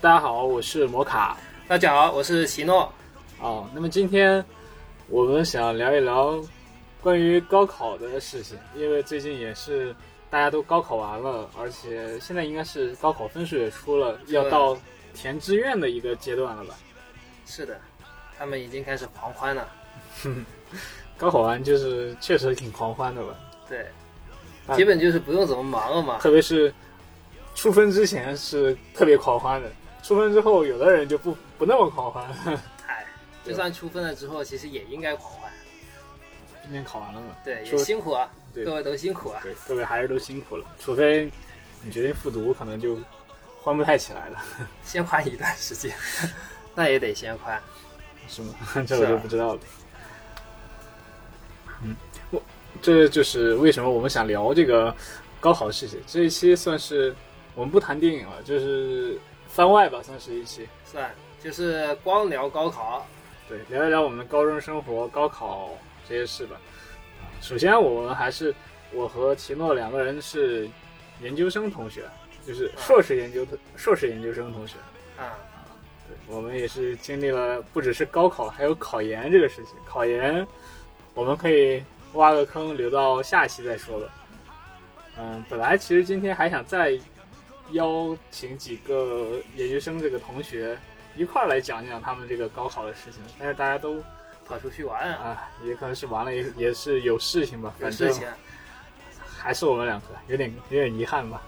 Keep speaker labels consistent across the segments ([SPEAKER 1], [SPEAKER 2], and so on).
[SPEAKER 1] 大家好，我是摩卡。
[SPEAKER 2] 大家好，我是奇诺。
[SPEAKER 1] 哦，那么今天我们想聊一聊关于高考的事情，因为最近也是大家都高考完了，而且现在应该是高考分数也出了，要到填志愿的一个阶段了吧？
[SPEAKER 2] 是的，他们已经开始狂欢了。
[SPEAKER 1] 高考完就是确实挺狂欢的吧？
[SPEAKER 2] 对，
[SPEAKER 1] 啊
[SPEAKER 2] 基本就是不用怎么忙了嘛。
[SPEAKER 1] 特别是出分之前是特别狂欢的，出分之后有的人就不不那么狂欢。
[SPEAKER 2] 哎，就算出分了之后，其实也应该狂欢。
[SPEAKER 1] 今天考完了嘛？
[SPEAKER 2] 对，也
[SPEAKER 1] 说
[SPEAKER 2] 辛苦啊，
[SPEAKER 1] 对
[SPEAKER 2] 各位都辛苦啊。
[SPEAKER 1] 对，各位还是都辛苦了，除非你决定复读，可能就欢不太起来了，
[SPEAKER 2] 先宽一段时间， 那也得先宽。
[SPEAKER 1] 是吗？ 这我就不知道了。嗯，我这就是为什么我们想聊这个高考事情。这一期算是我们不谈电影了，就是番外吧，算是一期。
[SPEAKER 2] 算，就是光聊高考，
[SPEAKER 1] 对，聊一聊我们的高中生活、高考这些事吧。啊首先，我们还是我和奇诺两个人是研究生同学，就是硕士研究硕士研究生同学。
[SPEAKER 2] 啊、
[SPEAKER 1] 对，我们也是经历了不只是高考，还有考研这个事情。考研，我们可以挖个坑留到下期再说吧。嗯，本来其实今天还想再邀请几个研究生这个同学一块儿来讲讲他们这个高考的事情，但是大家都
[SPEAKER 2] 跑出去玩啊，
[SPEAKER 1] 啊，也可能是完了，也也是有事情吧，
[SPEAKER 2] 有
[SPEAKER 1] 反
[SPEAKER 2] 事
[SPEAKER 1] 正
[SPEAKER 2] 情。啊
[SPEAKER 1] 还是我们两个，有点有点遗憾吧。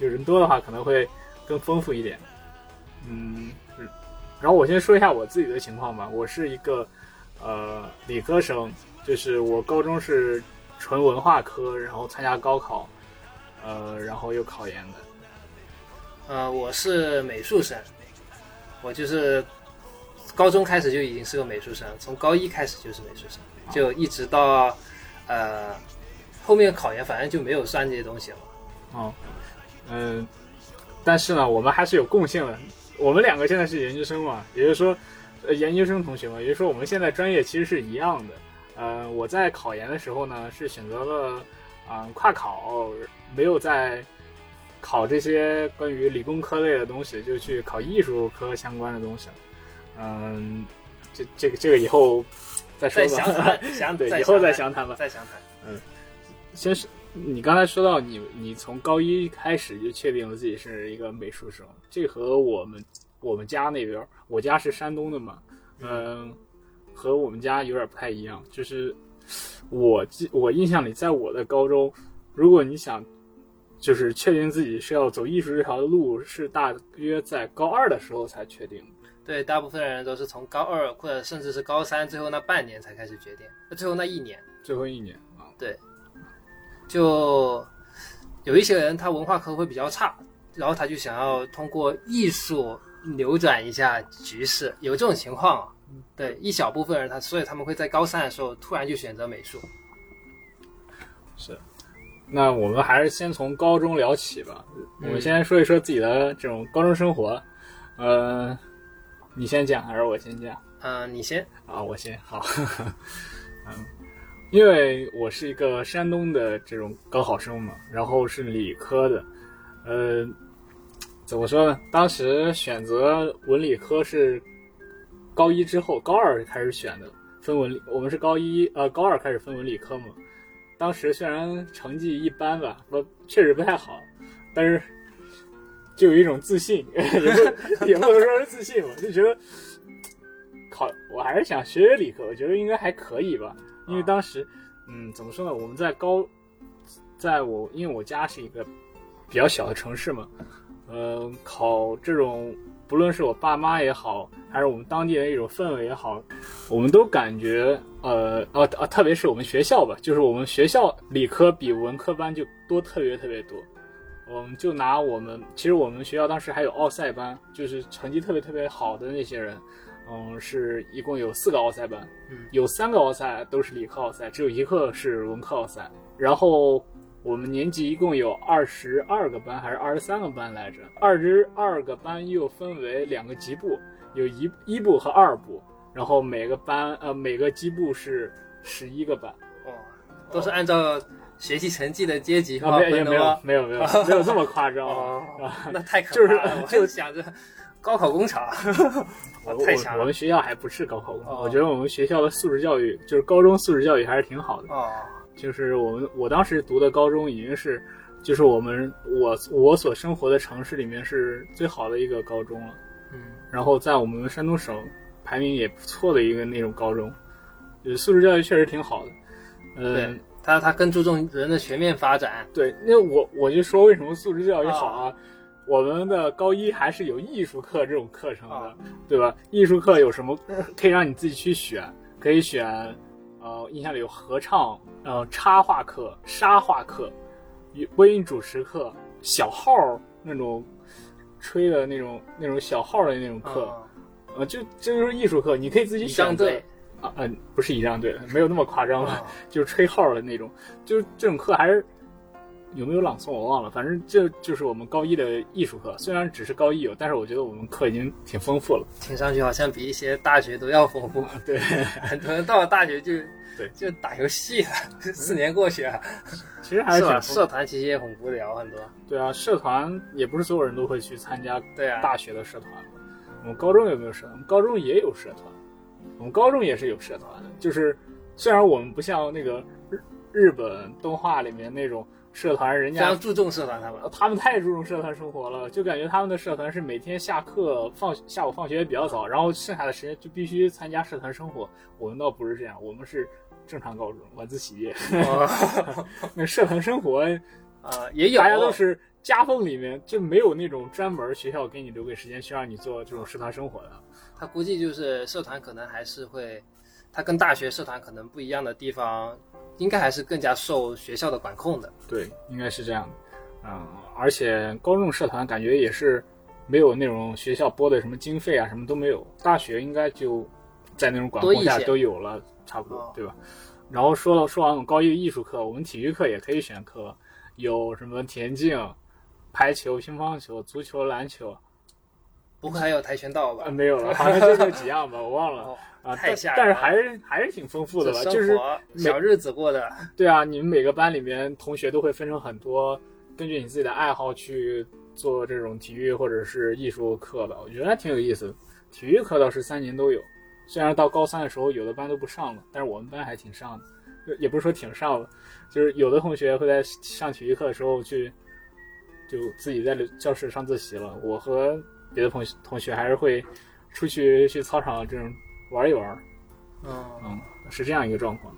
[SPEAKER 1] 就人多的话，可能会更丰富一点。嗯，嗯然后我先说一下我自己的情况吧。我是一个呃理科生，就是我高中是纯文化科，然后参加高考，呃，然后又考研的。
[SPEAKER 2] 呃，我是美术生，我就是高中开始就已经是个美术生，从高一开始就是美术生，
[SPEAKER 1] 啊
[SPEAKER 2] 就一直到呃后面考研，反正就没有算这些东西了。
[SPEAKER 1] 哦，嗯，但是呢，我们还是有共性的。我们两个现在是研究生嘛，也就是说，呃，研究生同学嘛，也就是说我们现在专业其实是一样的。呃，我在考研的时候呢，是选择了啊、跨考，没有在考这些关于理工科类的东西，就去考艺术科相关的东西了。嗯，这这个这个以后再说吧，
[SPEAKER 2] 再详谈， 详
[SPEAKER 1] 对，
[SPEAKER 2] 再
[SPEAKER 1] 以后再
[SPEAKER 2] 再
[SPEAKER 1] 详谈吧。
[SPEAKER 2] 再详谈。
[SPEAKER 1] 先是你刚才说到你，你从高一开始就确定了自己是一个美术生，这和我们我们家那边儿，我家是山东的嘛，嗯，和我们家有点不太一样。就是我记我印象里，在我的高中，如果你想就是确定自己是要走艺术这条路，是大约在高二的时候才确定的。
[SPEAKER 2] 对，大部分人都是从高二或者甚至是高三最后那半年才开始决定，那最后那一年
[SPEAKER 1] 最后一年啊，
[SPEAKER 2] 就有一些人他文化科会比较差，然后他就想要通过艺术扭转一下局势，有这种情况啊。
[SPEAKER 1] 嗯
[SPEAKER 2] 对，一小部分人他，所以他们会在高三的时候突然就选择美术。
[SPEAKER 1] 是，那我们还是先从高中聊起吧。我们先说一说自己的这种高中生活。呃，你先讲还是我先讲？
[SPEAKER 2] 嗯、你先，
[SPEAKER 1] 啊，我先好。嗯，因为我是一个山东的这种高考生嘛，然后是理科的，呃，怎么说呢？当时选择文理科是高一之后，高二开始选的，分文理。我们是高一呃高二开始分文理科嘛。当时虽然成绩一般吧，不确实不太好，但是就有一种自信， 也不 也不能说是自信吧，就觉得考，我还是想学学理科，我觉得应该还可以吧。因为当时，嗯，怎么说呢？我们在高，在我因为我家是一个比较小的城市嘛，呃，考这种不论是我爸妈也好，还是我们当地的一种氛围也好，我们都感觉，呃，呃，呃特别是我们学校吧，就是我们学校理科比文科班就多特别特别多。我们就拿我们，其实我们学校当时还有奥赛班，就是成绩特别特别好的那些人，嗯，是一共有四个奥赛班，
[SPEAKER 2] 嗯
[SPEAKER 1] 有三个奥赛都是理科奥赛，只有一个是文科奥赛。然后我们年级一共有二十二个班还是二十三个班来着？二十二个班又分为两个级部，有一一部和二部，然后每个班呃每个级部是十一个班。
[SPEAKER 2] 哦，都是按照学习成绩的阶级划
[SPEAKER 1] 啊，没有
[SPEAKER 2] 分
[SPEAKER 1] 没
[SPEAKER 2] 的
[SPEAKER 1] 有
[SPEAKER 2] 吗？哦
[SPEAKER 1] 没有没有没有这么夸张啊。
[SPEAKER 2] 哦，那太可
[SPEAKER 1] 就是
[SPEAKER 2] 怕了！我
[SPEAKER 1] 就
[SPEAKER 2] 就想着，高考工厂，啊
[SPEAKER 1] 我
[SPEAKER 2] 太强
[SPEAKER 1] 我我
[SPEAKER 2] 了
[SPEAKER 1] 们学校还不是高考工厂，
[SPEAKER 2] 哦
[SPEAKER 1] 我觉得我们学校的素质教育，就是高中素质教育还是挺好的。
[SPEAKER 2] 哦，
[SPEAKER 1] 就是我们我当时读的高中已经是，就是我们我我所生活的城市里面是最好的一个高中了，
[SPEAKER 2] 嗯
[SPEAKER 1] 然后在我们山东省排名也不错的一个那种高中，就是素质教育确实挺好的。嗯，
[SPEAKER 2] 对他他更注重人的全面发展，
[SPEAKER 1] 对，那我我就说为什么素质教育好啊？我们的高一还是有艺术课这种课程的，
[SPEAKER 2] 啊
[SPEAKER 1] 对吧？艺术课有什么可以让你自己去选？可以选，呃，印象里有合唱，呃，插画课、沙画课、语播音主持课、小号儿那种吹的那种那种小号儿的那种课，
[SPEAKER 2] 嗯
[SPEAKER 1] 呃，就这就是艺术课，你可以自己
[SPEAKER 2] 仪
[SPEAKER 1] 选
[SPEAKER 2] 仗
[SPEAKER 1] 择
[SPEAKER 2] 队
[SPEAKER 1] 啊，嗯、不是仪仗队，没有那么夸张吧？
[SPEAKER 2] 哦
[SPEAKER 1] 就是吹号的那种，就是这种课还是有没有朗诵我忘了，反正这就是我们高一的艺术课，虽然只是高一有，但是我觉得我们课已经挺丰富了。
[SPEAKER 2] 听上去好像比一些大学都要丰富，
[SPEAKER 1] 对，
[SPEAKER 2] 很多人到了大学就
[SPEAKER 1] 对
[SPEAKER 2] 就打游戏了，四年过去了，
[SPEAKER 1] 其实还
[SPEAKER 2] 是
[SPEAKER 1] 挺
[SPEAKER 2] 吧？
[SPEAKER 1] 丰富
[SPEAKER 2] 社团其实也很无聊，很多。
[SPEAKER 1] 对啊，社团也不是所有人都会去参加
[SPEAKER 2] 对啊，
[SPEAKER 1] 大学的社团。我们高中有没有社团？我们高中也有社团，我们高中也是有社团的。就是虽然我们不像那个日日本动画里面那种社团，人
[SPEAKER 2] 非
[SPEAKER 1] 家
[SPEAKER 2] 常注重社团他们
[SPEAKER 1] 呃。他们太注重社团生活了，就感觉他们的社团是每天下课放下午放学也比较早，然后剩下的时间就必须参加社团生活。我们倒不是这样，我们是正常高中晚自习，
[SPEAKER 2] 哦
[SPEAKER 1] 那社团生活
[SPEAKER 2] 啊，也有，
[SPEAKER 1] 大家都是夹缝里面，就没有那种专门学校给你留给时间去让你做这种社团生活的。
[SPEAKER 2] 他估计就是社团可能还是会，他跟大学社团可能不一样的地方，应该还是更加受学校的管控的。
[SPEAKER 1] 对，应该是这样的。嗯，而且高中社团感觉也是没有那种学校拨的什么经费啊，什么都没有。大学应该就在那种管控
[SPEAKER 2] 多
[SPEAKER 1] 下
[SPEAKER 2] 一些
[SPEAKER 1] 都有了，差不多
[SPEAKER 2] 哦，
[SPEAKER 1] 对吧？然后说了说完我们高一的艺术课，我们体育课也可以选课，有什么田径、排球、乒乓球、足球、篮球，
[SPEAKER 2] 不会还有跆拳道吧
[SPEAKER 1] 啊，？没有了，好像就这几样吧，我忘了
[SPEAKER 2] 哦
[SPEAKER 1] 啊。
[SPEAKER 2] 太
[SPEAKER 1] 但
[SPEAKER 2] 吓人
[SPEAKER 1] 但是
[SPEAKER 2] 了
[SPEAKER 1] 还是还是挺丰富的吧，
[SPEAKER 2] 这
[SPEAKER 1] 就是
[SPEAKER 2] 生活小日子过的，
[SPEAKER 1] 对啊，你们每个班里面同学都会分成很多，根据你自己的爱好去做这种体育或者是艺术课吧，我觉得还挺有意思的。体育课倒是三年都有，虽然到高三的时候有的班都不上了，但是我们班还挺上的，就也不是说挺上了，就是有的同学会在上体育课的时候去，就自己在教室上自习了。我和别的同学同学还是会出去去操场这种玩一玩。
[SPEAKER 2] 嗯，
[SPEAKER 1] 嗯，是这样一个状况。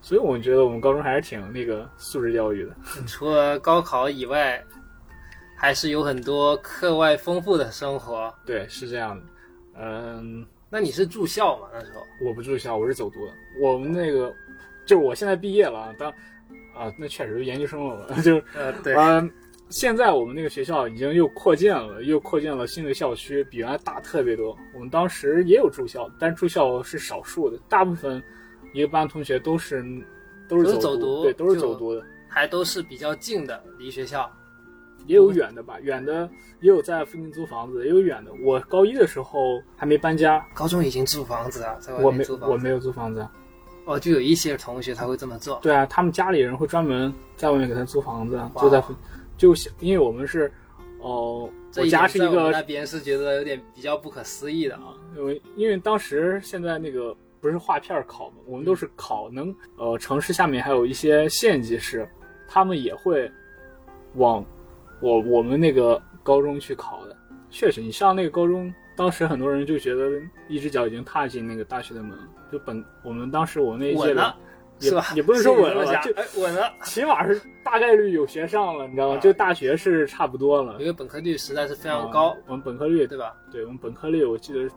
[SPEAKER 1] 所以我觉得我们高中还是挺那个素质教育的。
[SPEAKER 2] 除了高考以外，还是有很多课外丰富的生活。
[SPEAKER 1] 对，是这样的。嗯，
[SPEAKER 2] 那你是住校吗？那时候
[SPEAKER 1] 我不住校，我是走读的。我们那个就是我现在毕业了啊，当啊，那确实是研究生了， 就是
[SPEAKER 2] 呃，对，
[SPEAKER 1] 嗯，现在我们那个学校已经又扩建了，又扩建了新的校区，比原来大特别多。我们当时也有住校，但是住校是少数的，大部分一个班同学都是都是
[SPEAKER 2] 都是
[SPEAKER 1] 走
[SPEAKER 2] 走读
[SPEAKER 1] 对，都是
[SPEAKER 2] 就
[SPEAKER 1] 走读的。
[SPEAKER 2] 还都是比较近的，离学校。
[SPEAKER 1] 也有远的吧，远的也有在附近租房子，也有远的。我高一的时候还没搬家，
[SPEAKER 2] 高中已经租房子啊，在
[SPEAKER 1] 我
[SPEAKER 2] 外
[SPEAKER 1] 没
[SPEAKER 2] 面租
[SPEAKER 1] 我
[SPEAKER 2] 房子。
[SPEAKER 1] 没有租房子。
[SPEAKER 2] 哦，就有一些同学他会这么做。
[SPEAKER 1] 对啊，他们家里人会专门在外面给他租房子，
[SPEAKER 2] 哇哦
[SPEAKER 1] 就在附就因为我们是，哦、
[SPEAKER 2] 这
[SPEAKER 1] 我家
[SPEAKER 2] 点
[SPEAKER 1] 是
[SPEAKER 2] 在
[SPEAKER 1] 一
[SPEAKER 2] 我们
[SPEAKER 1] 个
[SPEAKER 2] 那边是觉得有点比较不可思议的啊。
[SPEAKER 1] 呃，因为当时现在那个不是画片儿考嘛，我们
[SPEAKER 2] 嗯
[SPEAKER 1] 都是考能呃城市下面还有一些县级市，他们也会往我我们那个高中去考的。确实，你上那个高中，当时很多人就觉得一只脚已经踏进那个大学的门了。就本我们当时我那一届
[SPEAKER 2] 稳
[SPEAKER 1] 的
[SPEAKER 2] 了，
[SPEAKER 1] 也
[SPEAKER 2] 是吧？
[SPEAKER 1] 也不是说稳了
[SPEAKER 2] 了
[SPEAKER 1] 吧，就
[SPEAKER 2] 哎，稳了。
[SPEAKER 1] 起码是大概率有学上了，你知道吗？
[SPEAKER 2] 啊
[SPEAKER 1] 就大学是差不多了
[SPEAKER 2] 因，为本科率实在是非常
[SPEAKER 1] 啊
[SPEAKER 2] 高，
[SPEAKER 1] 我们本科率
[SPEAKER 2] 对吧？
[SPEAKER 1] 对我们本科率，我记得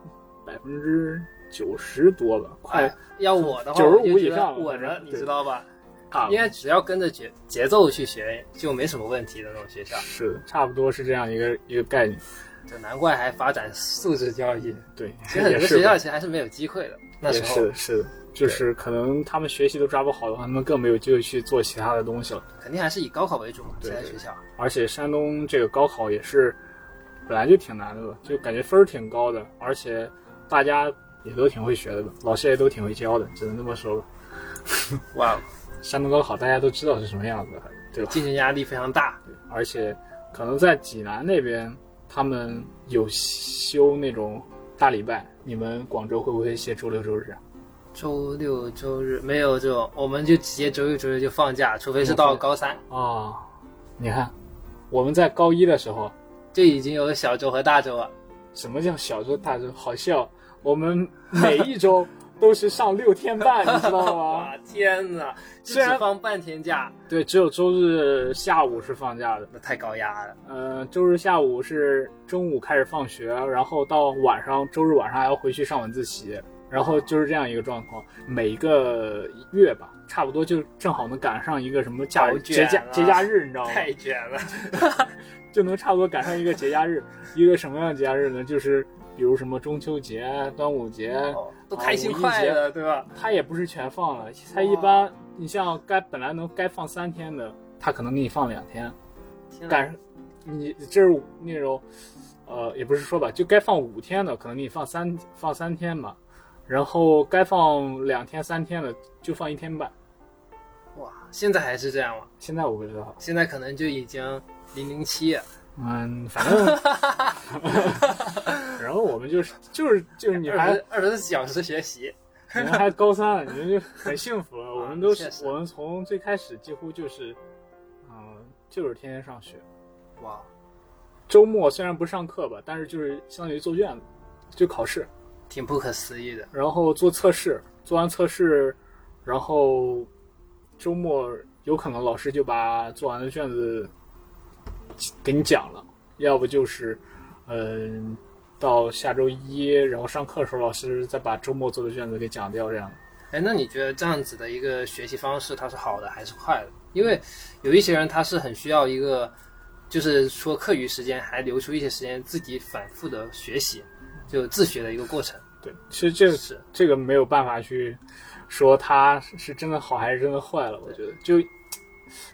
[SPEAKER 1] 百分之九十多吧，快
[SPEAKER 2] 哎要我的话，
[SPEAKER 1] 95
[SPEAKER 2] 我就觉
[SPEAKER 1] 以
[SPEAKER 2] 得
[SPEAKER 1] 上了
[SPEAKER 2] 稳了，
[SPEAKER 1] 对啊
[SPEAKER 2] 你知道吧？
[SPEAKER 1] 差不
[SPEAKER 2] 因为只要跟着节节奏去学，就没什么问题的那种学校
[SPEAKER 1] 多，是的差不多是这样一个一个概念。
[SPEAKER 2] 就难怪还发展素质教育。
[SPEAKER 1] 对，
[SPEAKER 2] 其实 很
[SPEAKER 1] 也
[SPEAKER 2] 多
[SPEAKER 1] 是
[SPEAKER 2] 学
[SPEAKER 1] 的
[SPEAKER 2] 校其实还是没有机会的，那
[SPEAKER 1] 也
[SPEAKER 2] 时
[SPEAKER 1] 是
[SPEAKER 2] 候
[SPEAKER 1] 的，是的，就是可能他们学习都抓不好的话，他们更没有机会去做其他的东西了。
[SPEAKER 2] 肯定还是以高考为主嘛。
[SPEAKER 1] 对
[SPEAKER 2] 现在
[SPEAKER 1] 对
[SPEAKER 2] 学校
[SPEAKER 1] 而且山东这个高考也是本来就挺难的，就感觉分儿挺高的，而且大家也都挺会学的吧，老师也都挺会教的，只能这么说吧。
[SPEAKER 2] 哇，哦
[SPEAKER 1] 山东高考大家都知道是什么样子的，对吧？
[SPEAKER 2] 竞争压力非常大。
[SPEAKER 1] 而且可能在济南那边，他们有休那种大礼拜，你们广州会不会歇周六周日啊？
[SPEAKER 2] 周六周日没有这种，我们就直接周六周日就放假，除非是到高三
[SPEAKER 1] 哦，你看，我们在高一的时候，
[SPEAKER 2] 就已经有小周和大周了。
[SPEAKER 1] 什么叫小周大周？好笑，我们每一周都是上六天半，你知道吗？
[SPEAKER 2] 哇，天哪！就
[SPEAKER 1] 哦虽然
[SPEAKER 2] 只放半天假，
[SPEAKER 1] 对，只有周日下午是放假的。
[SPEAKER 2] 那太高压了。
[SPEAKER 1] 呃，周日下午是中午开始放学，然后到晚上，周日晚上还要回去上晚自习，然后就是这样一个状况。每一个月吧，差不多就正好能赶上一个什么假
[SPEAKER 2] 好卷
[SPEAKER 1] 节假
[SPEAKER 2] 啊
[SPEAKER 1] 节假日，你知道吗？
[SPEAKER 2] 太卷了，
[SPEAKER 1] 就能差不多赶上一个节假日。一个什么样的节假日呢？就是比如什么中秋节、端午节，
[SPEAKER 2] 哦都开心快乐，对吧？
[SPEAKER 1] 它也不是全放了，它一般你像该本来能该放三天的，它可能给你放两天。
[SPEAKER 2] 天哪
[SPEAKER 1] 赶上你这是那种，呃，也不是说吧，就该放五天的，可能你放三放三天嘛，然后该放两天三天的就放一天半。
[SPEAKER 2] 哇，现在还是这样吗？
[SPEAKER 1] 现在我不知道，
[SPEAKER 2] 现在可能就已经零零七了，
[SPEAKER 1] 嗯，反 正，然后我们就是就是就是你
[SPEAKER 2] 二
[SPEAKER 1] 还
[SPEAKER 2] 十二十四小时学习，
[SPEAKER 1] 你们还高三，你们就很幸福了。我们都
[SPEAKER 2] 啊确
[SPEAKER 1] 是
[SPEAKER 2] 实
[SPEAKER 1] 我们从最开始几乎就是，嗯、就是天天上学。
[SPEAKER 2] 哇，哦
[SPEAKER 1] 周末虽然不上课吧，但是就是相当于做卷子，就考试。
[SPEAKER 2] 挺不可思议的。
[SPEAKER 1] 然后做测试，做完测试，然后周末有可能老师就把做完的卷子给你讲了，要不就是，嗯、到下周一，然后上课的时候老师再把周末做的卷子给讲掉，这样。
[SPEAKER 2] 哎，那你觉得这样子的一个学习方式，它是好的还是坏的？因为有一些人他是很需要一个，就是说课余时间还留出一些时间自己反复的学习，就自学的一个过程。
[SPEAKER 1] 对，其实这
[SPEAKER 2] 是
[SPEAKER 1] 这个没有办法去说它是真的好还是真的坏了，我觉得就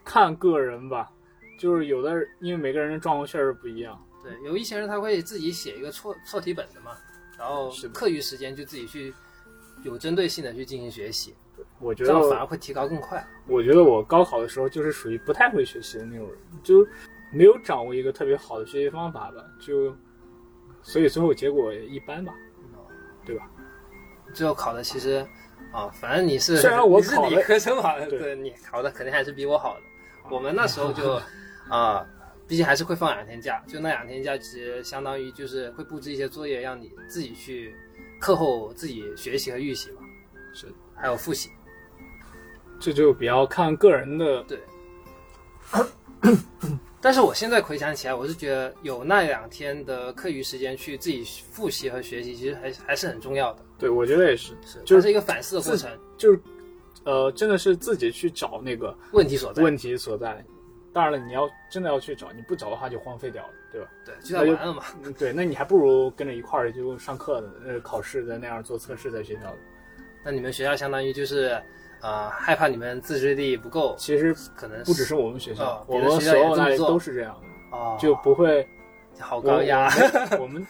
[SPEAKER 1] 看个人吧，就是有的人因为每个人的状况确实不一样。
[SPEAKER 2] 对，有一些人他会自己写一个错错题本的嘛，然后
[SPEAKER 1] 是的
[SPEAKER 2] 课余时间就自己去有针对性的去进行学习，
[SPEAKER 1] 我觉
[SPEAKER 2] 这
[SPEAKER 1] 得
[SPEAKER 2] 样反而会提高更快。
[SPEAKER 1] 我觉得我高考的时候就是属于不太会学习的那种人，就没有掌握一个特别好的学习方法吧，就所以最后结果也一般吧。对吧？
[SPEAKER 2] 最后考的其实啊，反正你是
[SPEAKER 1] 虽然我
[SPEAKER 2] 你是
[SPEAKER 1] 考的
[SPEAKER 2] 理科生好的，
[SPEAKER 1] 对嗯
[SPEAKER 2] 对你考的肯定还是比我好的。我们那时候 就啊，毕竟还是会放两天假，就那两天假其实相当于就是会布置一些作业让你自己去课后自己学习和预习嘛，
[SPEAKER 1] 是，
[SPEAKER 2] 还有复习。
[SPEAKER 1] 这就比较看个人的，
[SPEAKER 2] 但是我现在回想起来，我是觉得有那两天的课余时间去自己复习和学习，其实还是还是很重要的，
[SPEAKER 1] 对我觉得也是，
[SPEAKER 2] 是，
[SPEAKER 1] 就是
[SPEAKER 2] 它是一个反思的过程，
[SPEAKER 1] 就是呃，真的是自己去找那个
[SPEAKER 2] 问题所在。
[SPEAKER 1] 问题所在。当然了，你要真的要去找，你不找的话就荒废掉了，对吧？
[SPEAKER 2] 对，就在玩了嘛。
[SPEAKER 1] 嗯对，那你还不如跟着一块儿就上课的、呃考试的那样做测试在学校的。
[SPEAKER 2] 那你们学校相当于就是，呃，害怕你们自制力不够，
[SPEAKER 1] 其实
[SPEAKER 2] 可能
[SPEAKER 1] 不只是我们学校
[SPEAKER 2] 啊，
[SPEAKER 1] 我们
[SPEAKER 2] 别的学校
[SPEAKER 1] 所
[SPEAKER 2] 也
[SPEAKER 1] 有
[SPEAKER 2] 这么
[SPEAKER 1] 那里
[SPEAKER 2] 做
[SPEAKER 1] 都是这样的。
[SPEAKER 2] 哦，
[SPEAKER 1] 就不会
[SPEAKER 2] 好高压。。
[SPEAKER 1] 我我们我们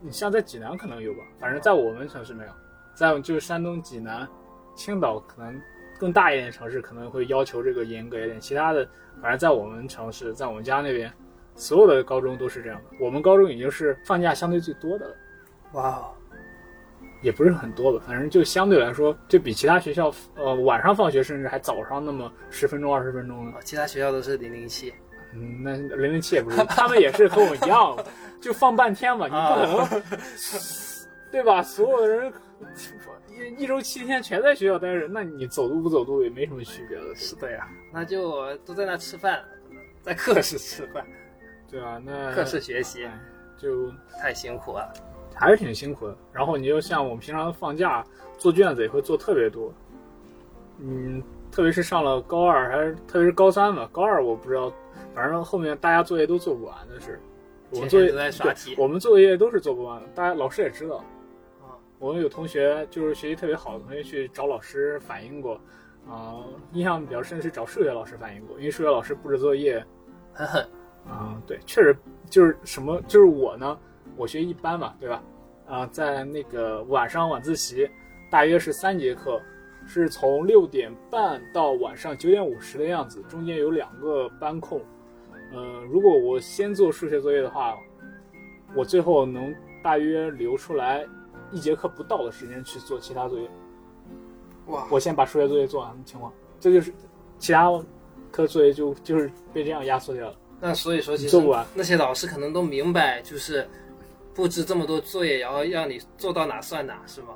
[SPEAKER 1] 你像在济南可能有吧，反正在我们城市没有，在就是山东济南、青岛可能更大一点的城市可能会要求这个严格一点，其他的反正在我们城市，在我们家那边，所有的高中都是这样的。我们高中已经是放假相对最多的了，
[SPEAKER 2] 哇哦，
[SPEAKER 1] 也不是很多吧，反正就相对来说，就比其他学校呃晚上放学甚至还早上那么十分钟二十分钟呢。
[SPEAKER 2] 哦其他学校都是零零七，
[SPEAKER 1] 嗯，那零零七也不是，他们也是和我一样， 就放半天嘛，你不可能，
[SPEAKER 2] 啊
[SPEAKER 1] 对吧？所有的人一一周七天全在学校待着，那你走路不走路也没什么区别了，对吧
[SPEAKER 2] 的呀，那就都在那吃饭，可能在课室吃 饭，
[SPEAKER 1] 对啊，那
[SPEAKER 2] 课室学习
[SPEAKER 1] 哎就
[SPEAKER 2] 太辛苦啊了。
[SPEAKER 1] 还是挺辛苦的。然后你就像我们平常放假做卷子也会做特别多，嗯，特别是上了高二还是特别是高三吧，高二我不知道，反正后面大家作业都做不完的是，我们
[SPEAKER 2] 天
[SPEAKER 1] 作业
[SPEAKER 2] 天都在刷题
[SPEAKER 1] 对我们作业都是做不完的，大家老师也知道。
[SPEAKER 2] 哦
[SPEAKER 1] 我们有同学就是学习特别好的同学去找老师反映过，啊、印象比较深是找数学老师反映过，因为数学老师布置作业，
[SPEAKER 2] 很狠，
[SPEAKER 1] 啊、对，确实就是什么，就是我呢，我学一般嘛，对吧？啊、在那个晚上晚自习，大约是三节课，是从六点半到晚上九点五十的样子，中间有两个班空。呃，如果我先做数学作业的话，我最后能大约留出来一节课不到的时间去做其他作业。
[SPEAKER 2] 哇，
[SPEAKER 1] 我先把数学作业做完的情况，这就是其他科作业就就是被这样压缩掉了。
[SPEAKER 2] 那所以说，其
[SPEAKER 1] 做
[SPEAKER 2] 实
[SPEAKER 1] 不完
[SPEAKER 2] 那些老师可能都明白，就是布置这么多作业，然后让你做到哪算哪，是吗？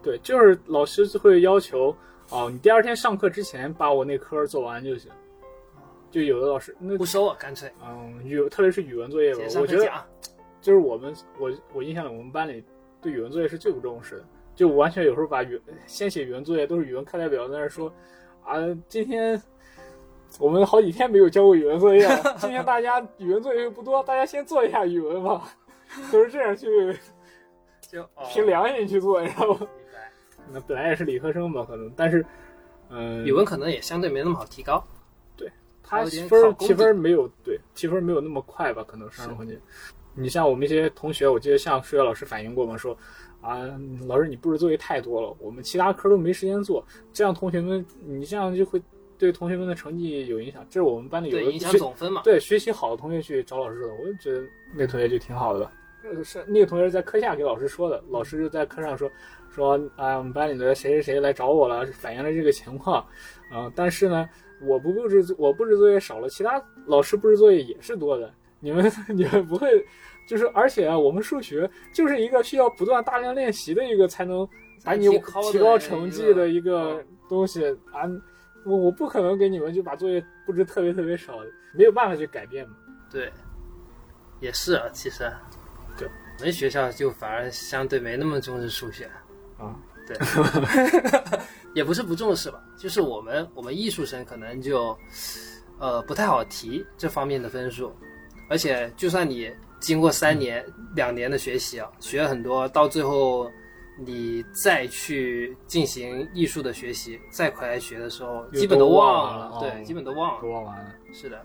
[SPEAKER 1] 对，就是老师就会要求哦，你第二天上课之前把我那科儿做完就行。就有的老师，那
[SPEAKER 2] 不收啊，干脆
[SPEAKER 1] 嗯，语特别是语文作业吧
[SPEAKER 2] 写，
[SPEAKER 1] 我
[SPEAKER 2] 上
[SPEAKER 1] 觉
[SPEAKER 2] 课
[SPEAKER 1] 得
[SPEAKER 2] 讲。
[SPEAKER 1] 就是我们我我印象里我们班里对语文作业是最不重视的，就完全有时候把语先写语文作业都是语文课代表在那儿说啊，今天我们好几天没有交过语文作业 了，今天大家语文作业又不多，大家先做一下语文吧，都是这样去
[SPEAKER 2] 就哦，
[SPEAKER 1] 凭良心去做，你知道吗？
[SPEAKER 2] 明白
[SPEAKER 1] 那本来也是理科生吧，可能，但是嗯，
[SPEAKER 2] 语文可能也相对没那么好提高。
[SPEAKER 1] 他
[SPEAKER 2] 有点
[SPEAKER 1] 分
[SPEAKER 2] 考
[SPEAKER 1] 儿
[SPEAKER 2] 公
[SPEAKER 1] 提分
[SPEAKER 2] 的
[SPEAKER 1] 儿没有对提分儿没有那么快吧？可能是
[SPEAKER 2] 是
[SPEAKER 1] 环节。你像我们一些同学，我记得向数学老师反映过嘛，说啊，老师你布置作业太多了，我们其他科都没时间做，这样同学们你这样就会对同学们的成绩有影响。这是我们班里有
[SPEAKER 2] 对，
[SPEAKER 1] 的
[SPEAKER 2] 影响
[SPEAKER 1] 学
[SPEAKER 2] 总分嘛。
[SPEAKER 1] 对学习好的同学去找老师的，我就觉得那个同学就挺好的。呃是那个同学在课下给老师说的，老师就在课上说说啊，我们班里的谁谁谁来找我了，反映了这个情况，啊、但是呢，我不布置我布置作业少了，其他老师布置作业也是多的，你们 你们不会，就是而且啊，我们数学就是一个需要不断大量练习的一个才能把你
[SPEAKER 2] 提高的
[SPEAKER 1] 提高成绩的一个
[SPEAKER 2] 嗯
[SPEAKER 1] 东西啊，我我不可能给你们就把作业布置特别特别少，没有办法去改变嘛。
[SPEAKER 2] 对，也是啊，其实。
[SPEAKER 1] 对，
[SPEAKER 2] 我们学校就反而相对没那么重视数学。
[SPEAKER 1] 啊，
[SPEAKER 2] 对，也不是不重视吧，就是我们我们艺术生可能就，呃，不太好提这方面的分数，而且就算你经过三年、两年的学习啊，学了很多，到最后你再去进行艺术的学习，再回来学的时候，
[SPEAKER 1] 又
[SPEAKER 2] 基本都
[SPEAKER 1] 都
[SPEAKER 2] 忘
[SPEAKER 1] 忘了
[SPEAKER 2] 对，
[SPEAKER 1] 哦
[SPEAKER 2] 基本都忘
[SPEAKER 1] 都
[SPEAKER 2] 了。
[SPEAKER 1] 忘完了。
[SPEAKER 2] 是的，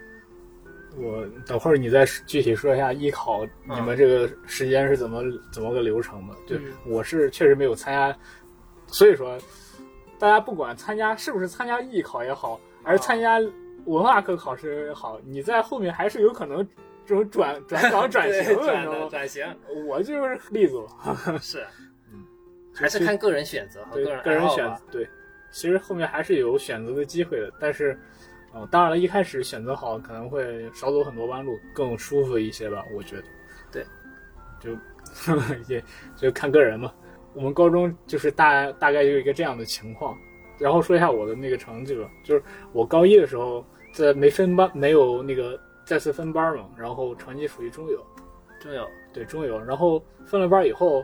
[SPEAKER 1] 我等会儿你再具体说一下艺考
[SPEAKER 2] 嗯
[SPEAKER 1] 你们这个时间是怎么、怎么个流程吧？对，
[SPEAKER 2] 嗯
[SPEAKER 1] 我是确实没有参加，所以说大家不管参加是不是参加艺考也好，还是参加文化课考试也好，你在后面还是有可能这种转转 岗转型的，
[SPEAKER 2] 对
[SPEAKER 1] 你知
[SPEAKER 2] 转
[SPEAKER 1] 道
[SPEAKER 2] 的
[SPEAKER 1] 吗？
[SPEAKER 2] 转型
[SPEAKER 1] 我就是例子嘛，
[SPEAKER 2] 是
[SPEAKER 1] 嗯，
[SPEAKER 2] 还是看个人选择和
[SPEAKER 1] 对
[SPEAKER 2] 个人
[SPEAKER 1] 个
[SPEAKER 2] 爱
[SPEAKER 1] 人
[SPEAKER 2] 好
[SPEAKER 1] 选
[SPEAKER 2] 吧。
[SPEAKER 1] 对，其实后面还是有选择的机会的，但是。哦，当然了，一开始选择好可能会少走很多弯路，更舒服一些吧，我觉得。
[SPEAKER 2] 对，
[SPEAKER 1] 就 也就看个人嘛。我们高中就是大大概有一个这样的情况，然后说一下我的那个成绩吧，就是我高一的时候在没分班，没有那个再次分班嘛，然后成绩属于中游，
[SPEAKER 2] 真有
[SPEAKER 1] 对中游，然后分了班以后，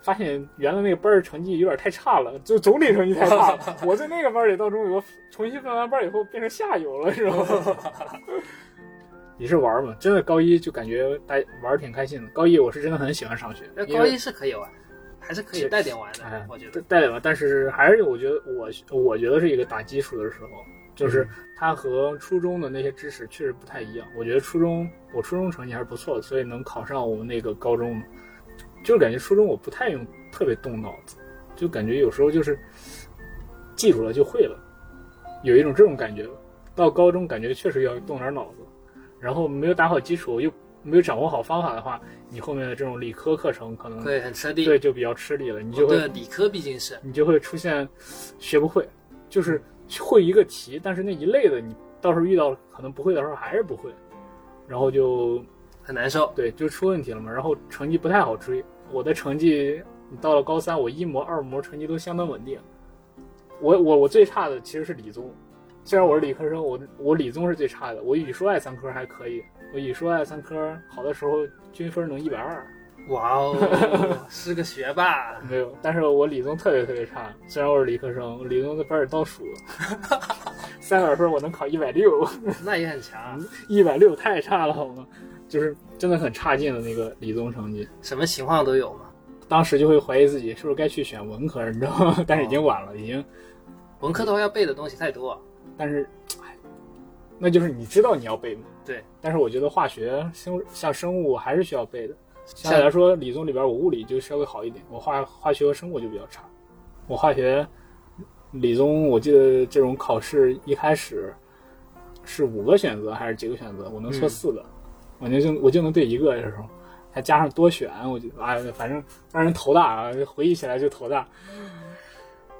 [SPEAKER 1] 发现原来那个班儿成绩有点太差了，就总体成绩太差了。我在那个班里到中游，重新分完班以后变成下游了，是吧？ 也是玩儿嘛，真的高一就感觉大家玩儿挺开心的。高一我是真的很喜欢上学，
[SPEAKER 2] 那
[SPEAKER 1] 因
[SPEAKER 2] 高
[SPEAKER 1] 为
[SPEAKER 2] 一是可以玩，还是可以
[SPEAKER 1] 是
[SPEAKER 2] 带点玩的，
[SPEAKER 1] 哎
[SPEAKER 2] 我觉得
[SPEAKER 1] 带。带领了，但是还是我觉得我我觉得是一个打基础的时候，就是它和初中的那些知识确实不太一样。我觉得初中我初中成绩还是不错的，所以能考上我们那个高中，就是感觉初中我不太用特别动脑子，就感觉有时候就是记住了就会了，有一种这种感觉。到高中感觉确实要动点脑子，然后没有打好基础又没有掌握好方法的话，你后面的这种理科课程可能
[SPEAKER 2] 对，很吃力。
[SPEAKER 1] 对就比较吃力了，你
[SPEAKER 2] 我
[SPEAKER 1] 就会
[SPEAKER 2] 对，理科毕竟是
[SPEAKER 1] 你就会出现学不会，就是会一个题，但是那一类的你到时候遇到可能不会的时候还是不会，然后就
[SPEAKER 2] 很难受。
[SPEAKER 1] 对就出问题了嘛，然后成绩不太好追。我的成绩，你到了高三，我一模二模成绩都相当稳定。我我我最差的其实是理综，虽然我是理科生，我我理综是最差的，我语数外三科还可以，我语数外三科好的时候均分能一百二，
[SPEAKER 2] 哇 哦，是个学霸。
[SPEAKER 1] 没有，但是我理综特别特别差，虽然我是理科生，理综在班里倒数， 三百分我能考一百六，
[SPEAKER 2] 那也很强啊。
[SPEAKER 1] 一百六太差了好吗？就是真的很差劲的那个理综成绩，
[SPEAKER 2] 什么情况都有嘛。
[SPEAKER 1] 当时就会怀疑自己是不是该去选文科，你知道吗？ 但是已经晚了，已经，
[SPEAKER 2] 文科的话要背的东西太多，
[SPEAKER 1] 但是，哎，那就是你知道你要背吗？
[SPEAKER 2] 对，
[SPEAKER 1] 但是我觉得化学、生像生物还是需要背的。相
[SPEAKER 2] 像
[SPEAKER 1] 对来说，理综里边我物理就稍微好一点，我化化学和生物就比较差。我化学、理综，我记得这种考试一开始是五个选择还是几个选择，我能错
[SPEAKER 2] 嗯
[SPEAKER 1] 四个，我就我就能对一个有时候。还加上多选，我觉得哎，反正让人头大啊，回忆起来就头大，
[SPEAKER 2] 嗯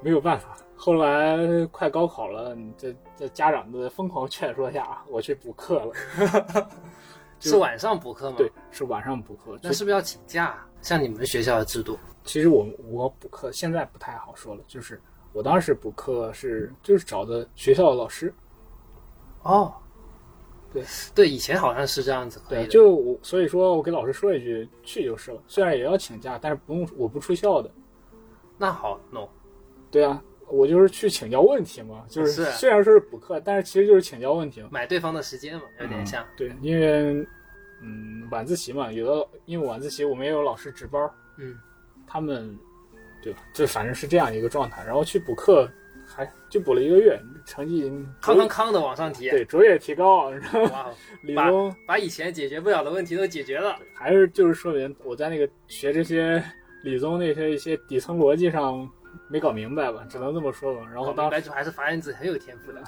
[SPEAKER 1] 没有办法。后来快高考了，你这这家长的疯狂劝说下，我去补课了。
[SPEAKER 2] 嗯
[SPEAKER 1] 就是
[SPEAKER 2] 晚上补课吗？
[SPEAKER 1] 对，，是晚上补课。
[SPEAKER 2] 那是不是要请假啊？像你们学校的制度，
[SPEAKER 1] 其实我我补课现在不太好说了，就是我当时补课是就是找的学校的老师，
[SPEAKER 2] 哦，
[SPEAKER 1] 对
[SPEAKER 2] 对，以前好像是这样子可以
[SPEAKER 1] 对，
[SPEAKER 2] 的。
[SPEAKER 1] 就我所以说我给老师说一句去就是了，虽然也要请假，但是不用我不出校的，
[SPEAKER 2] 那好弄，
[SPEAKER 1] 对啊，我就是去请教问题嘛，就是
[SPEAKER 2] 是
[SPEAKER 1] 虽然说是补课，但是其实就是请教问题嘛。
[SPEAKER 2] 买对方的时间嘛，有点像。
[SPEAKER 1] 对，因为嗯晚自习嘛，有的因为晚自习我们也有老师值班儿，
[SPEAKER 2] 嗯，
[SPEAKER 1] 他们对吧？就反正是这样一个状态，然后去补课还就补了一个月，成绩
[SPEAKER 2] 康康康的往上提，
[SPEAKER 1] 对卓越提高，然后
[SPEAKER 2] 哇哦，
[SPEAKER 1] 理
[SPEAKER 2] 把
[SPEAKER 1] 综
[SPEAKER 2] 把以前解决不了的问题都解决了。
[SPEAKER 1] 还是就是说明我在那个学这些理综那些一些底层逻辑上没搞明白吧，只能这么说吧。然后
[SPEAKER 2] 我
[SPEAKER 1] 当
[SPEAKER 2] 们
[SPEAKER 1] 时
[SPEAKER 2] 白主还是法眼子很有天赋的。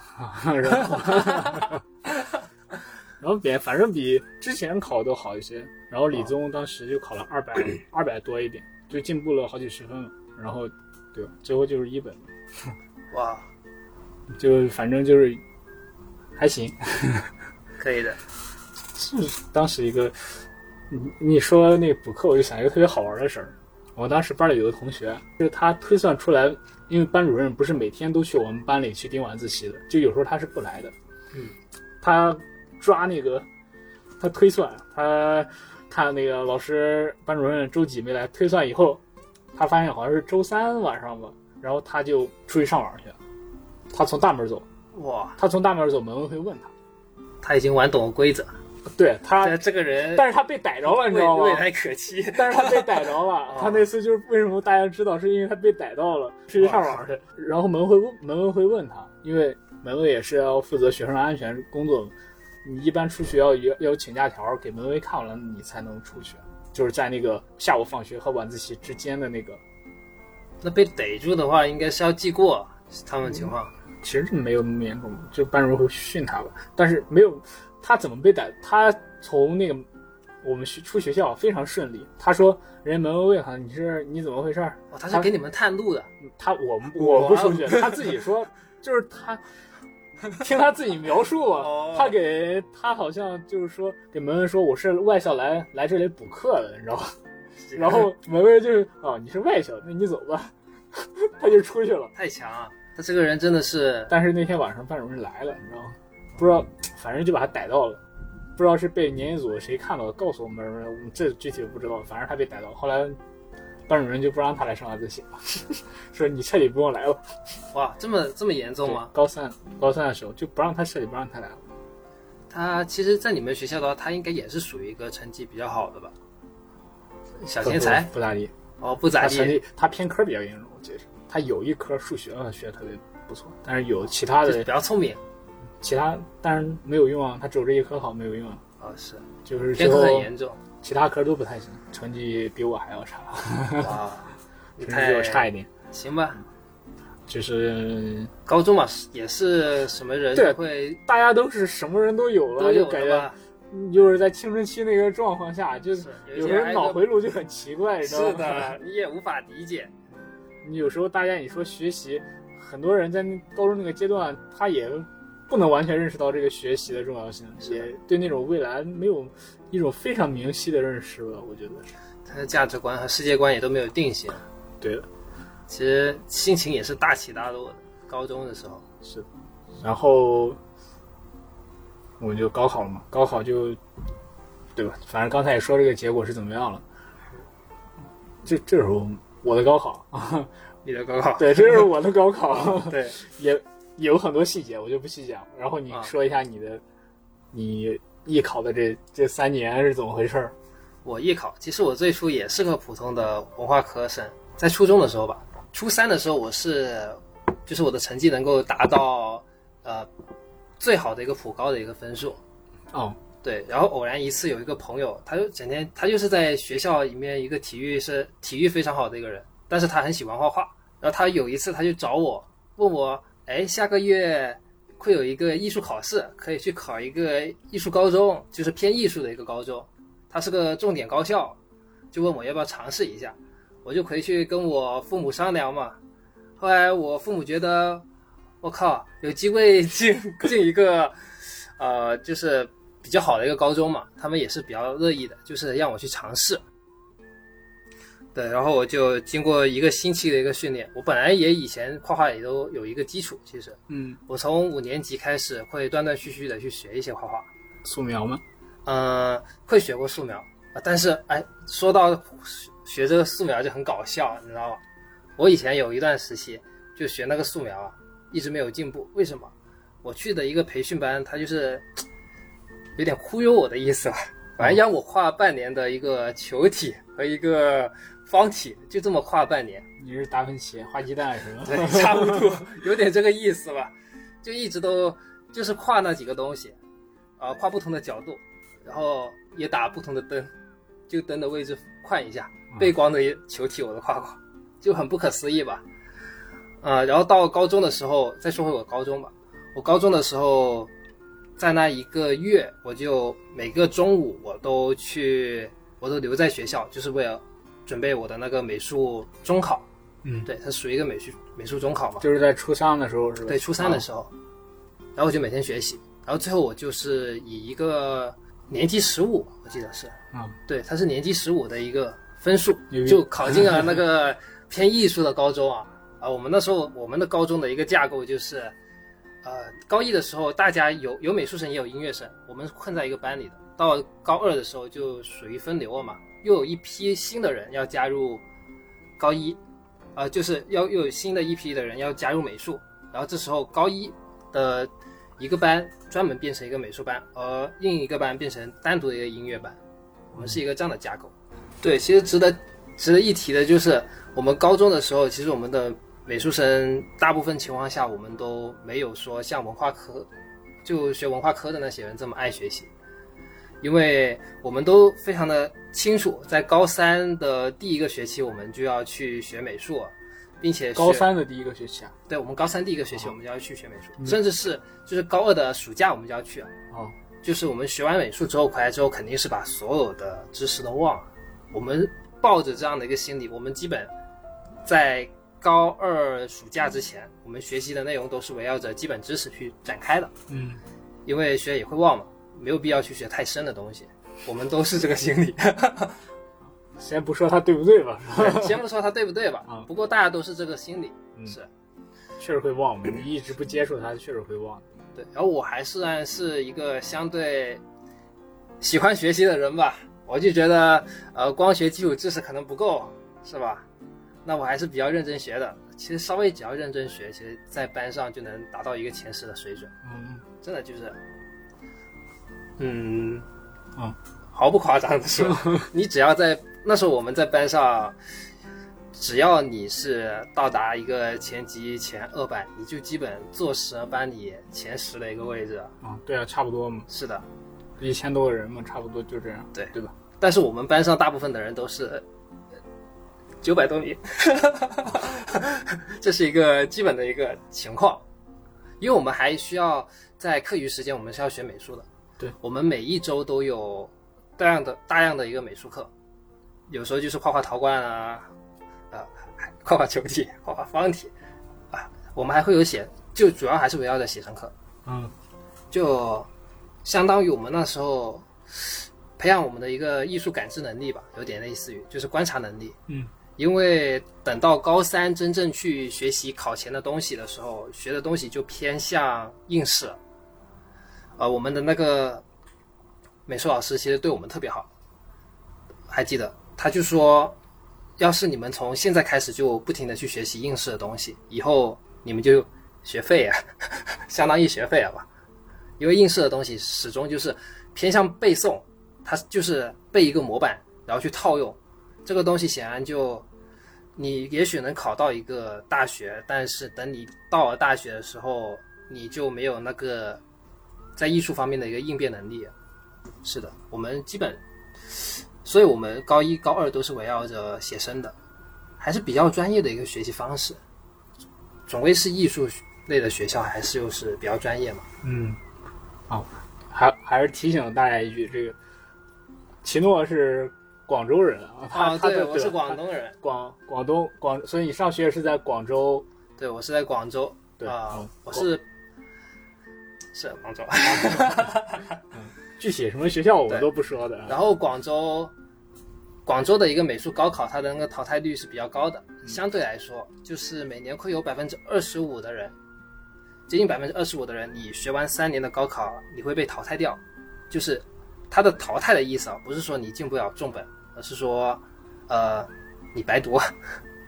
[SPEAKER 1] 然后然后比反正比之前考都好一些，然后理综当时就考了二百二百多一点，就进步了好几十分了。然后对吧，最后就是一本，
[SPEAKER 2] 哇，
[SPEAKER 1] 就反正就是还行，
[SPEAKER 2] 可以的。
[SPEAKER 1] 是当时一个你你说那补课，我就想一个特别好玩的事儿。我当时班里有个同学，就是他推算出来，因为班主任不是每天都去我们班里去盯晚自习的，就有时候他是不来的。
[SPEAKER 2] 嗯，
[SPEAKER 1] 他抓那个，他推算，他看那个老师班主任周几没来，推算以后，他发现好像是周三晚上吧，然后他就出去上网去了。他从大门走，
[SPEAKER 2] 哇，
[SPEAKER 1] 他从大门走，门卫会问他，
[SPEAKER 2] 他已经玩懂了规则，
[SPEAKER 1] 对他，
[SPEAKER 2] 但这个人
[SPEAKER 1] 但是他被逮着了，你知
[SPEAKER 2] 未
[SPEAKER 1] 道吗？
[SPEAKER 2] 未来可期。。
[SPEAKER 1] 但是他被逮着了他那次就是为什么大家知道，是因为他被逮到了，出去上网去。然后门卫问门卫会问他，因为门卫也是要负责学生安全工作嘛，你一般出去要要要请假条儿给门卫看完，你才能出去。就是在那个下午放学和晚自习之间的那个，
[SPEAKER 2] 那被逮住的话，应该是要记过他们情况。
[SPEAKER 1] 其实没有那么严重，就班主任会训他吧。但是没有他怎么被逮，他从那个我们学出学校非常顺利。他说人家门卫问他你是你怎么回事儿？
[SPEAKER 2] 哇，哦他是给你们探路的，
[SPEAKER 1] 他我们
[SPEAKER 2] 我
[SPEAKER 1] 我不出去，他自己说，就是他听他自己描述啊，
[SPEAKER 2] 哦
[SPEAKER 1] 他给他好像就是说给门卫说我是外校来来这里补课的，你知道 吗？然后门卫就是啊、你是外校，那你走吧， 他就出去了。
[SPEAKER 2] 太强了，他这个人真的是
[SPEAKER 1] 但是那天晚上班主任来了，你知道吗？不知道，反正就把他逮到了。不知道是被年级组谁看到了告诉我们，我们这具体我不知道，反正他被逮到了。后来班主任就不让他来上晚自习了， 说你彻底不用来了。
[SPEAKER 2] 哇，这么这么严重吗？
[SPEAKER 1] 对高三高三的时候就不让他彻底不让他来了。
[SPEAKER 2] 他其实，在你们学校的话，他应该也是属于一个成绩比较好的吧，小天才
[SPEAKER 1] 不不咋地，
[SPEAKER 2] 哦，不咋
[SPEAKER 1] 他成
[SPEAKER 2] 地，
[SPEAKER 1] 绩他偏科比较严重，我记得是他有一科数学啊学得特别不错，但是有其他
[SPEAKER 2] 就是
[SPEAKER 1] 的
[SPEAKER 2] 比较聪明
[SPEAKER 1] 其他但是没有用啊，他只有这一科好没有用啊，
[SPEAKER 2] 哦，是
[SPEAKER 1] 就是最
[SPEAKER 2] 偏科
[SPEAKER 1] 后
[SPEAKER 2] 很严重
[SPEAKER 1] 其他科都不太行，成绩比我还要差，
[SPEAKER 2] 哇，啊你
[SPEAKER 1] 成绩比
[SPEAKER 2] 太
[SPEAKER 1] 我差一点，
[SPEAKER 2] 行吧？
[SPEAKER 1] 就是
[SPEAKER 2] 高中嘛，也是什么人
[SPEAKER 1] 对
[SPEAKER 2] 会
[SPEAKER 1] 大家都是什么人都有了，
[SPEAKER 2] 都有
[SPEAKER 1] 就感
[SPEAKER 2] 的
[SPEAKER 1] 觉
[SPEAKER 2] 吧？
[SPEAKER 1] 就是在青春期那个状况下，就是
[SPEAKER 2] 是有
[SPEAKER 1] 有
[SPEAKER 2] 些
[SPEAKER 1] 时候
[SPEAKER 2] 还
[SPEAKER 1] 脑
[SPEAKER 2] 都
[SPEAKER 1] 回路就很奇怪，你知道吗？
[SPEAKER 2] 是的，你也无法理解，
[SPEAKER 1] 你有时候大家你说学习，很多人在那高中那个阶段，他也不能完全认识到这个学习的重要性，
[SPEAKER 2] 是的
[SPEAKER 1] 也对那种未来没有一种非常明晰的认识吧。我觉得是
[SPEAKER 2] 他的价值观和世界观也都没有定型，
[SPEAKER 1] 对的，
[SPEAKER 2] 其实心情也是大起大落的。高中的时候，
[SPEAKER 1] 是的。然后我们就高考了嘛，高考就对吧？反正刚才也说这个结果是怎么样了。这这时候我的高 考啊，
[SPEAKER 2] 你的高考
[SPEAKER 1] 对，这是我的高考。
[SPEAKER 2] 对，
[SPEAKER 1] 也有很多细节，我就不细讲。然后你
[SPEAKER 2] 啊
[SPEAKER 1] 说一下你的，你艺考的这这三年是怎么回事儿？
[SPEAKER 2] 我艺考，其实我最初也是个普通的文化科生，在初中的时候吧，初三的时候我是，就是我的成绩能够达到呃最好的一个普高的一个分数，
[SPEAKER 1] 哦，
[SPEAKER 2] 对，然后偶然一次有一个朋友，他就整天他就是在学校里面一个体育是体育非常好的一个人，但是他很喜欢画画。然后他有一次他就找我，问我，哎，下个月会有一个艺术考试，可以去考一个艺术高中，就是偏艺术的一个高中。它是个重点高校，就问我要不要尝试一下，我就回去跟我父母商量嘛。后来我父母觉得，我靠，有机会进 进一个，呃，就是比较好的一个高中嘛，他们也是比较乐意的，就是让我去尝试。对，然后我就经过一个星期的一个训练，我本来也以前画画也都有一个基础，其实
[SPEAKER 1] 嗯，
[SPEAKER 2] 我从五年级开始会断断续续的去学一些画画，
[SPEAKER 1] 素描吗？
[SPEAKER 2] 呃，会学过素描，啊但是哎，说到学学这个素描就很搞笑，你知道吗？我以前有一段时期就学那个素描啊，一直没有进步，为什么？我去的一个培训班，他就是嘖有点忽悠我的意思吧，反正让我画半年的一个球体和一个方体，就这么画半年。
[SPEAKER 1] 你是达芬奇画鸡蛋是吗？
[SPEAKER 2] 对， 差不多，有点这个意思吧。就一直都就是跨那几个东西，啊、跨不同的角度，然后也打不同的灯，就灯的位置换一下，背光的球体我都跨过，就很不可思议吧。啊、然后到高中的时候，再说回我高中吧。我高中的时候，在那一个月，我就每个中午我都去，我都留在学校，就是为了准备我的那个美术中考。
[SPEAKER 1] 嗯，
[SPEAKER 2] 对，它属于一个美术美术中考嘛。
[SPEAKER 1] 就是在初三的时候是吧？
[SPEAKER 2] 对，初三的时候，然后我就每天学习，然后最后我就是以一个年级十五，我记得是，
[SPEAKER 1] 啊、
[SPEAKER 2] 对，它是年级十五的一个分数
[SPEAKER 1] 牛，逼
[SPEAKER 2] 就考进了那个偏艺术的高中啊。啊，我们那时候我们的高中的一个架构就是，呃，高一的时候大家有有美术生也有音乐生，我们困在一个班里的。到高二的时候就属于分流了嘛，又有一批新的人要加入高一，啊、就是要又有新的一批的人要加入美术，然后这时候高一的一个班专门变成一个美术班，而另一个班变成单独的一个音乐班。我们是一个这样的架构。对，其实值得值得一提的就是，我们高中的时候，其实我们的美术生大部分情况下，我们都没有说像文化科，就学文化科的那些人这么爱学习，因为我们都非常的清楚，在高三的第一个学期，我们就要去学美术，并且
[SPEAKER 1] 哦高
[SPEAKER 2] 学
[SPEAKER 1] 三的第一个学期啊。
[SPEAKER 2] 对我们高三第一个学
[SPEAKER 1] 啊
[SPEAKER 2] 期，我们就要去学美术，
[SPEAKER 1] 嗯
[SPEAKER 2] 甚至是就是高二的暑假，我们就要去了。啊
[SPEAKER 1] 哦，
[SPEAKER 2] 就是我们学完美术之后回来之后，肯定是把所有的知识都忘了。我们抱着这样的一个心理，我们基本在高二暑假之前，我们学习的内容都是围绕着基本知识去展开的，
[SPEAKER 1] 嗯，
[SPEAKER 2] 因为学也会忘嘛，没有必要去学太深的东西。我们都是这个心理，
[SPEAKER 1] 先不说他对不 对吧，
[SPEAKER 2] 先不说它对不对吧
[SPEAKER 1] 啊，
[SPEAKER 2] 不过大家都是这个心理，
[SPEAKER 1] 嗯
[SPEAKER 2] 是。
[SPEAKER 1] 确实会忘，你一直不接触他，确实会忘。
[SPEAKER 2] 对，然后我还算是一个相对喜欢学习的人吧，我就觉得呃，光学基础知识可能不够，是吧？那我还是比较认真学的。其实稍微只要认真学，其实在班上就能达到一个前十的水准，
[SPEAKER 1] 嗯，
[SPEAKER 2] 真的就是，嗯，
[SPEAKER 1] 嗯，
[SPEAKER 2] 毫不夸张的说，你只要在那时候我们在班上，只要你是到达一个前级前二百，你就基本坐实了班里前十的一个位置。
[SPEAKER 1] 啊，对啊，差不多嘛，
[SPEAKER 2] 是的，
[SPEAKER 1] 一千多个人嘛，差不多就这样。
[SPEAKER 2] 对
[SPEAKER 1] 对吧？
[SPEAKER 2] 但是我们班上大部分的人都是呃九百多米， 这是一个基本的一个情况，因为我们还需要在课余时间，我们是要学美术的。
[SPEAKER 1] 对，
[SPEAKER 2] 我们每一周都有大量的大量的一个美术课，有时候就是画画陶罐啊，啊、还 画画球体，画画方体，啊，我们还会有写，就主要还是围绕着写生课。
[SPEAKER 1] 嗯，
[SPEAKER 2] 就相当于我们那时候培养我们的一个艺术感知能力吧，有点类似于就是观察能力。
[SPEAKER 1] 嗯，
[SPEAKER 2] 因为等到高三真正去学习考前的东西的时候，学的东西就偏向应试了。呃，我们的那个美术老师其实对我们特别好，还记得他就说，要是你们从现在开始就不停的去学习应试的东西，以后你们就学废啊， 相当于学废了吧。因为应试的东西始终就是偏向背诵，它就是背一个模板，然后去套用。这个东西显然就你也许能考到一个大学，但是等你到了大学的时候，你就没有那个在艺术方面的一个应变能力。是的，我们基本，所以我们高一、高二都是围绕着写生的，还是比较专业的一个学习方式。总归是艺术类的学校，还是又是比较专业嘛。
[SPEAKER 1] 嗯，哦，还还是提醒大家一句，这个奇诺是广州人啊，他、
[SPEAKER 2] 啊，
[SPEAKER 1] 他
[SPEAKER 2] 对
[SPEAKER 1] 的
[SPEAKER 2] 我是广
[SPEAKER 1] 他
[SPEAKER 2] 东人，
[SPEAKER 1] 广广东广，所以你上学是在广州，
[SPEAKER 2] 对我是在广州
[SPEAKER 1] 对，
[SPEAKER 2] 啊
[SPEAKER 1] 嗯，
[SPEAKER 2] 我是是广州，
[SPEAKER 1] 具体什么学校我们
[SPEAKER 2] 对
[SPEAKER 1] 都不说的啊，
[SPEAKER 2] 然后广州广州的一个美术高考，它的那个淘汰率是比较高的，相对来说，就是每年会有百分之二十五的人，接近百分之二十五的人，你学完三年的高考，你会被淘汰掉。就是它的淘汰的意思啊，不是说你进不了重本，而是说，呃，你白读，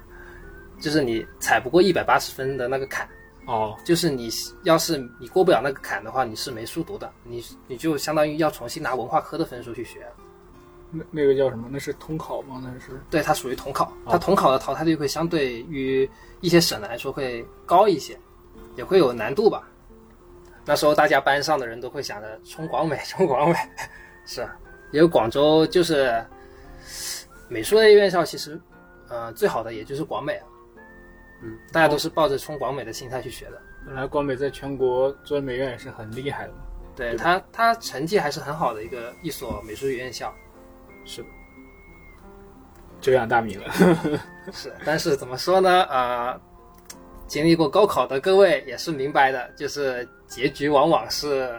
[SPEAKER 2] 就是你踩不过一百八十分的那个坎。
[SPEAKER 1] 哦，
[SPEAKER 2] 就是你要是你过不了那个坎的话，你是没书读的，你你就相当于要重新拿文化科的分数去学。
[SPEAKER 1] 那那个叫什么？那是统考吗？那是
[SPEAKER 2] 对，它属于统考，
[SPEAKER 1] 哦
[SPEAKER 2] 它统考的淘汰率会相对于一些省来说会高一些，也会有难度吧。那时候大家班上的人都会想着冲广美，冲广美， 是，啊因为广州就是美术类院校，其实呃最好的也就是广美了，嗯，大家都是抱着冲广美的心态去学的。
[SPEAKER 1] 本来光美在全国做美院也是很厉害的嘛，
[SPEAKER 2] 对
[SPEAKER 1] 对
[SPEAKER 2] 他，他成绩还是很好的一个一所美术 院校，
[SPEAKER 1] 是的，久仰大名了。
[SPEAKER 2] 是。但是怎么说呢？呃，经历过高考的各位也是明白的，就是结局往往是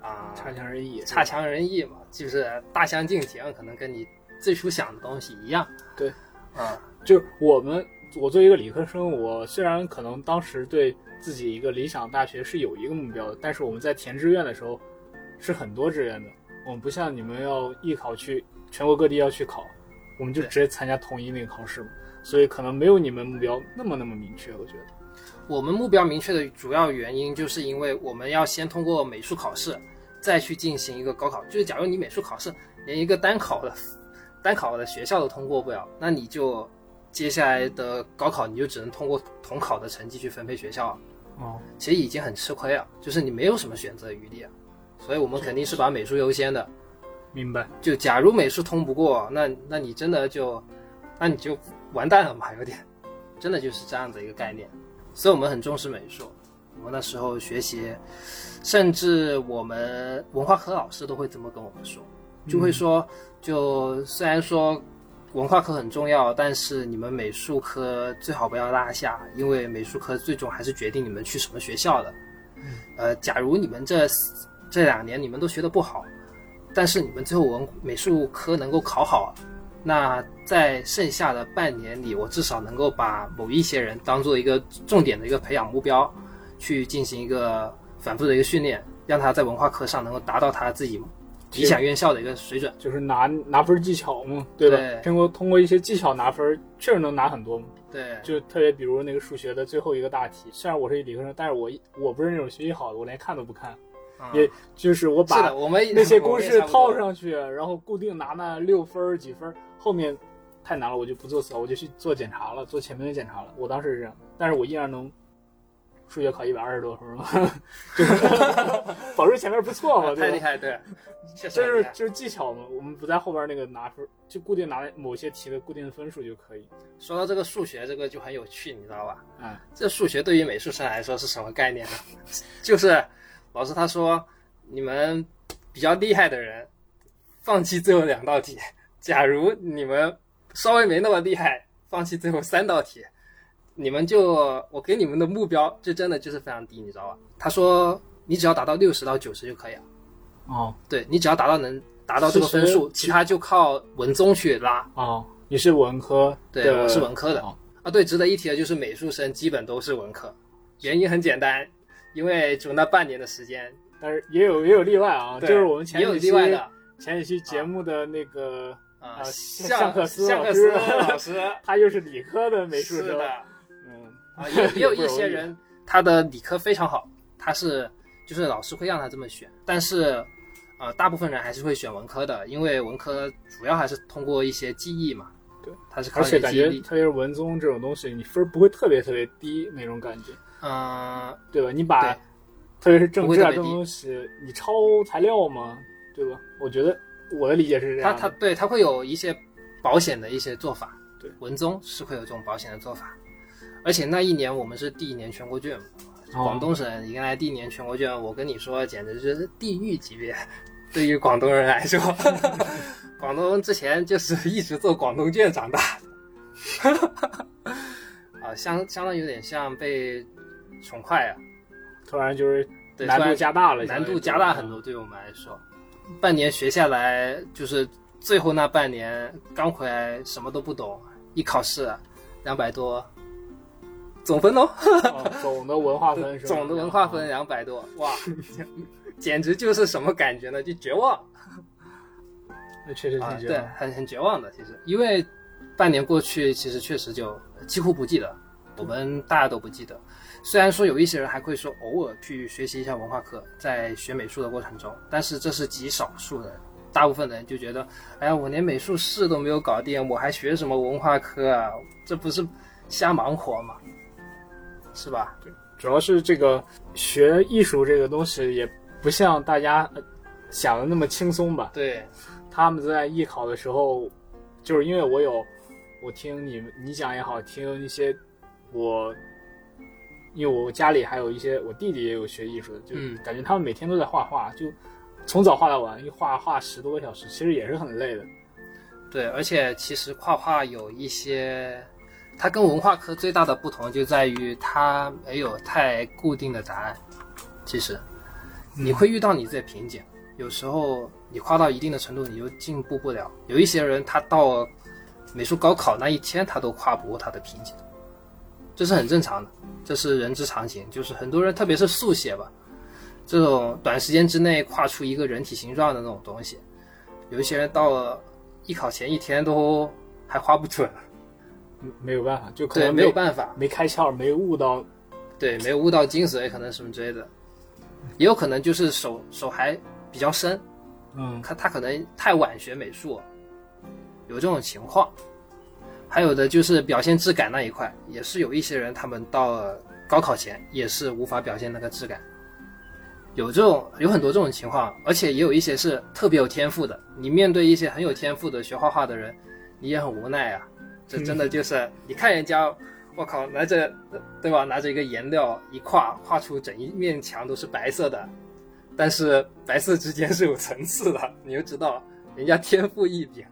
[SPEAKER 2] 啊、
[SPEAKER 1] 差强人意，
[SPEAKER 2] 差强人意嘛，就是大相径庭，可能跟你最初想的东西一样。
[SPEAKER 1] 对，
[SPEAKER 2] 啊、
[SPEAKER 1] 就是我们，我作为一个理科生，我虽然可能当时对自己一个理想大学是有一个目标的，但是我们在填志愿的时候是很多志愿的，我们不像你们要艺考去全国各地要去考，我们就
[SPEAKER 2] 对
[SPEAKER 1] 直接参加统一那个考试嘛，所以可能没有你们目标那么那么明确，我觉得。
[SPEAKER 2] 我们目标明确的主要原因，就是因为我们要先通过美术考试，再去进行一个高考。就是假如你美术考试连一个单考的单考的学校都通过不了，那你就接下来的高考你就只能通过统考的成绩去分配学校，啊
[SPEAKER 1] 哦，
[SPEAKER 2] 其实已经很吃亏了，就是你没有什么选择余地啊。所以我们肯定是把美术优先的。
[SPEAKER 1] 明白。
[SPEAKER 2] 就假如美术通不过，那那你真的就，那你就完蛋了嘛，有点，真的就是这样的一个概念。所以我们很重视美术，我们那时候学习，甚至我们文化课老师都会这么跟我们说，就会说，就虽然说文化课很重要，但是你们美术科最好不要落下，因为美术科最终还是决定你们去什么学校的。呃，假如你们这这两年你们都学的不好，但是你们最后文美术科能够考好，那在剩下的半年里，我至少能够把某一些人当做一个重点的一个培养目标，去进行一个反复的一个训练，让他在文化课上能够达到他自己理想院校的一个水准。
[SPEAKER 1] 就是拿拿分技巧嘛，对吧？
[SPEAKER 2] 对
[SPEAKER 1] 通过通过一些技巧拿分，确实能拿很多嘛。
[SPEAKER 2] 对，
[SPEAKER 1] 就特别比如那个数学的最后一个大题，虽然我是一理科生，但是我一我不是那种学习好的，我连看都不看，
[SPEAKER 2] 嗯
[SPEAKER 1] 也就是我
[SPEAKER 2] 是
[SPEAKER 1] 把
[SPEAKER 2] 的，我们
[SPEAKER 1] 那些
[SPEAKER 2] 我
[SPEAKER 1] 公
[SPEAKER 2] 们也
[SPEAKER 1] 式
[SPEAKER 2] 差不多
[SPEAKER 1] 套上去，然后固定拿那六分儿几分儿，后面太难了，我就不做了，我就去做检查了，做前面的检查了。我当时是这样，但是我依然能数学考一百二十多分儿嘛，就是 保证前面不错嘛，
[SPEAKER 2] 啊太
[SPEAKER 1] 对
[SPEAKER 2] 厉
[SPEAKER 1] 吧？
[SPEAKER 2] 害，对，确实
[SPEAKER 1] 就
[SPEAKER 2] 很
[SPEAKER 1] 是
[SPEAKER 2] 厉害
[SPEAKER 1] 就是技巧嘛，我们不在后边那个拿分儿，就固定拿某些题的固定的分数就可以。
[SPEAKER 2] 说到这个数学，这个就很有趣，你知道吧？
[SPEAKER 1] 嗯，
[SPEAKER 2] 这数学对于美术生来说是什么概念呢？ 就是老师他说，你们比较厉害的人，放弃最后两道题；假如你们稍微没那么厉害，放弃最后三道题，你们就我给你们的目标就真的就是非常低，你知道吧？他说，你只要达到六十到九十就可以了。
[SPEAKER 1] 哦
[SPEAKER 2] 对你只要达到能达到这个分数，
[SPEAKER 1] 40
[SPEAKER 2] 其他就靠文综去拉。
[SPEAKER 1] 哦，你是文科的，
[SPEAKER 2] 对，我是文科的
[SPEAKER 1] 哦。
[SPEAKER 2] 啊，对，值得一提的就是美术生基本都是文科，原因很简单，因为只有那半年的时间，
[SPEAKER 1] 但是也有也有例外啊，就
[SPEAKER 2] 对
[SPEAKER 1] 是我们
[SPEAKER 2] 也
[SPEAKER 1] 前
[SPEAKER 2] 有
[SPEAKER 1] 几期啊
[SPEAKER 2] 例外的。
[SPEAKER 1] 前几期节目的那个。
[SPEAKER 2] 啊
[SPEAKER 1] 啊，
[SPEAKER 2] 向
[SPEAKER 1] 向克斯
[SPEAKER 2] 向
[SPEAKER 1] 老
[SPEAKER 2] 克
[SPEAKER 1] 师
[SPEAKER 2] 斯老师，
[SPEAKER 1] 他又是理科的 美术
[SPEAKER 2] 是
[SPEAKER 1] 生
[SPEAKER 2] 的，，
[SPEAKER 1] 嗯，
[SPEAKER 2] 啊，也也有
[SPEAKER 1] 不容
[SPEAKER 2] 一
[SPEAKER 1] 易
[SPEAKER 2] 些人他的理科非常好，他是就是老师会让他这么选，但是呃，大部分人还是会选文科的，因为文科主要还是通过一些记忆嘛，
[SPEAKER 1] 对，
[SPEAKER 2] 他是靠
[SPEAKER 1] 而且
[SPEAKER 2] 你的
[SPEAKER 1] 感
[SPEAKER 2] 记忆
[SPEAKER 1] 觉
[SPEAKER 2] 力，
[SPEAKER 1] 特别是文综这种东西，你分儿不会特别特别低那种感觉，
[SPEAKER 2] 嗯、
[SPEAKER 1] 对吧？你把
[SPEAKER 2] 对
[SPEAKER 1] 特别是政
[SPEAKER 2] 不会
[SPEAKER 1] 治
[SPEAKER 2] 特
[SPEAKER 1] 啊
[SPEAKER 2] 别
[SPEAKER 1] 这种
[SPEAKER 2] 低
[SPEAKER 1] 东西，你抄材料嘛，对吧？我觉得我的理解是这
[SPEAKER 2] 他
[SPEAKER 1] 样
[SPEAKER 2] 他
[SPEAKER 1] 的，
[SPEAKER 2] 对他会有一些保险的一些做法，
[SPEAKER 1] 对，
[SPEAKER 2] 文综是会有这种保险的做法，而且那一年我们是第一年全国卷嘛，
[SPEAKER 1] 哦
[SPEAKER 2] 广东省迎来第一年全国卷，我跟你说简直就是地狱级别，对于广东人来说， 广东之前就是一直做广东卷长大的， 啊，相相当于有点像被宠坏啊，
[SPEAKER 1] 突然就是
[SPEAKER 2] 对，
[SPEAKER 1] 难
[SPEAKER 2] 突
[SPEAKER 1] 度
[SPEAKER 2] 然
[SPEAKER 1] 加大了，
[SPEAKER 2] 难度加大很多，。对我们来说，半年学下来，就是最后那半年刚回来什么都不懂，一考试两百多，总分喽，
[SPEAKER 1] 哦总的文化分是吧啊
[SPEAKER 2] 总的文化分两百多，哇，简直就是什么感觉呢？就绝望。
[SPEAKER 1] 那确实
[SPEAKER 2] 啊
[SPEAKER 1] 挺，绝
[SPEAKER 2] 对
[SPEAKER 1] 望，
[SPEAKER 2] 很很绝望的。其实，因为半年过去，其实确实就几乎不记得，我们大家都不记得。虽然说有一些人还会说偶尔去学习一下文化课，在学美术的过程中，但是这是极少数人，大部分人就觉得，哎呀，我连美术室都没有搞定，我还学什么文化课啊？这不是瞎忙活吗？是吧？
[SPEAKER 1] 主要是这个学艺术这个东西也不像大家呃想的那么轻松吧。
[SPEAKER 2] 对，
[SPEAKER 1] 他们在艺考的时候，就是因为我有我听你们你讲也好，听一些我，因为我家里还有一些我弟弟也有学艺术的，就
[SPEAKER 2] 嗯
[SPEAKER 1] 感觉他们每天都在画画，就从早画到晚，一画画十多个小时，其实也是很累的。
[SPEAKER 2] 对，而且其实画画有一些，它跟文化课最大的不同就在于它没有太固定的答案。其实，你会遇到你自己的瓶颈，有时候你跨到一定的程度，你就进步不了。有一些人他到美术高考那一天，他都跨不过他的瓶颈，这是很正常的，这是人之常情。就是很多人，特别是速写吧，这种短时间之内跨出一个人体形状的那种东西，有一些人到了。艺考前一天都还画不准，
[SPEAKER 1] 嗯没有办法，就可
[SPEAKER 2] 对，
[SPEAKER 1] 能
[SPEAKER 2] 没有办法，
[SPEAKER 1] 没开窍，没悟到
[SPEAKER 2] 对，没有悟到精髓，可能什么之类的，也有可能就是手手还比较深，
[SPEAKER 1] 嗯
[SPEAKER 2] 他他可能太晚学美术，有这种情况。还有的就是表现质感那一块，也是有一些人他们到了高考前也是无法表现那个质感，有这种有很多这种情况，而且也有一些是特别有天赋的。你面对一些很有天赋的学画画的人，你也很无奈啊。这真
[SPEAKER 1] 嗯
[SPEAKER 2] 的就是你看人家，我靠，拿着对吧，拿着一个颜料一画，画出整一面墙都是白色的，但是白色之间是有层次的，你就知道人家天赋异禀。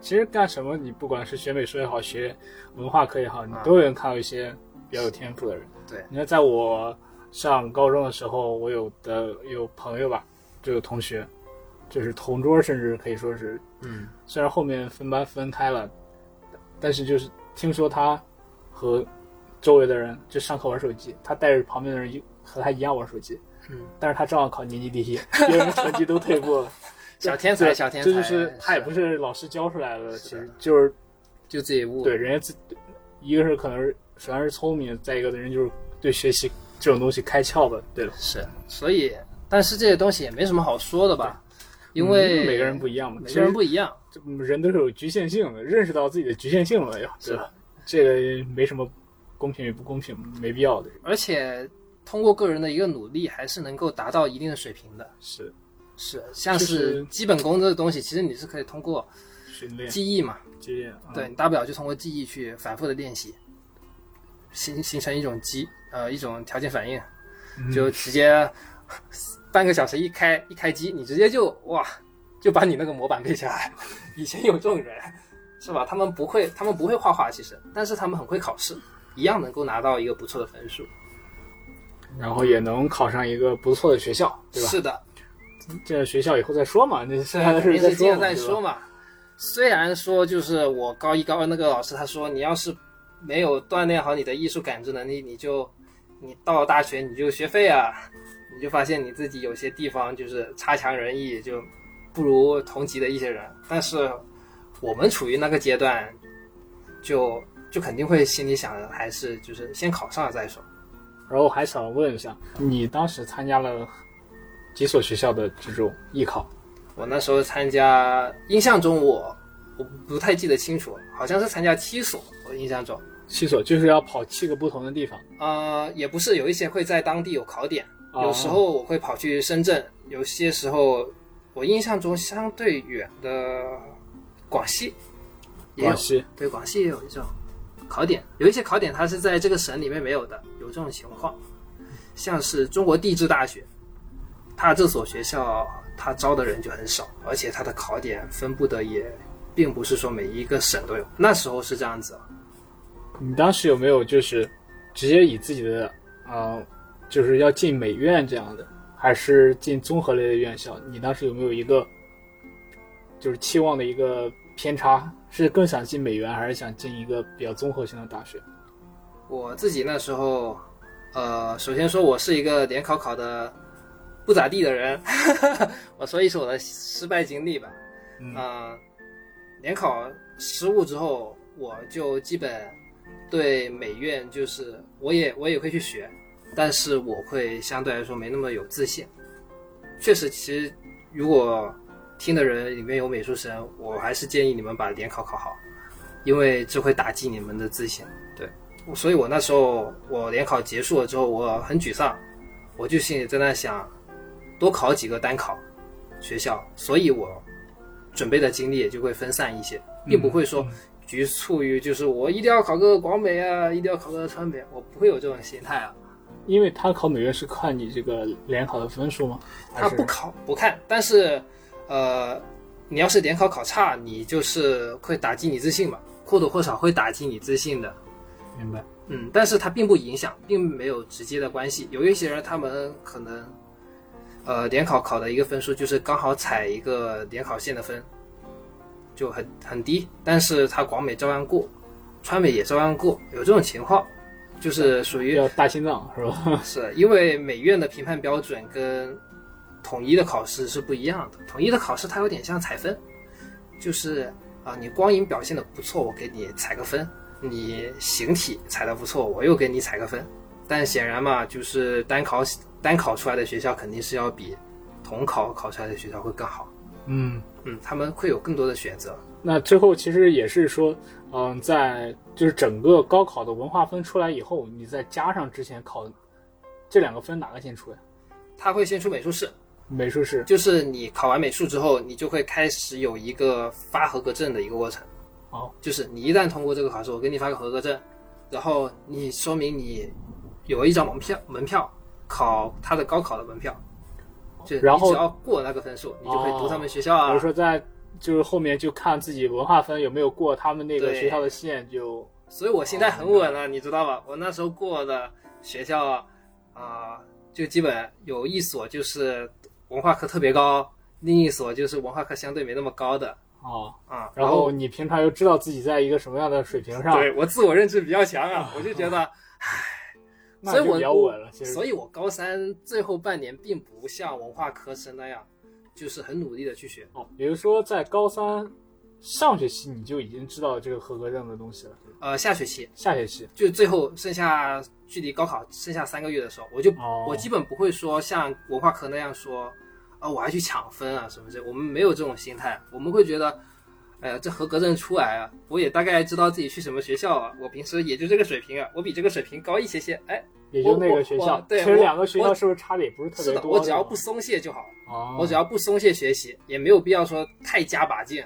[SPEAKER 1] 其实干什么，你不管是学美术也好，学文化课也好，你
[SPEAKER 2] 啊
[SPEAKER 1] 都能看到一些比较有天赋的人。
[SPEAKER 2] 对
[SPEAKER 1] 你看，在我上高中的时候，我有的有朋友吧，就有同学，就是同桌，甚至可以说是，
[SPEAKER 2] 嗯，
[SPEAKER 1] 虽然后面分班分开了，但是就是听说他和周围的人就上课玩手机，他带着旁边的人一和他一样玩手机，
[SPEAKER 2] 嗯，
[SPEAKER 1] 但是他照样考年级第一， 别人成绩都退步了。
[SPEAKER 2] 小天
[SPEAKER 1] 对
[SPEAKER 2] 才，小天才，
[SPEAKER 1] 这就是他也不
[SPEAKER 2] 是
[SPEAKER 1] 是老师教出来的，其
[SPEAKER 2] 是的
[SPEAKER 1] 实就是
[SPEAKER 2] 就自己悟。
[SPEAKER 1] 对，人家自一个是可能是首先是聪明，再一个的人就是对学习这种东西开窍吧。对了，
[SPEAKER 2] 是，所以，但是这些东西也没什么好说的吧，因为、
[SPEAKER 1] 嗯每个人不一样嘛，
[SPEAKER 2] 每个人
[SPEAKER 1] 不
[SPEAKER 2] 不一样。
[SPEAKER 1] 人都是有局限性的，认识到自己的局限性了要，对吧？这个没什么公平与不公平，没必要的，
[SPEAKER 2] 而且通过个人的一个努力，还是能够达到一定的水平的。
[SPEAKER 1] 是
[SPEAKER 2] 是，像
[SPEAKER 1] 就是
[SPEAKER 2] 是基本功这个东西，其实你是可以通过
[SPEAKER 1] 训练
[SPEAKER 2] 记忆嘛，
[SPEAKER 1] 经验，嗯
[SPEAKER 2] 对，你大不了就通过记忆去反复的练习，形形成一种机呃一种条件反应，
[SPEAKER 1] 嗯
[SPEAKER 2] 就直接半个小时一开一开机，你直接就哇就把你那个模板背下来。 以前有这种人是吧？他们不会，他们不会画画其实，但是他们很会考试，一样能够拿到一个不错的分数。
[SPEAKER 1] 然后也能考上一个不错的学校，对吧？
[SPEAKER 2] 是的，
[SPEAKER 1] 这个学校以后再说嘛，那剩下的
[SPEAKER 2] 肯
[SPEAKER 1] 事
[SPEAKER 2] 定
[SPEAKER 1] 再
[SPEAKER 2] 是这
[SPEAKER 1] 说
[SPEAKER 2] 样
[SPEAKER 1] 嘛对
[SPEAKER 2] 在
[SPEAKER 1] 吧
[SPEAKER 2] 说嘛。虽然说就是我高一高二那个老师他说，你要是没有锻炼好你的艺术感知能力，你就你到了大学你就学废啊，你就发现你自己有些地方就是差强人意，就不如同级的一些人。但是我们处于那个阶段，就就肯定会心里想着还是就是先考上了再说。
[SPEAKER 1] 然后我还想问一下，你当时参加了几所学校的这种艺考？
[SPEAKER 2] 我那时候参加，印象中我我不太记得清楚，好像是参加七所，我印象中。
[SPEAKER 1] 七所就是要跑七个不同的地方。
[SPEAKER 2] 呃，也不是，有一些会在当地有考点，
[SPEAKER 1] 哦
[SPEAKER 2] 有时候我会跑去深圳，有些时候我印象中相对远的广西也有
[SPEAKER 1] 广，西
[SPEAKER 2] 对广西也有这种考点，有一些考点它是在这个省里面没有的，有这种情况，像是中国地质大学，他这所学校他招的人就很少，而且他的考点分布的也并不是说每一个省都有。那时候是这样子啊，
[SPEAKER 1] 你当时有没有就是直接以自己的啊、呃就是要进美院这样的，还是进综合类的院校？你当时有没有一个就是期望的一个偏差？是更想进美院，还是想进一个比较综合性的大学？
[SPEAKER 2] 我自己那时候，呃，首先说我是一个联考考的不咋地的人， 我说一说我的失败经历吧。
[SPEAKER 1] 嗯
[SPEAKER 2] 呃，联考失误之后，我就基本对美院就是我也我也会去学，但是我会相对来说没那么有自信。确实，其实如果听的人里面有美术生，我还是建议你们把联考考好，因为这会打击你们的自信。对，所以我那时候我联考结束了之后，我很沮丧，我就心里在那想，多考几个单考学校，所以我准备的精力也就会分散一些，并不会说局促于就是我一定要考个广美啊，一定要考个川美，我不会有这种心态啊。
[SPEAKER 1] 因为他考美院是看你这个联考的分数吗？还
[SPEAKER 2] 他
[SPEAKER 1] 是
[SPEAKER 2] 不考不看，但是，呃，你要是联考考差，你就是会打击你自信嘛，或多或少会打击你自信的。
[SPEAKER 1] 明白。
[SPEAKER 2] 嗯，但是它并不影响，并没有直接的关系。有一些人他们可能，呃，联考考的一个分数就是刚好踩一个联考线的分，就很很低，但是他广美照样过，川美也照样过，有这种情况，就是属于
[SPEAKER 1] 要大心脏是吧？
[SPEAKER 2] 是因为美院的评判标准跟统一的考试是不一样的。统一的考试它有点像采分，就是啊、你光影表现的不错，我给你采个分；你形体采的不错，我又给你采个分。但显然嘛，就是单考单考出来的学校肯定是要比统考考出来的学校会更好。
[SPEAKER 1] 嗯。
[SPEAKER 2] 嗯，他们会有更多的选择。
[SPEAKER 1] 那最后其实也是说，嗯，在就是整个高考的文化分出来以后，你再加上之前考这两个分，哪个先出呀？
[SPEAKER 2] 他会先出美术室，
[SPEAKER 1] 美术是
[SPEAKER 2] 就是你考完美术之后，你就会开始有一个发合格证的一个过程。
[SPEAKER 1] 哦，
[SPEAKER 2] 就是你一旦通过这个考试，我给你发个合格证，然后你说明你有一张门票，门票考他的高考的门票，就
[SPEAKER 1] 哦
[SPEAKER 2] 是
[SPEAKER 1] 然
[SPEAKER 2] 你
[SPEAKER 1] 后哦
[SPEAKER 2] 只要过那个分数，你就可以读他们学校
[SPEAKER 1] 比
[SPEAKER 2] 啊。
[SPEAKER 1] 如说在就是后面就看自己文化分有没有过他们那个
[SPEAKER 2] 对
[SPEAKER 1] 学校的线，就
[SPEAKER 2] 所以我心态很稳了，你知道吧？我那时候过的学校啊、啊就基本有一所就是文化课特别高，另一所就是文化课相对没那么高的
[SPEAKER 1] 啊。
[SPEAKER 2] 啊。
[SPEAKER 1] 然后你平常又知道自己在一个什么样的水平上，
[SPEAKER 2] 对我自我认知比较强啊，我就觉得。
[SPEAKER 1] 那
[SPEAKER 2] 所以
[SPEAKER 1] 就
[SPEAKER 2] 我
[SPEAKER 1] 比较稳了。其实
[SPEAKER 2] 所以我高三最后半年并不像文化科生那样，就是很努力的去学。
[SPEAKER 1] 哦，比如说在高三上学期你就已经知道这个合格证的东西了，
[SPEAKER 2] 呃，下学期
[SPEAKER 1] 下学期
[SPEAKER 2] 就最后剩下距离高考剩下三个月的时候，我就、
[SPEAKER 1] 哦
[SPEAKER 2] 我基本不会说像文化科那样说，啊、我还去抢分啊什么之类。我们没有这种心态，我们会觉得，哎呀，这合格证出来啊，我也大概知道自己去什么学校啊，我平时也就这个水平啊，我比这个水平高一些些，哎，
[SPEAKER 1] 也就那
[SPEAKER 2] 我
[SPEAKER 1] 个
[SPEAKER 2] 我
[SPEAKER 1] 学校
[SPEAKER 2] 我，对
[SPEAKER 1] 其实
[SPEAKER 2] 我
[SPEAKER 1] 两个学校
[SPEAKER 2] 我
[SPEAKER 1] 是不是差的也不是特
[SPEAKER 2] 是
[SPEAKER 1] 别
[SPEAKER 2] 的，
[SPEAKER 1] 多？
[SPEAKER 2] 我只要
[SPEAKER 1] 对吧
[SPEAKER 2] 不松懈就好，
[SPEAKER 1] 哦，
[SPEAKER 2] 我只要不松懈学习，也没有必要说太加把劲。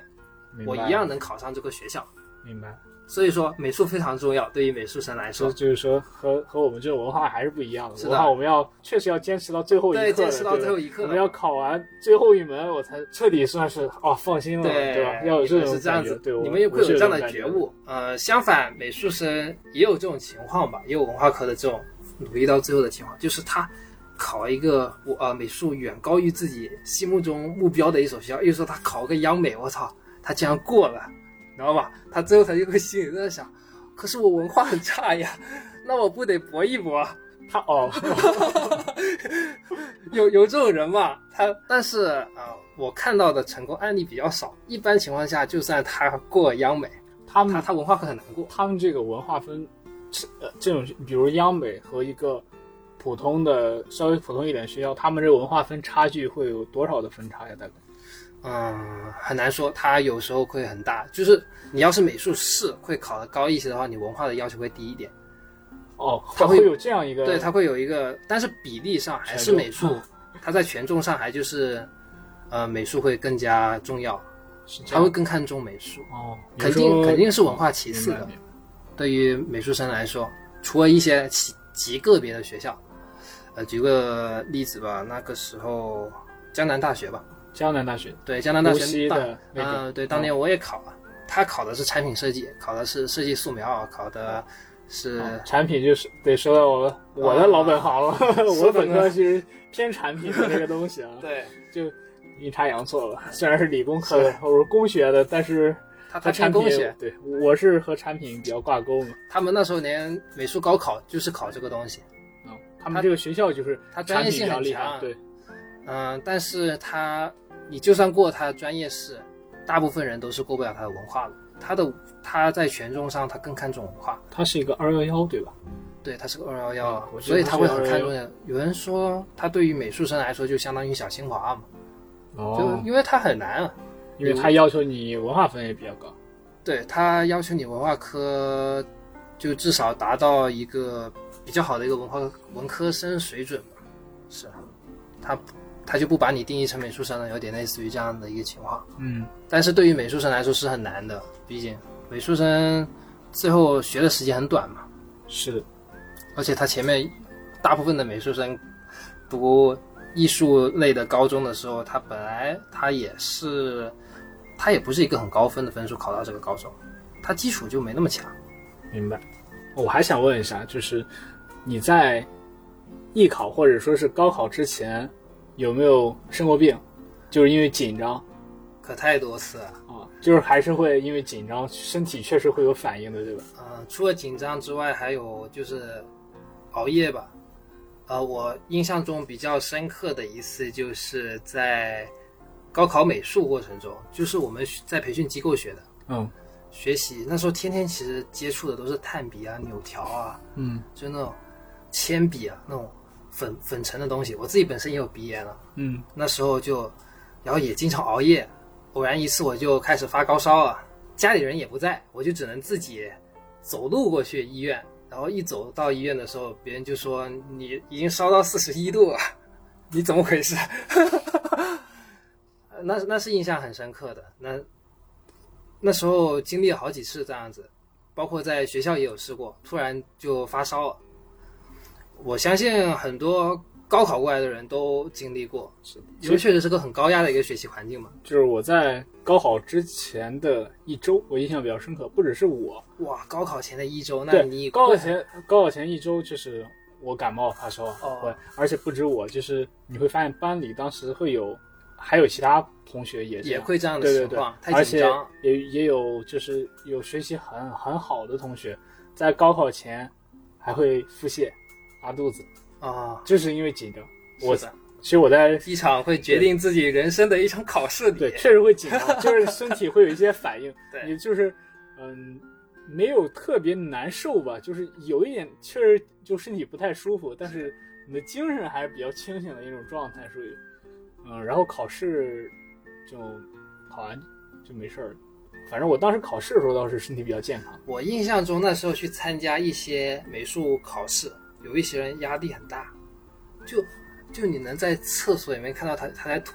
[SPEAKER 1] 明白
[SPEAKER 2] 我一样能考上这个学校。
[SPEAKER 1] 明白，
[SPEAKER 2] 所以说，美术非常重要，对于美术生来
[SPEAKER 1] 所以
[SPEAKER 2] 说，
[SPEAKER 1] 就是说和和我们这种文化还是不一样的。
[SPEAKER 2] 是的
[SPEAKER 1] 文化我们要确实要坚持到最后一刻的，
[SPEAKER 2] 对，坚持到
[SPEAKER 1] 对吧
[SPEAKER 2] 最后一刻
[SPEAKER 1] 我们要考完最后一门，我才彻底算是哦放心了，
[SPEAKER 2] 对
[SPEAKER 1] 对吧？要有这
[SPEAKER 2] 你们
[SPEAKER 1] 种
[SPEAKER 2] 是这样子
[SPEAKER 1] 感觉，对，
[SPEAKER 2] 你们也会有这
[SPEAKER 1] 这
[SPEAKER 2] 样的觉。悟。呃，相反，美术生也有这种情况吧，也有文化科的这种努力到最后的情况，就是他考一个我呃美术远高于自己心目中目标的一所学校，又说他考个央美，我操，他竟然过了，你知道吧？他最后他就会心里在那想，可是我文化很差呀，那我不得搏一搏？啊
[SPEAKER 1] 他哦，
[SPEAKER 2] 有有这种人吧？他但是啊、呃我看到的成功案例比较少。一般情况下，就算他过央美，
[SPEAKER 1] 他
[SPEAKER 2] 他
[SPEAKER 1] 们
[SPEAKER 2] 他文化课很难过。
[SPEAKER 1] 他们这个文化分，这呃这种比如央美和一个普通的稍微普通一点的学校，他们这文化分差距会有多少的分差呀？大概
[SPEAKER 2] 嗯，很难说，他有时候会很大。就是你要是美术是会考得高一些的话，你文化的要求会低一点。
[SPEAKER 1] 哦，
[SPEAKER 2] 他会
[SPEAKER 1] 会有这样一个
[SPEAKER 2] 对，他会有一个，但是比例上还是
[SPEAKER 1] 权重
[SPEAKER 2] 美术，他在权重上还就是，呃，美术会更加重要，
[SPEAKER 1] 是这
[SPEAKER 2] 他
[SPEAKER 1] 样
[SPEAKER 2] 会更看重美术，
[SPEAKER 1] 哦，
[SPEAKER 2] 肯
[SPEAKER 1] 有时
[SPEAKER 2] 定
[SPEAKER 1] 候
[SPEAKER 2] 肯定是文化其
[SPEAKER 1] 明
[SPEAKER 2] 次
[SPEAKER 1] 白
[SPEAKER 2] 的
[SPEAKER 1] 明白。
[SPEAKER 2] 对于美术生来说，除了一些极极个别的学校，呃，举个例子吧，那个时候江南大学吧，
[SPEAKER 1] 江南大学，
[SPEAKER 2] 对，江南大
[SPEAKER 1] 无
[SPEAKER 2] 学
[SPEAKER 1] 锡
[SPEAKER 2] 当
[SPEAKER 1] 的那个嗯
[SPEAKER 2] 呃，对，当年我也考了，他考的是产品设计，考的是设计素描，啊考的是
[SPEAKER 1] 啊产品就是得说到我我的老本行了，我
[SPEAKER 2] 啊说
[SPEAKER 1] 本
[SPEAKER 2] 本
[SPEAKER 1] 科
[SPEAKER 2] 科，
[SPEAKER 1] 其实偏产品的那个东西啊
[SPEAKER 2] 对
[SPEAKER 1] 就阴差阳错了。虽然是理工科的，我是工学的，但是
[SPEAKER 2] 他
[SPEAKER 1] 和
[SPEAKER 2] 他
[SPEAKER 1] 产
[SPEAKER 2] 偏
[SPEAKER 1] 品
[SPEAKER 2] 工学，
[SPEAKER 1] 对，我是和产品比较挂钩嘛。
[SPEAKER 2] 他们那时候连美术高考就是考这个东西，
[SPEAKER 1] 啊，他们这个学校就是
[SPEAKER 2] 他专
[SPEAKER 1] 产
[SPEAKER 2] 业
[SPEAKER 1] 品比
[SPEAKER 2] 性
[SPEAKER 1] 较
[SPEAKER 2] 很
[SPEAKER 1] 厉害，
[SPEAKER 2] 强，
[SPEAKER 1] 对，
[SPEAKER 2] 嗯、但是他你就算过他的专业是，大部分人都是过不了他的文化的，他的他在权重上他更看重文化，
[SPEAKER 1] 它是一个二幺幺，对吧？
[SPEAKER 2] 对，他是个二幺幺
[SPEAKER 1] 嗯我，觉得
[SPEAKER 2] 所以
[SPEAKER 1] 他
[SPEAKER 2] 他
[SPEAKER 1] 是
[SPEAKER 2] 会很看
[SPEAKER 1] 211
[SPEAKER 2] 重的。有人说他对于美术生来说就相当于小清华嘛，就
[SPEAKER 1] 哦，
[SPEAKER 2] 因为他很难啊，
[SPEAKER 1] 因为它要求你文化分也比较高。
[SPEAKER 2] 对他要求你文化科就至少达到一个比较好的一个文化文科生水准吧，是，他他就不把你定义成美术生了，有点类似于这样的一个情况。
[SPEAKER 1] 嗯，
[SPEAKER 2] 但是对于美术生来说是很难的，毕竟美术生最后学的时间很短嘛，
[SPEAKER 1] 是的，
[SPEAKER 2] 而且他前面大部分的美术生读艺术类的高中的时候，他本来他也是，他也不是一个很高分的分数考到这个高中，他基础就没那么强。
[SPEAKER 1] 明白。我还想问一下，就是你在艺考或者说是高考之前，有没有生过病？就是因为紧张
[SPEAKER 2] 可太多次了，
[SPEAKER 1] 啊，就是还是会因为紧张，身体确实会有反应的，对吧？
[SPEAKER 2] 嗯、除了紧张之外，还有就是熬夜吧。呃，我印象中比较深刻的一次就是在高考美术过程中，就是我们在培训机构学的
[SPEAKER 1] 嗯
[SPEAKER 2] 学习，那时候天天其实接触的都是炭笔啊、扭条啊，
[SPEAKER 1] 嗯
[SPEAKER 2] 就那种铅笔啊，那种粉粉尘的东西。我自己本身也有鼻炎了，
[SPEAKER 1] 嗯，
[SPEAKER 2] 那时候就，然后也经常熬夜，偶然一次我就开始发高烧了，家里人也不在，我就只能自己走路过去医院。然后一走到医院的时候，别人就说你已经烧到四十一度了，你怎么回事？ 呃那那是印象很深刻的。那那时候经历了好几次这样子，包括在学校也有试过，突然就发烧了。我相信很多高考过来的人都经历过，因为确实是个很高压的一个学习环境嘛。
[SPEAKER 1] 就是我在高考之前的一周，我印象比较深刻，不只是我，
[SPEAKER 2] 哇，高考前的一周，那
[SPEAKER 1] 对，
[SPEAKER 2] 你
[SPEAKER 1] 高考前高考前一周就是我感冒发烧，
[SPEAKER 2] 哦
[SPEAKER 1] 会，而且不止我，就是你会发现班里当时会有，还有其他同学也这
[SPEAKER 2] 也
[SPEAKER 1] 样
[SPEAKER 2] 会这样的
[SPEAKER 1] 对对
[SPEAKER 2] 情
[SPEAKER 1] 对
[SPEAKER 2] 况，，
[SPEAKER 1] 而
[SPEAKER 2] 太紧
[SPEAKER 1] 且
[SPEAKER 2] 张。
[SPEAKER 1] 也也有就是有学习很很好的同学，在高考前还会腹泻、拉肚子，
[SPEAKER 2] 啊！
[SPEAKER 1] 就是因为紧张。我
[SPEAKER 2] 是的，
[SPEAKER 1] 其实我在
[SPEAKER 2] 一场会决定自己人生的一场考试里，，
[SPEAKER 1] 对，确实会紧张，就是身体会有一些反应
[SPEAKER 2] 对
[SPEAKER 1] 你就是嗯，没有特别难受吧，就是有一点确实就身体不太舒服，但是你的精神还是比较清醒的一种状态，属于嗯，然后考试就考完就没事儿了。反正我当时考试的时候倒是身体比较健康，
[SPEAKER 2] 我印象中那时候去参加一些美术考试，有一些人压力很大，就就你能在厕所里面看到他他在吐，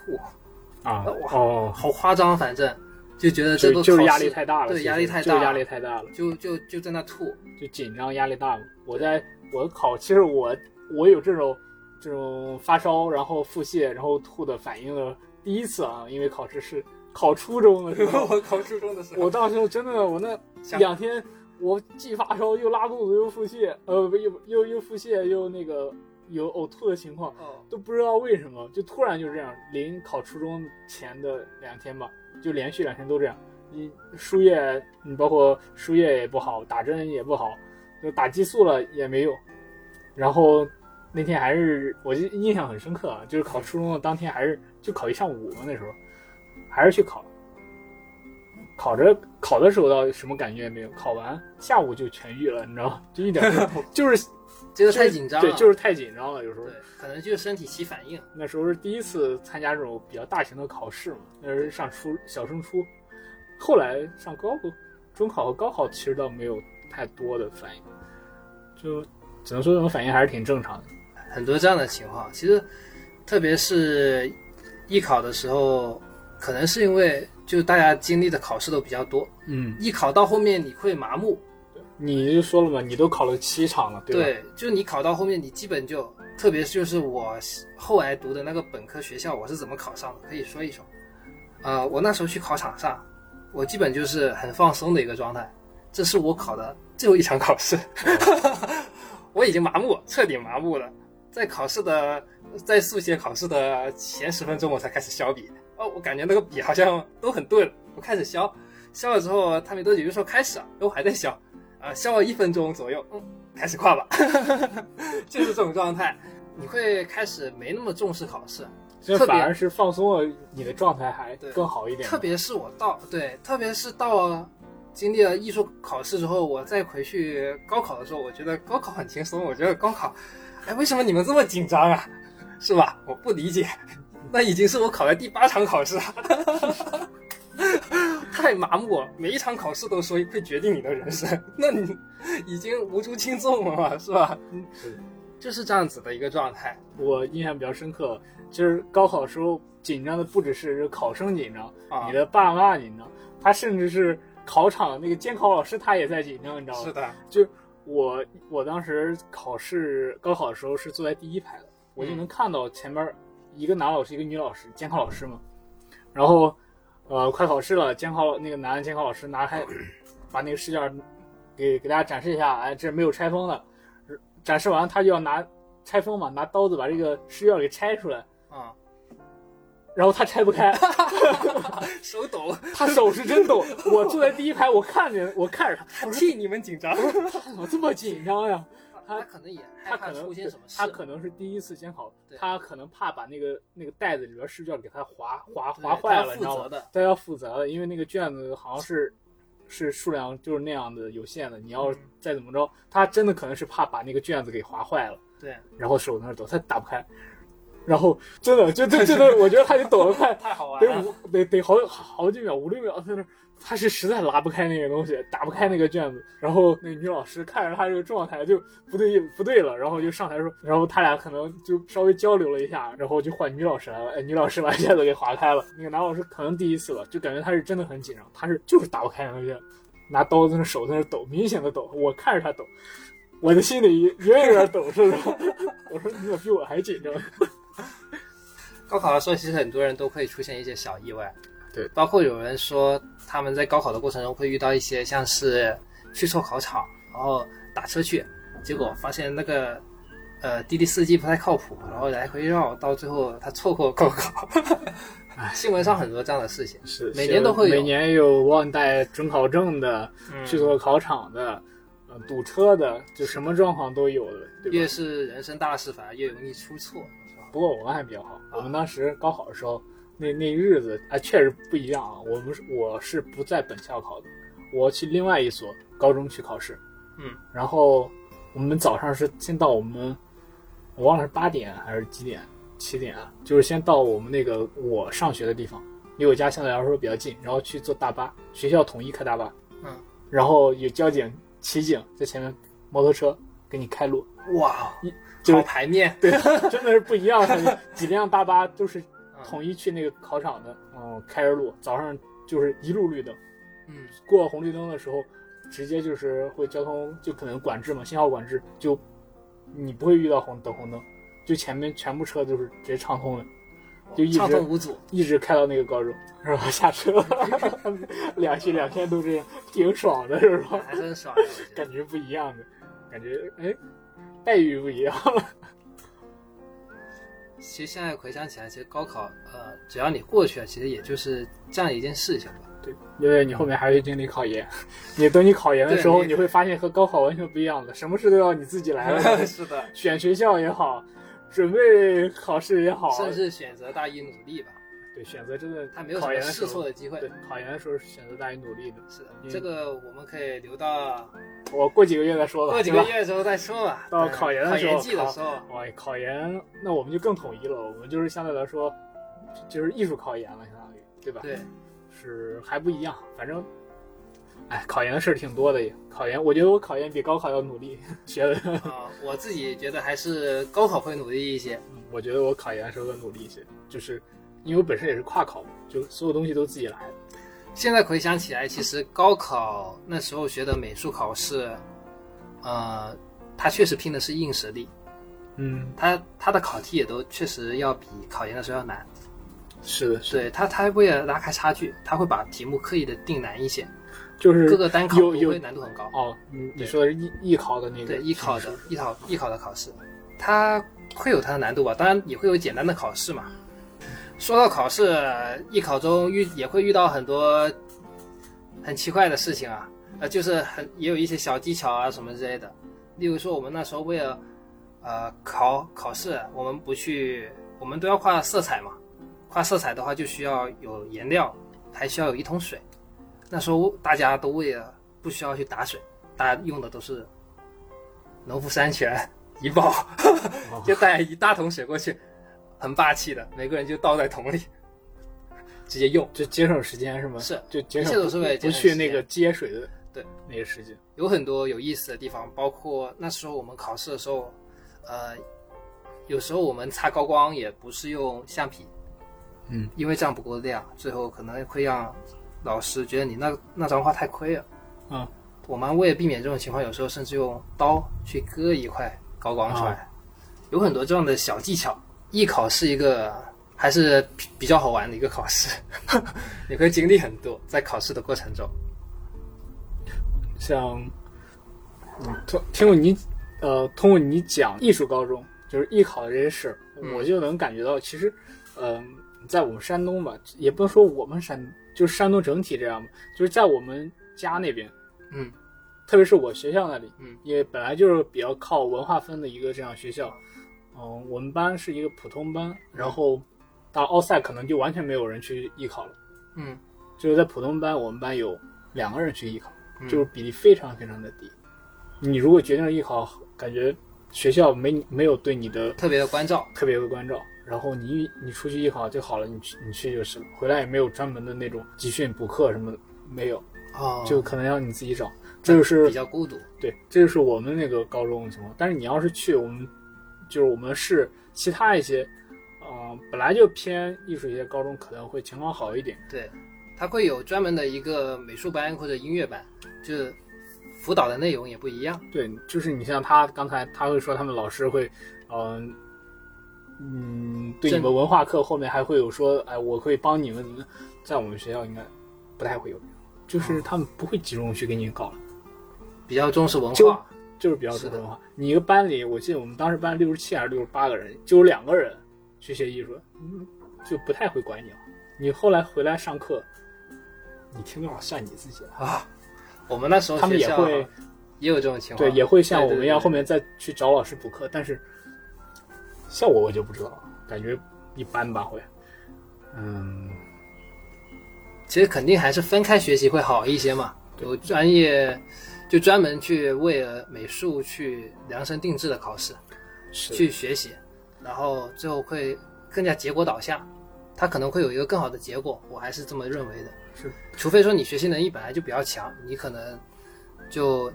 [SPEAKER 1] 啊
[SPEAKER 2] 哇
[SPEAKER 1] 哦，
[SPEAKER 2] 好夸张，反正就觉得这
[SPEAKER 1] 就
[SPEAKER 2] 个
[SPEAKER 1] 就是
[SPEAKER 2] 考
[SPEAKER 1] 压
[SPEAKER 2] 试
[SPEAKER 1] 力太大了，
[SPEAKER 2] 对
[SPEAKER 1] 其实
[SPEAKER 2] 压力太
[SPEAKER 1] 就
[SPEAKER 2] 大
[SPEAKER 1] 是压
[SPEAKER 2] 了
[SPEAKER 1] 力太大了。
[SPEAKER 2] 就就就在那吐，
[SPEAKER 1] 就紧张压力大嘛。我在我考，其实我我有这种这种发烧，然后腹泻，然后吐的反应的第一次啊，因为考试是考初中的时 候，
[SPEAKER 2] 我考初中的时候，
[SPEAKER 1] 我当时真的我那
[SPEAKER 2] 想
[SPEAKER 1] 两天我既发烧又拉肚子又腹泻，呃不又又又腹泻又那个有呕吐的情况，
[SPEAKER 2] 哦，
[SPEAKER 1] 都不知道为什么，就突然就这样，临考初中前的两天吧，就连续两天都这样。你输液，你包括输液也不好，打针也不好，就打激素了也没用。然后那天还是我就印象很深刻啊，就是考初中的当天还是就考一上午嘛，那时候还是去考。考着考的时候倒什么感觉也没有，考完下午就痊愈了，你知道吗？就一点儿 就是
[SPEAKER 2] 这个太紧张了，
[SPEAKER 1] 对，就是太紧张了，有时候
[SPEAKER 2] 对，可能就是身体起反应。
[SPEAKER 1] 那时候是第一次参加这种比较大型的考试嘛，那是上初小升初，后来上高考、中考和高考其实倒没有太多的反应，就只能说这种反应还是挺正常的。
[SPEAKER 2] 很多这样的情况。其实，特别是艺考的时候，可能是因为就大家经历的考试都比较多，
[SPEAKER 1] 嗯，
[SPEAKER 2] 艺考到后面你会麻木，
[SPEAKER 1] 你就说了嘛，你都考了七场了，吧？
[SPEAKER 2] 对，就你考到后面你基本就特别就是我后来读的那个本科学校，我是怎么考上的，可以说一说。呃，我那时候去考场上，我基本就是很放松的一个状态。这是我考的最后一场考试，我已经麻木，彻底麻木了。在考试的，在速写考试的前十分钟，我才开始削笔。哦，我感觉那个笔好像都很钝，我开始削，削了之后，他没多久就说开始啊，我还在削，啊，削了一分钟左右，嗯，开始跨吧， 就是这种状态。你会开始没那么重视考试，
[SPEAKER 1] 这
[SPEAKER 2] 特别
[SPEAKER 1] 反而是放松了，你的状态还
[SPEAKER 2] 对
[SPEAKER 1] 更好一点。
[SPEAKER 2] 特别是我到对，特别是到了经历了艺术考试之后，我再回去高考的时候，我觉得高考很轻松。我觉得高考，哎，为什么你们这么紧张啊？ 是吧？我不理解，那已经是我考的第八场考试了。 太麻木了，每一场考试都说会决定你的人生， 那你已经无足轻重了嘛，是吧？嗯
[SPEAKER 1] 是
[SPEAKER 2] 就是这样子的一个状态。
[SPEAKER 1] 我印象比较深刻，就是高考时候紧张的不只是考生紧张，
[SPEAKER 2] 啊
[SPEAKER 1] 你的爸妈紧张，他甚至是考场那个监考老师他也在紧张，你知道
[SPEAKER 2] 是
[SPEAKER 1] 吗？
[SPEAKER 2] 的，
[SPEAKER 1] 我我当时考试高考的时候是坐在第一排的，我就能看到前面一个男老师一个女老师，监考老师嘛。然后，呃，快考试了，监考那个男监考老师拿开，把那个试卷给给大家展示一下，哎，这没有拆封的。展示完他就要拿拆封嘛，拿刀子把这个试卷给拆出来，
[SPEAKER 2] 啊、
[SPEAKER 1] 然后他拆不开，
[SPEAKER 2] 手抖，
[SPEAKER 1] 他手是真抖。我坐在第一排，我看见我看着他，我说
[SPEAKER 2] 替你们紧张。
[SPEAKER 1] 他怎么这么紧张呀？
[SPEAKER 2] 他可能也害
[SPEAKER 1] 他
[SPEAKER 2] 怕
[SPEAKER 1] 可能
[SPEAKER 2] 出现什么事，
[SPEAKER 1] 他可能是第一次监考
[SPEAKER 2] 对，
[SPEAKER 1] 他可能怕把那个那个袋子里边试卷给他划划
[SPEAKER 2] 对
[SPEAKER 1] 划
[SPEAKER 2] 他
[SPEAKER 1] 坏
[SPEAKER 2] 要
[SPEAKER 1] 了，你
[SPEAKER 2] 负
[SPEAKER 1] 知道
[SPEAKER 2] 责
[SPEAKER 1] 吗？
[SPEAKER 2] 的，
[SPEAKER 1] 他要负责的，因为那个卷子好像是是数量就是那样的有限的，你要
[SPEAKER 2] 嗯
[SPEAKER 1] 再怎么着，他真的可能是怕把那个卷子给划坏了，
[SPEAKER 2] 对，
[SPEAKER 1] 然后手在那抖，他打不开，然后真的就 这这这，我觉得他得抖了快
[SPEAKER 2] 太好玩
[SPEAKER 1] 得
[SPEAKER 2] 了。
[SPEAKER 1] 五得得好好几秒，五六秒在那儿，他是实在拉不开那个东西，打不开那个卷子。然后那个女老师看着他这个状态就不对不对了，然后就上台说，然后他俩可能就稍微交流了一下，然后就换女老师来了，哎，女老师把卷子给划开了。那个男老师可能第一次吧，就感觉他是真的很紧张，他是就是打不开那个卷子，拿刀在那手在那抖，明显的抖，我看着他抖。我的心里也有点抖，是 吧？我说你咋比我还紧张？
[SPEAKER 2] 高考的时候，其实很多人都会出现一些小意外，
[SPEAKER 1] 对
[SPEAKER 2] 包括有人说他们在高考的过程中会遇到一些像是去错考场，然后打车去，结
[SPEAKER 1] 嗯
[SPEAKER 2] 果发现那个呃滴滴司机不太靠谱，然后来回绕，到最后他错过高考。 新闻上很多这样的事情，
[SPEAKER 1] 是
[SPEAKER 2] 每年都会有
[SPEAKER 1] 每年有忘带准考证的，
[SPEAKER 2] 嗯
[SPEAKER 1] 去做考场的，呃，堵车的，就什么状况都有的，对
[SPEAKER 2] 越
[SPEAKER 1] 吧？
[SPEAKER 2] 是人生大事，反而越容易出错，是吧？
[SPEAKER 1] 不过我们还比较好，
[SPEAKER 2] 啊
[SPEAKER 1] 我们当时高考的时候，那那日子啊，确实不一样啊。我们是我是不在本校考的，我去另外一所高中去考试，
[SPEAKER 2] 嗯，
[SPEAKER 1] 然后我们早上是先到我们，我忘了是八点还是几点，七点啊，就是先到我们那个我上学的地方，离我家相对来说比较近，然后去坐大巴，学校统一开大巴，
[SPEAKER 2] 嗯，
[SPEAKER 1] 然后有交警、骑警在前面，摩托车给你开路，
[SPEAKER 2] 哇哦
[SPEAKER 1] 一，就是
[SPEAKER 2] 好牌面，
[SPEAKER 1] 对，真的是不一样，感觉 几辆大巴都是
[SPEAKER 2] 嗯
[SPEAKER 1] 统一去那个考场的，嗯，开着路，早上就是一路绿灯，
[SPEAKER 2] 嗯，
[SPEAKER 1] 过红绿灯的时候，直接就是会交通就可能管制嘛，信号管制，就你不会遇到红等红灯，就前面全部车就是直接畅通的，就一直
[SPEAKER 2] 畅通无 阻。
[SPEAKER 1] 一直开到那个高中，然后 下车，两去两天都这样，挺爽的，是 吧？
[SPEAKER 2] 还是很爽的。我觉得
[SPEAKER 1] 感觉不一样的，感觉哎，待遇不一样了，
[SPEAKER 2] 其实现在回想起来，其实高考，呃，只要你过去了，其实也就是这样一件事情吧。
[SPEAKER 1] 对，因为你后面还会经历考研，你等你考研的时候，
[SPEAKER 2] 对你，
[SPEAKER 1] 你会发现和高考完全不一样的，什么事都要你自己来了
[SPEAKER 2] 是的，
[SPEAKER 1] 选学校也好，准备考试也好，
[SPEAKER 2] 甚至选择大一努力吧，
[SPEAKER 1] 对选择真的，
[SPEAKER 2] 他没有什
[SPEAKER 1] 考
[SPEAKER 2] 么
[SPEAKER 1] 研的时
[SPEAKER 2] 试错
[SPEAKER 1] 候，
[SPEAKER 2] 的机会
[SPEAKER 1] 对。考研的时候是选择大于努力的。
[SPEAKER 2] 是的，
[SPEAKER 1] 嗯
[SPEAKER 2] 这个我们可以留 到
[SPEAKER 1] 我过几个月再说吧，
[SPEAKER 2] 过几个
[SPEAKER 1] 对吧。
[SPEAKER 2] 月的时候再说吧。
[SPEAKER 1] 到
[SPEAKER 2] 对
[SPEAKER 1] 考研
[SPEAKER 2] 考
[SPEAKER 1] 的时候
[SPEAKER 2] 研季的时候，
[SPEAKER 1] 哇，考研那我们就更统一了，我们就是相对来说，就是艺术考研了，相当于对吧？
[SPEAKER 2] 对，
[SPEAKER 1] 是还不一样，反正，哎，考研的事儿挺多的也。考研，我觉得我考研比高考要努力，学的，
[SPEAKER 2] 啊，我自己觉得还是高考会努力一些。
[SPEAKER 1] 嗯我觉得我考研的时候更努力一些，就是因为我本身也是跨考嘛，就所有东西都自己来的。
[SPEAKER 2] 现在回想起来，其实高考那时候学的美术考试，呃，它确实拼的是硬实力，
[SPEAKER 1] 嗯，
[SPEAKER 2] 他他的考题也都确实要比考研的时候要难。
[SPEAKER 1] 是的，是的，
[SPEAKER 2] 对他，他为了拉开差距，他会把题目刻意的定难一些，
[SPEAKER 1] 就是
[SPEAKER 2] 各个单考
[SPEAKER 1] 有
[SPEAKER 2] 不
[SPEAKER 1] 有
[SPEAKER 2] 会难度很高。
[SPEAKER 1] 哦，你你
[SPEAKER 2] 对
[SPEAKER 1] 说的是艺艺考的那个，
[SPEAKER 2] 对艺考
[SPEAKER 1] 是
[SPEAKER 2] 的
[SPEAKER 1] 不是
[SPEAKER 2] 艺考艺考的考试，它会有它的难度吧，当然也会有简单的考试嘛。说到考试，艺考中遇也会遇到很多很奇怪的事情啊，呃，就是很也有一些小技巧啊什么之类的。例如说，我们那时候为了呃考考试，我们不去，我们都要画色彩嘛，画色彩的话就需要有颜料，还需要有一桶水。那时候大家都为了不需要去打水，大家用的都是农夫山泉怡宝， 就带一大桶水过去，很霸气的，每个人就倒在桶里，直接用。
[SPEAKER 1] 就节省时间是吗？
[SPEAKER 2] 是，
[SPEAKER 1] 就节
[SPEAKER 2] 一
[SPEAKER 1] 省
[SPEAKER 2] 切都是为了
[SPEAKER 1] 不
[SPEAKER 2] 节
[SPEAKER 1] 不
[SPEAKER 2] 省
[SPEAKER 1] 去
[SPEAKER 2] 时
[SPEAKER 1] 那
[SPEAKER 2] 间
[SPEAKER 1] 个接水的
[SPEAKER 2] 对
[SPEAKER 1] 那个时间。
[SPEAKER 2] 有很多有意思的地方，包括那时候我们考试的时候，呃，有时候我们擦高光也不是用橡皮，
[SPEAKER 1] 嗯，
[SPEAKER 2] 因为这样不够亮，最后可能会让老师觉得你那那张画太亏了。
[SPEAKER 1] 嗯，
[SPEAKER 2] 我们为了避免这种情况，有时候甚至用刀去割一块高光出来，有很多这样的小技巧。艺考是一个还是比比较好玩的一个考试， 你会经历很多在考试的过程中。
[SPEAKER 1] 像，嗯通听过你呃，通过你讲艺术高中就是艺考的这些事儿，
[SPEAKER 2] 嗯
[SPEAKER 1] 我就能感觉到，其实，嗯、在我们山东吧，也不能说我们山，就是山东整体这样吧，就是在我们家那边，
[SPEAKER 2] 嗯，
[SPEAKER 1] 特别是我学校那里，
[SPEAKER 2] 嗯，
[SPEAKER 1] 因为本来就是比较靠文化分的一个这样学校，嗯、我们班是一个普通班，
[SPEAKER 2] 嗯
[SPEAKER 1] 然后到奥赛可能就完全没有人去艺考了，
[SPEAKER 2] 嗯，
[SPEAKER 1] 就是在普通班，我们班有两个人去艺考。
[SPEAKER 2] 嗯
[SPEAKER 1] 就是比例非常非常的低。你如果决定了艺考，感觉学校没你没有对你的
[SPEAKER 2] 特别的关照。
[SPEAKER 1] 特别的关照，然后你一你出去艺考就好了，你去你去就是了，回来也没有专门的那种集训补课什么的，没有，
[SPEAKER 2] 哦
[SPEAKER 1] 就可能要你自己找。这就是
[SPEAKER 2] 比较孤独。
[SPEAKER 1] 对，这就是我们那个高中的情况。但是你要是去我们，就是我们市其他一些，嗯、本来就偏艺术一些高中可能会情况好一点。
[SPEAKER 2] 对，他会有专门的一个美术班或者音乐班，就是辅导的内容也不一样。
[SPEAKER 1] 对，就是你像他刚才他会说他们老师会，嗯、嗯，对你
[SPEAKER 2] 正
[SPEAKER 1] 们文化课后面还会有说，哎，我会帮你们怎么，在我们学校应该不太会有，就是他们不会集中去给你搞了，
[SPEAKER 2] 比较重视文
[SPEAKER 1] 就
[SPEAKER 2] 化，
[SPEAKER 1] 就是比较
[SPEAKER 2] 是
[SPEAKER 1] 注
[SPEAKER 2] 的
[SPEAKER 1] 重文化。你一个班里，我记得我们当时班六十七还是六十八个人，就有两个人去学艺术，嗯，就不太会管你了。你后来回来上课，你听多少算你自己了。
[SPEAKER 2] 我们那时候
[SPEAKER 1] 他们
[SPEAKER 2] 学
[SPEAKER 1] 也
[SPEAKER 2] 校
[SPEAKER 1] 会
[SPEAKER 2] 也有这种情 况，
[SPEAKER 1] 对，也会像
[SPEAKER 2] 对
[SPEAKER 1] 我们
[SPEAKER 2] 对
[SPEAKER 1] 一样，
[SPEAKER 2] 对
[SPEAKER 1] 后面再去找老师补课，但是效果我就不知道了，感觉一般吧，会。嗯，
[SPEAKER 2] 其实肯定还是分开学习会好一些嘛。有专业，就专门去为了美术去量身定制的考试
[SPEAKER 1] 是
[SPEAKER 2] 去学习，然后最后会更加结果导向，他可能会有一个更好的结果，我还是这么认为的。
[SPEAKER 1] 是，
[SPEAKER 2] 除非说你学习能力本来就比较强，你可能就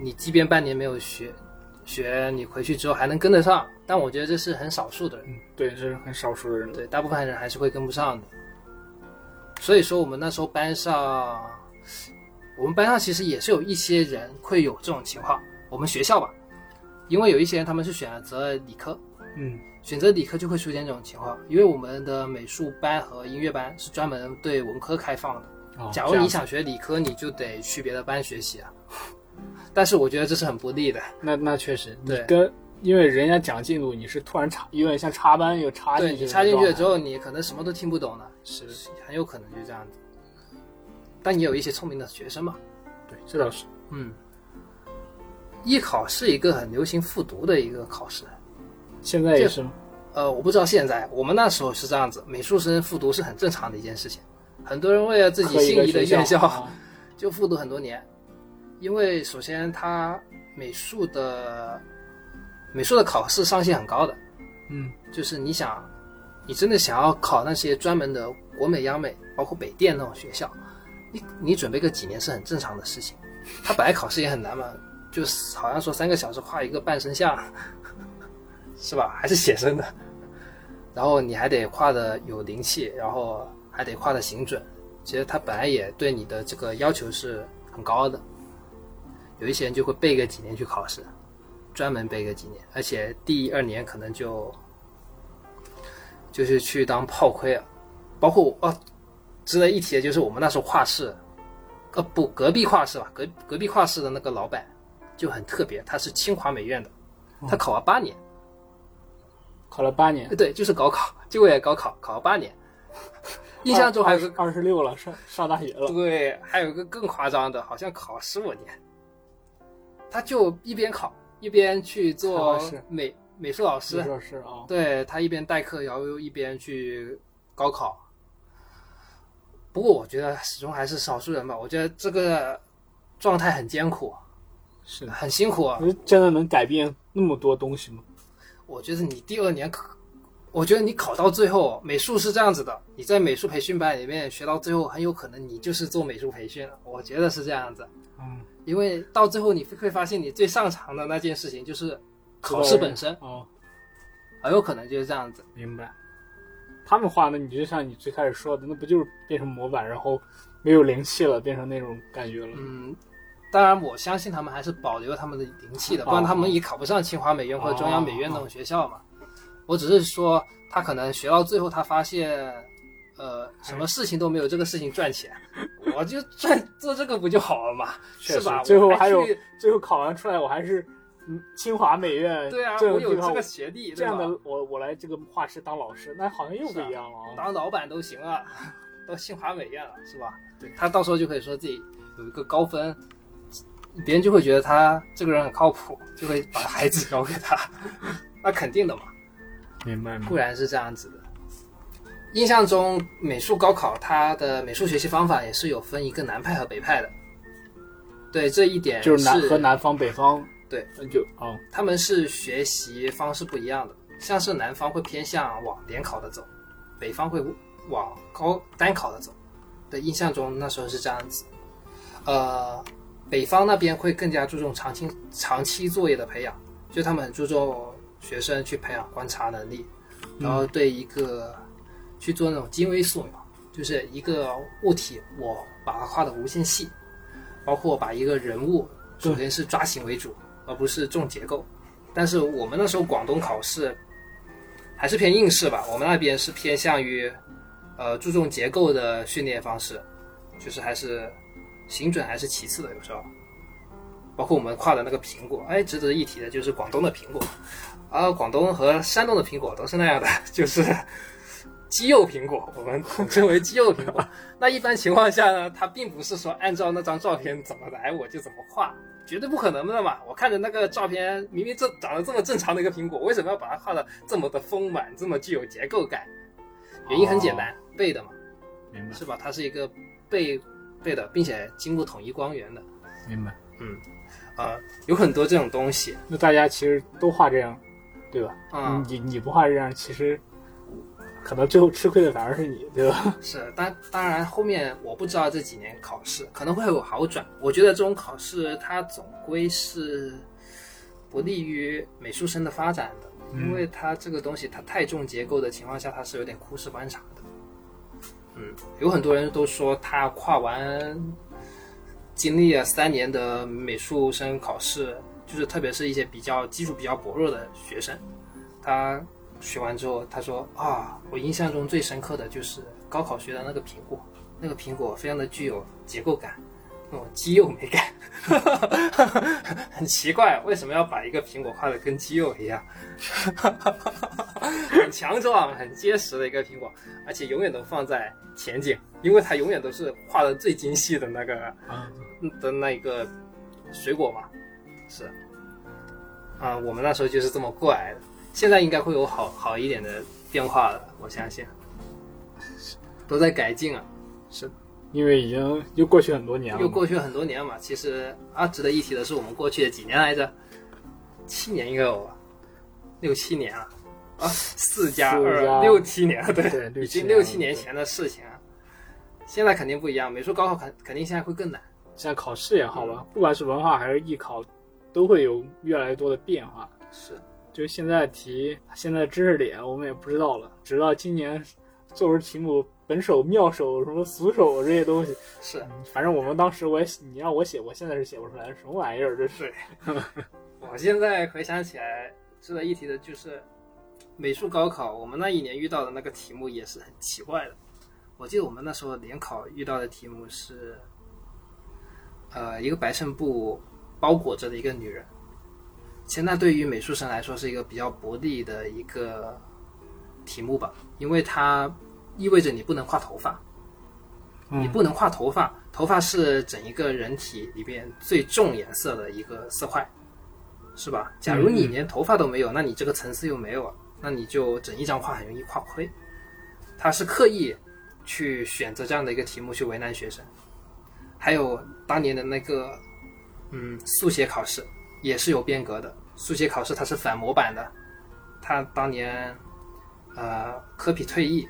[SPEAKER 2] 你即便半年没有学学，你回去之后还能跟得上，但我觉得这是很少数的人，
[SPEAKER 1] 嗯，对，这是很少数的人。
[SPEAKER 2] 对，大部分人还是会跟不上的。所以说，我们那时候班上，我们班上其实也是有一些人会有这种情况，我们学校吧，因为有一些人他们是选择理科，
[SPEAKER 1] 嗯，
[SPEAKER 2] 选择理科就会出现这种情况，因为我们的美术班和音乐班是专门对文科开放的。
[SPEAKER 1] 哦
[SPEAKER 2] 假如你，想学理科，你就得去别的班学习啊。 但是我觉得这是很不利的，
[SPEAKER 1] 这样那那确实，你
[SPEAKER 2] 对
[SPEAKER 1] 跟因为人家讲进度，你是突然插，有点像插班又插
[SPEAKER 2] 对
[SPEAKER 1] 进去
[SPEAKER 2] 你
[SPEAKER 1] 的状态，
[SPEAKER 2] 插进去了之后，你可能什么都听不懂了，
[SPEAKER 1] 是，
[SPEAKER 2] 很有可能就这样子。但也有一些聪明的学生嘛，
[SPEAKER 1] 对，这倒是，
[SPEAKER 2] 嗯。艺考是一个很流行复读的一个考试，
[SPEAKER 1] 现在也
[SPEAKER 2] 这
[SPEAKER 1] 是吗，
[SPEAKER 2] 呃，我不知道现在，我们那时候是这样子，美术生复读是很正常的一件事情，很多人为了自己
[SPEAKER 1] 和一
[SPEAKER 2] 心
[SPEAKER 1] 个
[SPEAKER 2] 仪的
[SPEAKER 1] 学
[SPEAKER 2] 院校，
[SPEAKER 1] 啊
[SPEAKER 2] 就复读很多年，因为首先它美术的美术的考试上限很高的，
[SPEAKER 1] 嗯，
[SPEAKER 2] 就是你想，你真的想要考那些专门的国美、央美，包括北电那种学校，你你准备个几年是很正常的事情。它本来考试也很难嘛，就是好像说三个小时画一个半身像，是吧？还是写生的，然后你还得画的有灵气，然后还得画的形准。其实它本来也对你的这个要求是很高的，有一些人就会备个几年去考试。专门背个几年，而且第二年可能就就是去当炮灰啊。包括我哦，值得一提的就是我们那时候画室，呃不，隔壁画室吧，隔隔壁画室的那个老板就很特别，他是清华美院的，他考了八年，呃
[SPEAKER 1] 考了八年，
[SPEAKER 2] 对，就是高考，就为了高考考了八年。印象中还有个
[SPEAKER 1] 二十六了，上上大学了，
[SPEAKER 2] 对，还有一个更夸张的，好像考十五年，他就一边考一边去做
[SPEAKER 1] 插画师
[SPEAKER 2] 美美术老师
[SPEAKER 1] 是，是是啊，
[SPEAKER 2] 对他一边代课，然后一边去高考。不过我觉得始终还是少数人吧，我觉得这个状态很艰苦，
[SPEAKER 1] 是的，
[SPEAKER 2] 很辛苦啊。
[SPEAKER 1] 可是真的能改变那么多东西吗？
[SPEAKER 2] 我觉得你第二年考，我觉得你考到最后，美术是这样子的，你在美术培训班里面学到最后，很有可能你就是做美术培训了，我觉得是这样子。
[SPEAKER 1] 嗯，
[SPEAKER 2] 因为到最后你会发现，你最擅长的那件事情就是考试本身，
[SPEAKER 1] 哦，
[SPEAKER 2] 很有可能就是这样子。
[SPEAKER 1] 明白。他们画的，你就像你最开始说的，那不就是变成模板，然后没有灵气了，变成那种感觉了？
[SPEAKER 2] 嗯，当然我相信他们还是保留他们的灵气的，
[SPEAKER 1] 哦
[SPEAKER 2] 不然他们也考不上清华美院或者中央美院那种学校嘛。
[SPEAKER 1] 哦
[SPEAKER 2] 我只是说，他可能学到最后，他发现，呃，什么事情都没有这个事情 赚钱，我就赚做这个不就好了嘛，
[SPEAKER 1] 确
[SPEAKER 2] 是
[SPEAKER 1] 实
[SPEAKER 2] 吧？
[SPEAKER 1] 最后
[SPEAKER 2] 我
[SPEAKER 1] 还有
[SPEAKER 2] 去
[SPEAKER 1] 最后考完出来，我还是嗯清华美院
[SPEAKER 2] 对啊，
[SPEAKER 1] 这
[SPEAKER 2] 我
[SPEAKER 1] 种
[SPEAKER 2] 有
[SPEAKER 1] 地
[SPEAKER 2] 这
[SPEAKER 1] 方
[SPEAKER 2] 个学历，
[SPEAKER 1] 这样
[SPEAKER 2] 对吧
[SPEAKER 1] 的，我我来这个画室当老师，那好像又不一样了啊。
[SPEAKER 2] 当老板都行了， 都清华美院了，是吧？
[SPEAKER 1] 对
[SPEAKER 2] 他到时候就可以说自己有一个高分，别人就会觉得他这个人很靠谱，就会把孩子交给 他，那肯定的嘛，
[SPEAKER 1] 明白
[SPEAKER 2] 固然是这样子的。印象中，美术高考它的美术学习方法也是有分一个南派和北派的，对这一点
[SPEAKER 1] 就是南
[SPEAKER 2] 是
[SPEAKER 1] 和南方北方
[SPEAKER 2] 对，
[SPEAKER 1] 那就哦
[SPEAKER 2] 他们是学习方式不一样的，像是南方会偏向往联考的走，北方会往高单考的走。对，印象中那时候是这样子。呃，北方那边会更加注重长期长期作业的培养，就他们很注重学生去培养观察能力，然后对一个去做那种精微素描，就是一个物体，我把它画的无限细，包括把一个人物，首先是抓形为主，而不是重结构。但是我们那时候广东考试还是偏应试吧，我们那边是偏向于呃注重结构的训练方式，就是还是形准还是其次的，有时候。包括我们画的那个苹果，哎，值得一提的就是广东的苹果，啊，广东和山东的苹果都是那样的， 就是肌肉苹果，我们统称为肌肉苹果。那一般情况下呢，它并不是说按照那张照片怎么来我就怎么画，绝对不可能的嘛！我看着那个照片，明明这长得这么正常的一个苹果，为什么要把它画的这么的丰满，这么具有结构感？原因很简单，背的嘛，
[SPEAKER 1] 明白
[SPEAKER 2] 是吧？它是一个背背的，并且经过统一光源的，
[SPEAKER 1] 明白。
[SPEAKER 2] 啊，有很多这种东西
[SPEAKER 1] 那大家其实都画这样，对吧？
[SPEAKER 2] 啊。
[SPEAKER 1] 你你不画这样，其实可能最后吃亏的反而是你，对 吧？
[SPEAKER 2] 是，当当然后面我不知道这几年考试可能会有好转。我觉得这种考试它总归是不利于美术生的发展的，因为它这个东西它太重结构的情况下，它是有点忽视观察的。嗯，有很多人都说他跨完经历了三年的美术生考试，就是特别是一些比较基础比较薄弱的学生，他学完之后，他说啊，我印象中最深刻的就是高考学的那个苹果，那个苹果非常的具有结构感，那种肌肉美感， 很奇怪，为什么要把一个苹果画的跟肌肉一样， 很强壮、很结实的一个苹果，而且永远都放在前景，因为它永远都是画的最精细的那个
[SPEAKER 1] 啊，
[SPEAKER 2] 的那一个水果嘛，是，啊，我们那时候就是这么过来的。现在应该会有好好一点的变化了，我相信，都在改进啊。
[SPEAKER 1] 因为已经又过去很多年了嘛，
[SPEAKER 2] 又过去很多年嘛，其实啊，值得一提的是，我们过去的几年来着，七年应该有吧，六七年了，啊，四加
[SPEAKER 1] 四加
[SPEAKER 2] 二，六七年了，对，
[SPEAKER 1] 对六
[SPEAKER 2] 已
[SPEAKER 1] 七
[SPEAKER 2] 经
[SPEAKER 1] 年
[SPEAKER 2] 六
[SPEAKER 1] 了
[SPEAKER 2] 七年前的事情了。现在肯定不一样，美术高考肯肯定现在会更难。
[SPEAKER 1] 现在考试也好
[SPEAKER 2] 嗯
[SPEAKER 1] 吧，不管是文化还是艺考，都会有越来越多的变化。
[SPEAKER 2] 是，
[SPEAKER 1] 就现在题，现在知识点我们也不知道了，直到今年作文题目本手、妙手、什么俗手这些东西，
[SPEAKER 2] 是，
[SPEAKER 1] 反正我们当时我也你让我写，我现在是写不出来，什么玩意儿这是？
[SPEAKER 2] 我现在回想起来，值得一提的就是美术高考，我们那一年遇到的那个题目也是很奇怪的。我记得我们那时候联考遇到的题目是，呃，一个白衬布包裹着的一个女人。其实那对于美术生来说是一个比较薄利的一个题目吧，因为它意味着你不能画头发，
[SPEAKER 1] 嗯
[SPEAKER 2] 你不能画头发，头发是整一个人体里边最重颜色的一个色块，是吧？假如你连头发都没有，那你这个层次又没有了，那你就整一张画很容易画亏。他是刻意去选择这样的一个题目去为难学生，还有当年的那个嗯速写考试也是有变革的，速写考试它是反模板的，它当年呃科比退役，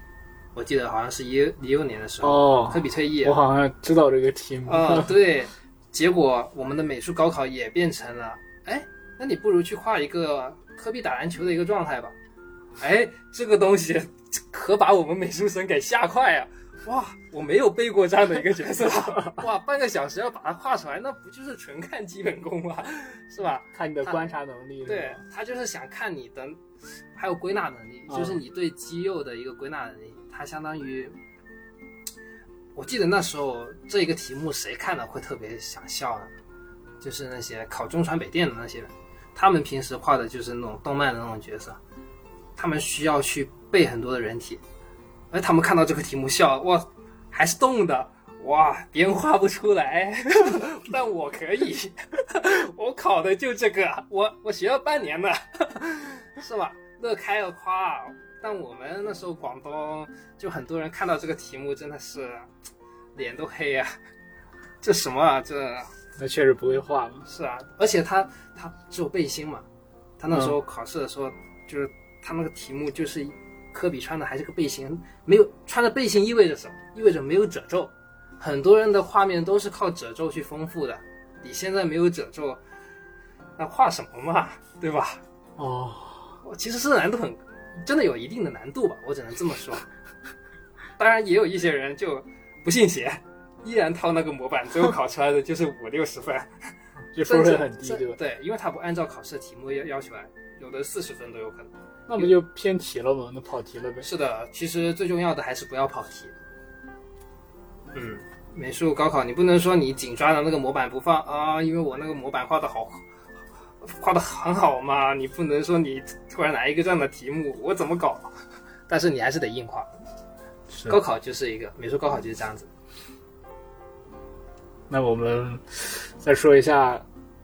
[SPEAKER 2] 我记得好像是一一六年的时候。
[SPEAKER 1] 哦，
[SPEAKER 2] 科比退役
[SPEAKER 1] 我
[SPEAKER 2] 啊、
[SPEAKER 1] 好像知道这个题目。
[SPEAKER 2] 嗯对，结果我们的美术高考也变成了，哎，那你不如去画一个科比打篮球的一个状态吧，哎，这个东西 可把我们美术生给吓坏啊！哇，我没有背过这样的一个角 色，哇，半个小时要把它画出来，那不就是纯看基本功吗？是吧？
[SPEAKER 1] 看你的观察能力。
[SPEAKER 2] 对他就是想看你的，还有归纳能力，
[SPEAKER 1] 嗯
[SPEAKER 2] 就是你对肌肉的一个归纳能力。它相当于，我记得那时候这个题目谁看了会特别想笑呢？就是那些考中传北电的那些人，他们平时画的就是那种动漫的那种角色，他们需要去背很多的人体，而他们看到这个题目笑，哇，还是动的。哇，别人画不出来， 但我可以。 我考的就这个，我我学了半年呢，是吧？乐开了花。但我们那时候广东就很多人看到这个题目，真的是脸都黑呀、这什么啊？这
[SPEAKER 1] 那确实不会画了。
[SPEAKER 2] 是啊，而且他他只有背心嘛，他那时候考试的时候，就是他那个题目就是科比穿的还是个背心，没有穿着背心意味着什么？意味着没有褶皱。很多人的画面都是靠褶皱去丰富的，你现在没有褶皱，那画什么嘛？对吧？
[SPEAKER 1] 哦，
[SPEAKER 2] 我其实是难度很，真的有一定的难度吧，我只能这么说。当然也有一些人就不信邪，依然套那个模板，最后考出来的就是五六 十分。
[SPEAKER 1] 这分
[SPEAKER 2] 甚
[SPEAKER 1] 会
[SPEAKER 2] 至
[SPEAKER 1] 很低，
[SPEAKER 2] 甚
[SPEAKER 1] 对吧？
[SPEAKER 2] 对，因为他不按照考试题目要要求来，有的四十分都有可能。
[SPEAKER 1] 那不就偏题了吗？那跑题了呗。
[SPEAKER 2] 是的，其实最重要的还是不要跑题。嗯，美术高考你不能说你紧抓着那个模板不放啊，因为我那个模板画的好，画的很好嘛，你不能说你突然来一个这样的题目，我怎么搞？但是你还是得硬画。
[SPEAKER 1] 是
[SPEAKER 2] 高考就是一个美术高考就是这样子。
[SPEAKER 1] 那我们再说一下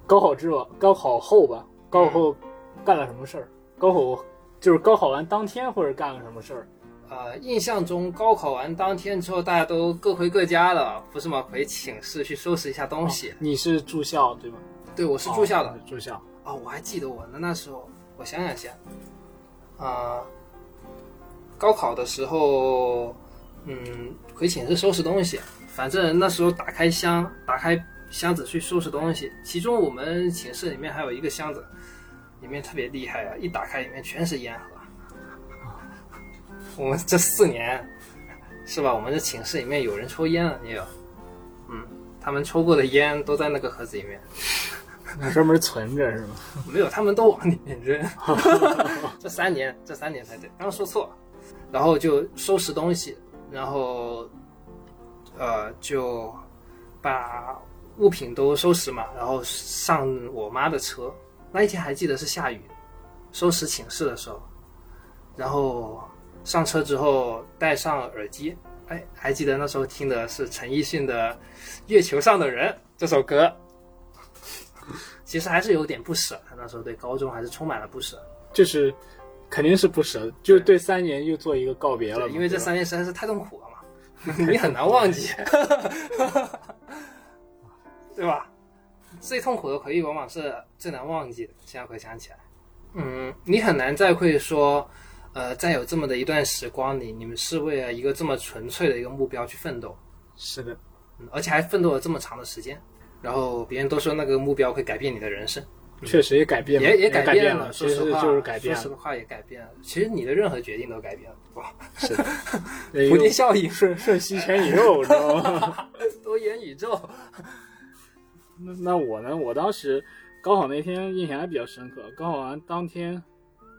[SPEAKER 1] 高考之后，高考后吧，高考后干了什么事儿？高考就是高考完当天或者干了什么事儿？
[SPEAKER 2] 呃，印象中高考完当天之后，大家都各回各家了，不是吗？回寝室去收拾一下东西。
[SPEAKER 1] 哦你是住校对吧？
[SPEAKER 2] 对，我是住校的
[SPEAKER 1] 哦。住校。
[SPEAKER 2] 哦，我还记得我呢，那时候我想想先，啊、高考的时候，嗯，回寝室收拾东西，反正那时候打开箱，打开箱子去收拾东西，其中我们寝室里面还有一个箱子，里面特别厉害啊，一打开里面全是烟盒。 我们这四年，是吧？我们这寝室里面有人抽烟了，也有，嗯，他们抽过的烟都在那个盒子里面。
[SPEAKER 1] 专门存着是吗？
[SPEAKER 2] 没有，他们都往里面扔。这三年，这三年才对，刚刚说错了。然后就收拾东西，然后呃就把物品都收拾嘛，然后上我妈的车。那一天还记得是下雨，收拾寝室的时候，然后上车之后戴上耳机，哎，还记得那时候听的是陈奕迅的《月球上的人》这首歌。其实还是有点不舍，他那时候对高中还是充满了不舍。
[SPEAKER 1] 就是肯定是不舍，就是对三年又做一个告别了
[SPEAKER 2] 对，
[SPEAKER 1] 嘛。
[SPEAKER 2] 因为这
[SPEAKER 1] 对吧
[SPEAKER 2] 三年实在是太痛苦了嘛， 你很难忘记，对吧？最痛苦的回忆往往是最难忘记的。现在回想起来，嗯，你很难再会说，呃，再有这么的一段时光里，你们是为了一个这么纯粹的一个目标去奋斗，
[SPEAKER 1] 是的，
[SPEAKER 2] 嗯而且还奋斗了这么长的时间。然后别人都说那个目标会改变你的人生，
[SPEAKER 1] 确实也改变了，
[SPEAKER 2] 也
[SPEAKER 1] 也
[SPEAKER 2] 改
[SPEAKER 1] 变
[SPEAKER 2] 了。
[SPEAKER 1] 其
[SPEAKER 2] 说
[SPEAKER 1] 实
[SPEAKER 2] 实话，
[SPEAKER 1] 就是改变
[SPEAKER 2] 说
[SPEAKER 1] 了。
[SPEAKER 2] 实话也改变了。其实你的任何决定都改变了，哇，
[SPEAKER 1] 是的，
[SPEAKER 2] 蝴蝶效应。
[SPEAKER 1] 哎顺瞬息全宇 宙，知道吗？
[SPEAKER 2] 多元宇宙。
[SPEAKER 1] 那那我呢？我当时高考那天印象还比较深刻。高考完当天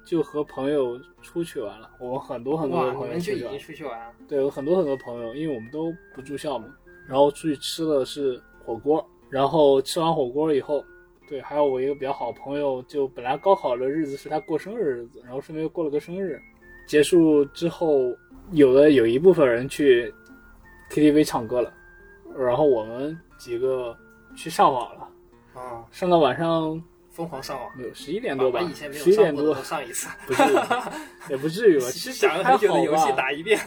[SPEAKER 1] 就和朋友出去玩了，我很 多很多
[SPEAKER 2] 哇，
[SPEAKER 1] 的
[SPEAKER 2] 你
[SPEAKER 1] 朋友
[SPEAKER 2] 们
[SPEAKER 1] 出
[SPEAKER 2] 就已
[SPEAKER 1] 去玩
[SPEAKER 2] 经，出去玩了，
[SPEAKER 1] 对，有很多很多朋友，因为我们都不住校嘛，然后出去吃的是火锅，然后吃完火锅以后，对，还有我一个比较好的朋友，就本来高考的日子是他过生日的日子，然后顺便又过了个生日，结束之后，有的有一部分人去 KTV 唱歌了，然后我们几个去上网了，
[SPEAKER 2] 哦，
[SPEAKER 1] 上到晚上
[SPEAKER 2] 疯狂 上网，
[SPEAKER 1] 没有十一点多吧
[SPEAKER 2] 把以前，没有
[SPEAKER 1] 十一
[SPEAKER 2] 上
[SPEAKER 1] 点
[SPEAKER 2] 过的
[SPEAKER 1] 多
[SPEAKER 2] 都 上一次，
[SPEAKER 1] 不至于，也不至于 吧。其实
[SPEAKER 2] 想了
[SPEAKER 1] 还
[SPEAKER 2] 很
[SPEAKER 1] 好
[SPEAKER 2] 久的游戏
[SPEAKER 1] 吧，
[SPEAKER 2] 打 一遍，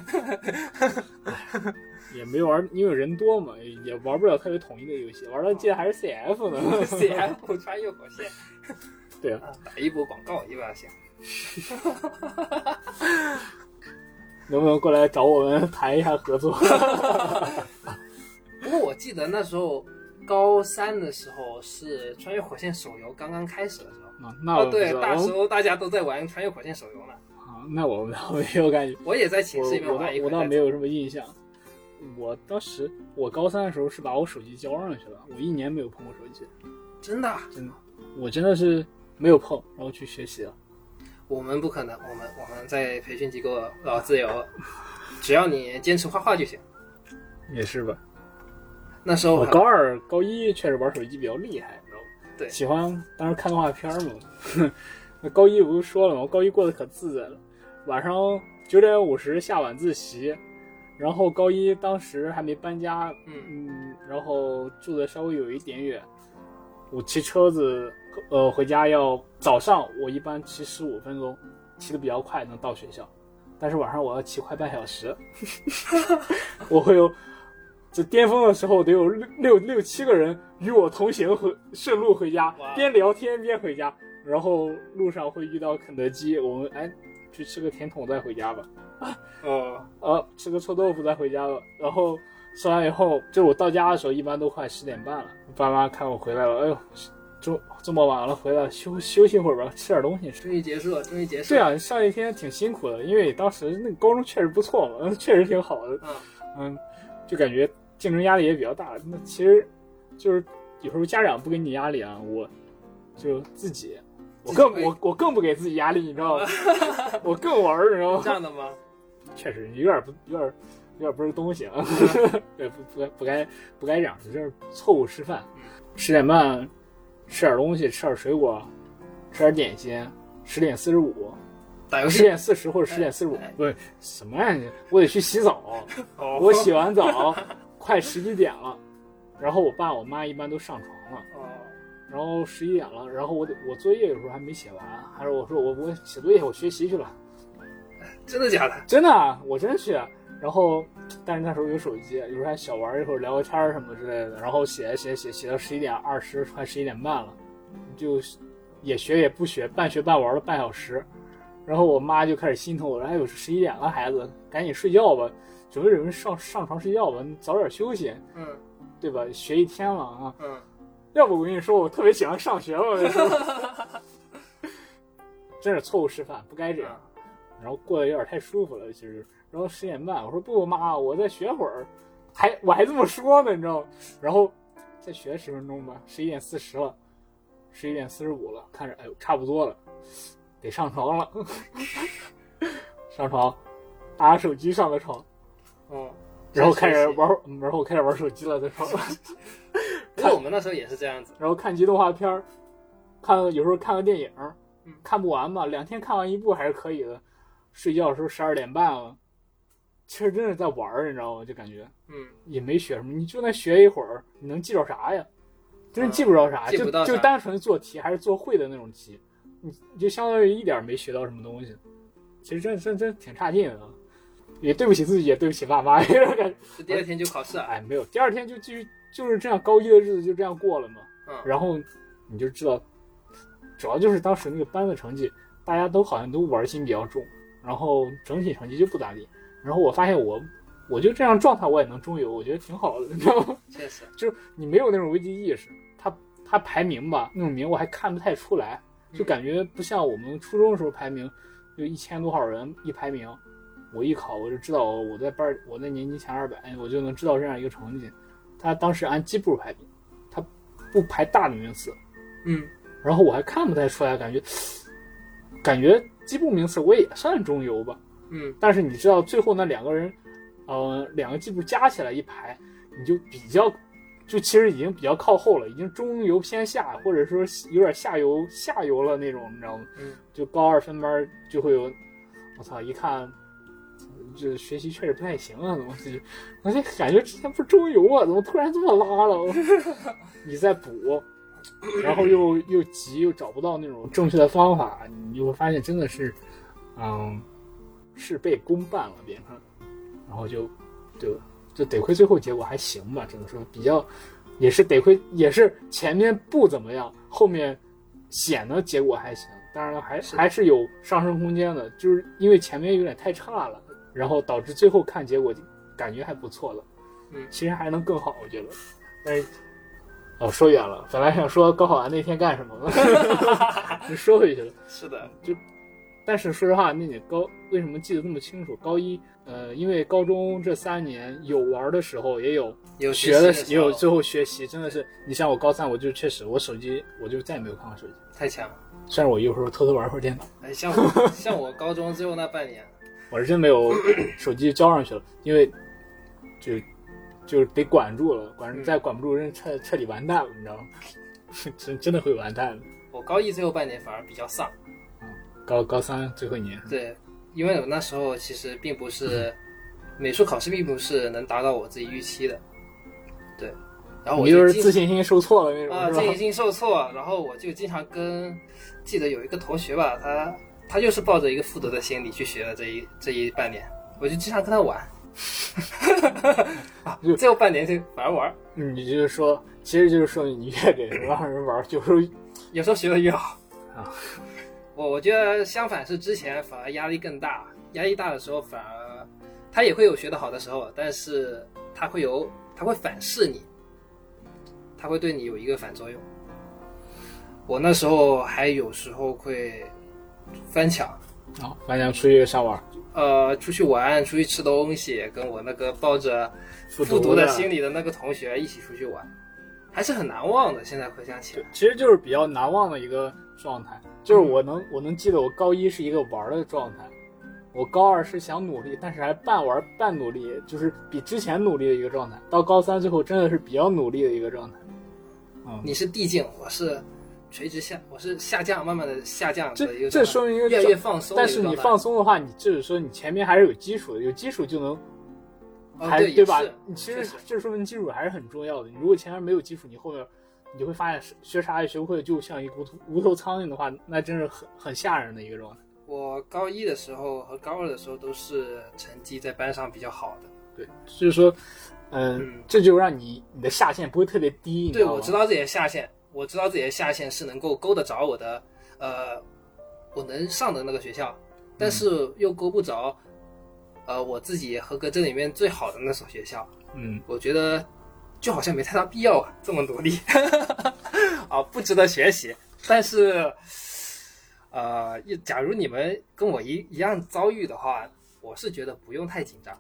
[SPEAKER 1] 也没玩，因为人多嘛，也玩不了特别统一的游戏，玩到记得还是 CF 呢。
[SPEAKER 2] CF 穿越火线，
[SPEAKER 1] 对啊，
[SPEAKER 2] 啊，打一波广告一般行。
[SPEAKER 1] 能不能过来找我们谈一下合 作？
[SPEAKER 2] 哦不过我记得那时候高三的时候是《穿越火线》手游刚刚开始的时候。
[SPEAKER 1] 啊，那我
[SPEAKER 2] 哦，
[SPEAKER 1] 不
[SPEAKER 2] 对
[SPEAKER 1] 知，道，
[SPEAKER 2] 那时
[SPEAKER 1] 我
[SPEAKER 2] 候大家都在玩《穿越火线》手游呢。
[SPEAKER 1] 啊， 那我倒没有感觉，
[SPEAKER 2] 我也在寝
[SPEAKER 1] 我
[SPEAKER 2] 室里面
[SPEAKER 1] 我倒
[SPEAKER 2] 玩一
[SPEAKER 1] 我
[SPEAKER 2] 款
[SPEAKER 1] 倒
[SPEAKER 2] 战
[SPEAKER 1] 没
[SPEAKER 2] 争，
[SPEAKER 1] 有什么印象。我当时我高三的时候是把我手机交上去了，我一年没有碰过手机，
[SPEAKER 2] 真的啊，
[SPEAKER 1] 真的，我真的是没有碰，然后去学习了。
[SPEAKER 2] 我们不可能，我们我们在培训机构老自由了，只要你坚持画画就行。
[SPEAKER 1] 也是吧，
[SPEAKER 2] 那时候
[SPEAKER 1] 我
[SPEAKER 2] 很
[SPEAKER 1] 高二、高一确实玩手机比较厉害，你知道吗？
[SPEAKER 2] 对
[SPEAKER 1] 喜欢当时看动画片儿嘛。 那高一不是说了吗？我高一过得可自在了，晚上九点五十下晚自习，然后高一当时还没搬家，
[SPEAKER 2] 嗯，
[SPEAKER 1] 嗯，然后住的稍微有一点远，我骑车子呃回家要早上我一般骑十五分钟，骑的比较快能到学校，但是晚上我要骑快半小 时，我会有。这巅峰的时候得有六六六七个人与我同行回顺路回家
[SPEAKER 2] 哇，
[SPEAKER 1] 边聊天边回家，然后路上会遇到肯德基，我们哎去吃个甜筒再回家吧。
[SPEAKER 2] 哦，
[SPEAKER 1] 呃，吃个臭豆腐再回家了。然后吃完以后，就我到家的时候一般都快十点半了。爸妈看我回来了，哎呦，这这么晚了回来休休息会儿吧，吃点东西吃。
[SPEAKER 2] 终于结束了，终于结束
[SPEAKER 1] 对
[SPEAKER 2] 了。
[SPEAKER 1] 啊，上一天挺辛苦的，因为当时那个高中确实不错嘛， 嗯确实挺好的，
[SPEAKER 2] 嗯，
[SPEAKER 1] 嗯，就感觉竞争压力也比较大。那其实就是有时候家长不给你压力啊，我就自己，我
[SPEAKER 2] 自己
[SPEAKER 1] 更
[SPEAKER 2] 会
[SPEAKER 1] 我我更不给自己压力，你知道吗？ 我更玩儿，你知道吗
[SPEAKER 2] 这？样的吗？
[SPEAKER 1] 确实有点不有点有点不是东西啊，
[SPEAKER 2] 嗯
[SPEAKER 1] 对，不不该不该不该这样，就是错误示范
[SPEAKER 2] 嗯。
[SPEAKER 1] 十点半吃点东西，吃点水果，吃点点心。十点四十五，
[SPEAKER 2] 打游
[SPEAKER 1] 十
[SPEAKER 2] 戏
[SPEAKER 1] 点四十或者十点四十五
[SPEAKER 2] 哎，
[SPEAKER 1] 不是什么呀？我得去洗澡，
[SPEAKER 2] 哦
[SPEAKER 1] 我洗完澡快十一点了，然后我爸我妈一般都上床了。
[SPEAKER 2] 哦，
[SPEAKER 1] 然后十一点了，然后我得我作业有时候还没写完，还是我说我我写作业我学习去了，
[SPEAKER 2] 真的假的？
[SPEAKER 1] 真的啊，我真去。然后，但是那时候有手机，有时候还小玩一会儿，聊个天儿什么之类的。然后写写写写到十一点二十，快十一点半了，就也学也不学，半学半玩了半小时。然后我妈就开始心疼我，说：“哎呦，十一点了，孩子，赶紧睡觉吧，准备准备上上床睡觉吧，你早点休息，
[SPEAKER 2] 嗯
[SPEAKER 1] 对吧？学一天了啊，
[SPEAKER 2] 嗯，
[SPEAKER 1] 要不我跟你说，我特别喜欢上学，我跟你说， 真是错误示范，不该这
[SPEAKER 2] 啊
[SPEAKER 1] 样。”然后过得有点太舒服了，其实。然后十点半，我说不妈，我再学会儿，还我还这么说呢，你知道吗？然后再学十分钟吧，十一点四十了，十一点四十五了，看着哎呦差不多了，得上床了， 上床，拿着手机上的床，
[SPEAKER 2] 哦，
[SPEAKER 1] 然后开始。玩，嗯然后开始玩手机了，在床上，
[SPEAKER 2] 不过我们那时候也是这样子，
[SPEAKER 1] 然后看集动画片儿，看有时候看个电影儿
[SPEAKER 2] 嗯，
[SPEAKER 1] 看不完吧，两天看完一部还是可以的。睡觉的时候十二点半了，其实真是在玩儿，你知道吗？就感觉
[SPEAKER 2] 嗯，
[SPEAKER 1] 也没学什么，你就那学一会儿，你能记着啥呀？真是记不着啥，
[SPEAKER 2] 嗯记
[SPEAKER 1] 就
[SPEAKER 2] 不到啥
[SPEAKER 1] 就单纯做题还是做会的那种题，你你就相当于一点儿没学到什么东西。其实真真真挺差劲的，啊，也对不起自己，也对不起爸妈， 有点感觉。
[SPEAKER 2] 就第二天就考试啊了。
[SPEAKER 1] 哎，没有，第二天就继续就是这样，高一的日子就这样过了嘛。
[SPEAKER 2] 嗯，
[SPEAKER 1] 然后你就知道，主要就是当时那个班的成绩，大家都好像都玩心比较重，然后整体成绩就不咋地。然后我发现我，我就这样状态我也能中游，我觉得挺好的，你知道吗？
[SPEAKER 2] 确实，
[SPEAKER 1] 就是你没有那种危机意识，他他排名吧，那种名我还看不太出来，就
[SPEAKER 2] 嗯
[SPEAKER 1] 感觉不像我们初中的时候排名，就一千多少人一排名，我一考我就知道我在班儿我在年级前二百，我就能知道这样一个成绩。他当时按基部排名，他不排大的名次，
[SPEAKER 2] 嗯，
[SPEAKER 1] 然后我还看不太出来，感觉感觉基部名词我也算中游吧。
[SPEAKER 2] 嗯
[SPEAKER 1] 但是你知道最后那两个人，呃，两个季部加起来一排，你就比较，就其实已经比较靠后了，已经中游偏下，或者说有点下游下游了那种，你知道吗？
[SPEAKER 2] 嗯，
[SPEAKER 1] 就高二分班就会有，我操，一看。这学习确实不太行啊，怎么这？我这感觉之前不是中游啊，怎么突然这么拉了？我你再补，然后又又急，又找不到那种正确的方法，你就会发现真的是，嗯，是被公办了，变成，然后就，对吧？就得亏最后结果还行吧，只能说比较，也是得亏，也是前面不怎么样，后面显得结果还行。当然了，还
[SPEAKER 2] 是
[SPEAKER 1] 还是有上升空间的，就是因为前面有点太差了，然后导致最后看结果就感觉还不错了。
[SPEAKER 2] 嗯
[SPEAKER 1] 其实还能更好，我觉得。但是，哦，说远了，本来想说高考完那天干什 么的，就 说回去了。
[SPEAKER 2] 是的，
[SPEAKER 1] 但是说实话，那你高为什么记得那么清楚？高一，呃，因为高中这三年有玩的时候，也有
[SPEAKER 2] 有
[SPEAKER 1] 学的，
[SPEAKER 2] 时
[SPEAKER 1] 也有
[SPEAKER 2] 候
[SPEAKER 1] 最后学习，真的是，你像我高三，我就确实我手机我就再也没有看过手机，
[SPEAKER 2] 太强了。
[SPEAKER 1] 虽然我有时候偷偷玩会儿电脑，
[SPEAKER 2] 哎，像我像我高中最后那半年，
[SPEAKER 1] 我是真没 有手机交上去了，因为就就得管住了，管
[SPEAKER 2] 嗯
[SPEAKER 1] 再管不住人彻彻底完蛋了，你知道吗？ 真真的会完蛋的。
[SPEAKER 2] 我高一最后半年反而比较丧。
[SPEAKER 1] 高高三最后一年，
[SPEAKER 2] 对，因为我那时候其实并不
[SPEAKER 1] 嗯
[SPEAKER 2] 是美术考试，并不是能达到我自己预期的。对，然后我
[SPEAKER 1] 你就是
[SPEAKER 2] 经
[SPEAKER 1] 自信心受挫了那种，
[SPEAKER 2] 啊，
[SPEAKER 1] 是吧
[SPEAKER 2] 这已？经受挫，然后我就经常跟，记得有一个同学吧，他他就是抱着一个复读的心理去学了这一这一半年，我就经常跟他玩，啊
[SPEAKER 1] 就
[SPEAKER 2] 最后半年就玩玩，
[SPEAKER 1] 你就是说，其实就是说你越给让人玩，就是
[SPEAKER 2] 有时候学的越好
[SPEAKER 1] 啊。
[SPEAKER 2] 我我觉得相反是之前反而压力更大，压力大的时候反而他也会有学的好的时候，但是他会有他会反噬你，他会对你有一个反作用。我那时候还有时候会翻墙，
[SPEAKER 1] 啊，翻墙出去上网，
[SPEAKER 2] 呃，出去玩、出去吃东西，跟我那个抱着
[SPEAKER 1] 复
[SPEAKER 2] 复
[SPEAKER 1] 读
[SPEAKER 2] 读的
[SPEAKER 1] 心
[SPEAKER 2] 心
[SPEAKER 1] 理，
[SPEAKER 2] 理的那个同学一起出去玩，还是很难忘的。现在回想起来，
[SPEAKER 1] 其实就是比较难忘的一个状态。就是
[SPEAKER 2] 嗯
[SPEAKER 1] 我能、我能记得，我高一是一个玩的状态，我高二是想努力，但是还半玩半努力，就是比之前努力的一个状态。到高三最后真的是比较努力的一个状态。嗯，
[SPEAKER 2] 你是递进，我是垂直下，我是下降，慢慢的下降的一
[SPEAKER 1] 这
[SPEAKER 2] 个
[SPEAKER 1] 这
[SPEAKER 2] 状
[SPEAKER 1] 说明一个
[SPEAKER 2] 态越来
[SPEAKER 1] 状
[SPEAKER 2] 越放松的
[SPEAKER 1] 但
[SPEAKER 2] 一个
[SPEAKER 1] 是
[SPEAKER 2] 状态。
[SPEAKER 1] 你放松的话，你就是说你前面还是有基础的，有基础就能
[SPEAKER 2] 哦
[SPEAKER 1] 还
[SPEAKER 2] 对也
[SPEAKER 1] 对吧
[SPEAKER 2] 是？
[SPEAKER 1] 你其
[SPEAKER 2] 确
[SPEAKER 1] 实
[SPEAKER 2] 实
[SPEAKER 1] 这说明基础还是很重要的。你如果前面没有基础，你后面你就会发现是学啥也学不会，就像一个无头无头苍蝇的话，那真是很很吓人的一个状态。
[SPEAKER 2] 我高一的时候和高二的时候都是成绩在班上比较好的，
[SPEAKER 1] 对，所以说，嗯，
[SPEAKER 2] 嗯
[SPEAKER 1] 这就让你你的下限不会特别低，你
[SPEAKER 2] 对
[SPEAKER 1] 吗？
[SPEAKER 2] 我知道自己的下限，我知道自己的下限是能够勾得着我的，呃，我能上的那个学校，
[SPEAKER 1] 嗯
[SPEAKER 2] 但是又勾不着，呃，我自己合格证里面最好的那所学校。
[SPEAKER 1] 嗯，
[SPEAKER 2] 我觉得就好像没太大必要啊，这么努 力啊，不值得学习。但是，呃，一假如你们跟我一一样遭遇的话，我是觉得不用太紧张，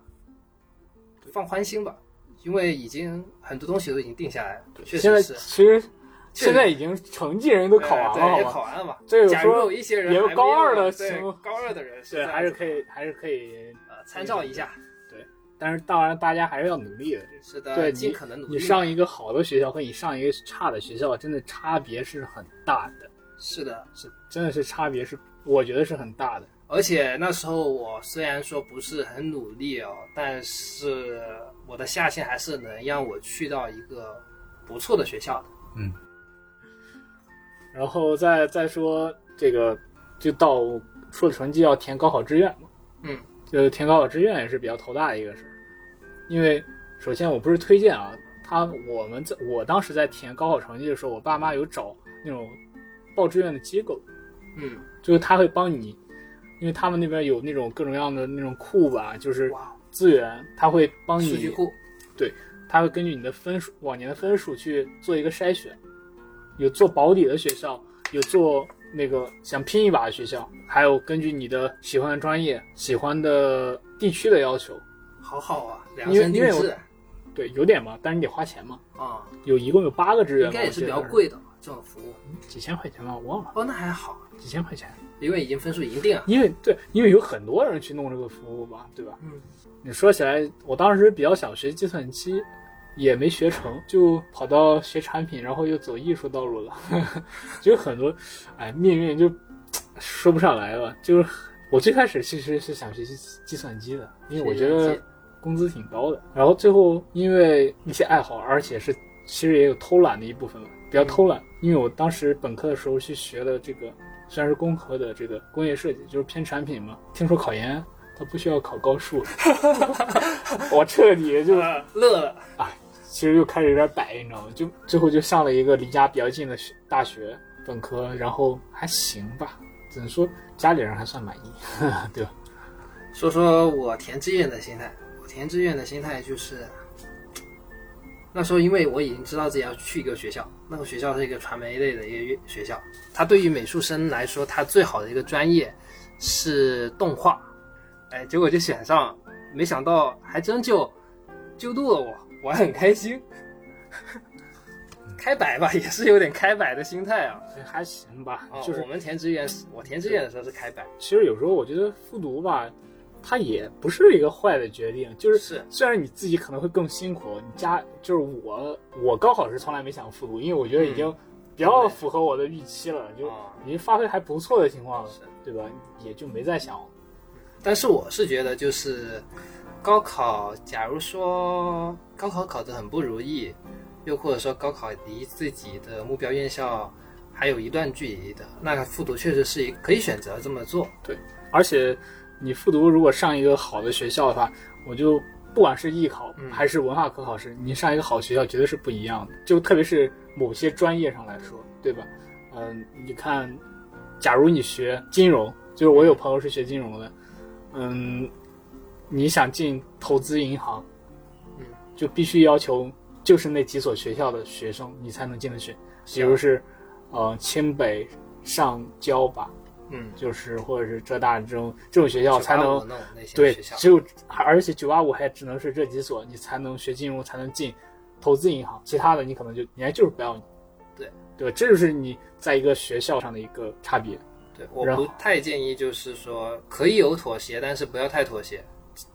[SPEAKER 2] 放宽心吧，因为已经很多东西都已经定下来了，确
[SPEAKER 1] 现在
[SPEAKER 2] 实是。
[SPEAKER 1] 其实
[SPEAKER 2] 确实
[SPEAKER 1] 现在已经成绩人都考完
[SPEAKER 2] 呃对
[SPEAKER 1] 了，
[SPEAKER 2] 也
[SPEAKER 1] 好吧？
[SPEAKER 2] 考完了嘛。
[SPEAKER 1] 这有
[SPEAKER 2] 假
[SPEAKER 1] 时
[SPEAKER 2] 如
[SPEAKER 1] 候
[SPEAKER 2] 有一些人
[SPEAKER 1] 也有
[SPEAKER 2] 还没
[SPEAKER 1] 高二的
[SPEAKER 2] 对
[SPEAKER 1] 情
[SPEAKER 2] 高二的人是啊
[SPEAKER 1] 对
[SPEAKER 2] 这样
[SPEAKER 1] 还是
[SPEAKER 2] 子
[SPEAKER 1] 可以还是可以，
[SPEAKER 2] 呃参照一下，
[SPEAKER 1] 但是当然大家还是要努力的。
[SPEAKER 2] 是的，
[SPEAKER 1] 对你
[SPEAKER 2] 尽可能努力
[SPEAKER 1] 你
[SPEAKER 2] 嘛。
[SPEAKER 1] 上一个好的学校和你上一个差的学校，真的差别是很大的。
[SPEAKER 2] 是的，
[SPEAKER 1] 是真的是差别是，我觉得是很大的。
[SPEAKER 2] 而且那时候我虽然说不是很努力哦，但是我的下限还是能让我去到一个不错的学校的。
[SPEAKER 1] 然后再再说这个，就到说成绩要填高考志愿嘛，
[SPEAKER 2] 嗯，
[SPEAKER 1] 就填高考志愿也是比较头大的一个事儿，因为首先我不是推荐啊，他我们在我当时在填高考成绩的时候，我爸妈有找那种报志愿的机构，
[SPEAKER 2] 嗯，
[SPEAKER 1] 就是他会帮你，因为他们那边有那种各种各样的那种库吧，就是
[SPEAKER 2] 哇，
[SPEAKER 1] 资源，他会嗯帮
[SPEAKER 2] 数
[SPEAKER 1] 你
[SPEAKER 2] 据库
[SPEAKER 1] 他会根据你的分数往年的分数去做一个筛选，有做保底的学校，有做那个想拼一把的学校，还有根据你的喜欢的专业、喜欢的地区的要求，
[SPEAKER 2] 好好啊，量
[SPEAKER 1] 因为
[SPEAKER 2] 身定
[SPEAKER 1] 因为
[SPEAKER 2] 制
[SPEAKER 1] 对，有点嘛，但是你得花钱嘛。
[SPEAKER 2] 啊、
[SPEAKER 1] 有一共有八个志愿
[SPEAKER 2] 应
[SPEAKER 1] 吧，
[SPEAKER 2] 该也是
[SPEAKER 1] 我
[SPEAKER 2] 比
[SPEAKER 1] 记得
[SPEAKER 2] 较贵的，这种服务。
[SPEAKER 1] 几千块钱吧，我忘了，
[SPEAKER 2] 哦，那还好，
[SPEAKER 1] 几千块钱。
[SPEAKER 2] 因为已经分数已经定了。
[SPEAKER 1] 因为对，因为有很多人去弄这个服务吧，对吧？
[SPEAKER 2] 嗯，
[SPEAKER 1] 你说起来，我当时比较想学计算机，也没学成，就跑到学产品，然后又走艺术道路了。 就很多，哎，命运就说不上来了。就是我最开始其实是想学习计算机的，因为我觉得工资挺高的。然后最后因为一些爱好，而且是其实也有偷懒的一部分了，比较偷懒。因为我当时本科的时候去学的这个，虽然是工科的这个工业设计，就是偏产品嘛。听说考研它不需要考高 数，我彻底就
[SPEAKER 2] 呃乐了。
[SPEAKER 1] 其实就开始有点摆，你知道吗？就最后就上了一个离家比较近的学大学本科，然后还行吧，只能说家里人还算满意，对吧？
[SPEAKER 2] 说说我填志愿的心态。我填志愿的心态就是，那时候因为我已经知道自己要去一个学校，那个学校是一个传媒类的一个学校，它对于美术生来说，它最好的一个专业是动画，哎，结果就选上了，没想到还真就就录了我，我还很开心。 开摆吧，也是有点开摆的心态啊。
[SPEAKER 1] 所以还行吧，
[SPEAKER 2] 哦，
[SPEAKER 1] 就是
[SPEAKER 2] 我们填志愿是，我填志愿的时候是开摆，
[SPEAKER 1] 其实有时候我觉得复读吧，它也不是一个坏的决定，就是
[SPEAKER 2] 是
[SPEAKER 1] 虽然你自己可能会更辛苦，你家就是我，我高考是从来没想复读，因为我觉
[SPEAKER 2] 嗯
[SPEAKER 1] 得已经比较符合我的预期了，就
[SPEAKER 2] 哦
[SPEAKER 1] 已经发挥还不错的情况了
[SPEAKER 2] 是，
[SPEAKER 1] 对吧？也就没再想
[SPEAKER 2] 但是我是觉得，就是高考，假如说高考考得很不如意，又或者说高考离自己的目标院校还有一段距离的，那复读确实是一可以选择这么做。
[SPEAKER 1] 而且你复读如果上一个好的学校的话，我就不管是艺考
[SPEAKER 2] 嗯
[SPEAKER 1] 还是文化科考试，你上一个好学校绝对是不一样的，就特别是某些专业上来说，对吧？嗯，你看，假如你学金融，就是我有朋友是学金融的，嗯，你想进投资银行，
[SPEAKER 2] 嗯，
[SPEAKER 1] 就必须要求就是那几所学校的学生你才能进得去，比如是，呃，清北、上交吧，
[SPEAKER 2] 嗯，
[SPEAKER 1] 就是或者是浙大这种这种学校才
[SPEAKER 2] 985
[SPEAKER 1] 能
[SPEAKER 2] 那种类型的
[SPEAKER 1] 对
[SPEAKER 2] 学，校。
[SPEAKER 1] 只有而且九八五还只能是这几所，你才能学金融才能进投资银行，其他的你可能就人家就是不要你。
[SPEAKER 2] 对
[SPEAKER 1] 对，这就是你在一个学校上的一个差别。
[SPEAKER 2] 对，我
[SPEAKER 1] 然后
[SPEAKER 2] 不太建议，就是说可以有妥协，但是不要太妥协。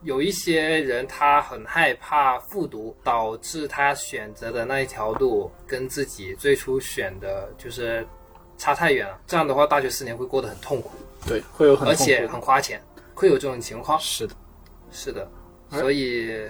[SPEAKER 2] 有一些人他很害怕复读，导致他选择的那一条路跟自己最初选的就是差太远了。这样的话，大学四年会过得很痛苦，
[SPEAKER 1] 对，会有很
[SPEAKER 2] 而
[SPEAKER 1] 痛
[SPEAKER 2] 且
[SPEAKER 1] 苦
[SPEAKER 2] 很花钱，会有这种情况。
[SPEAKER 1] 是的，
[SPEAKER 2] 是的，
[SPEAKER 1] 而
[SPEAKER 2] 所以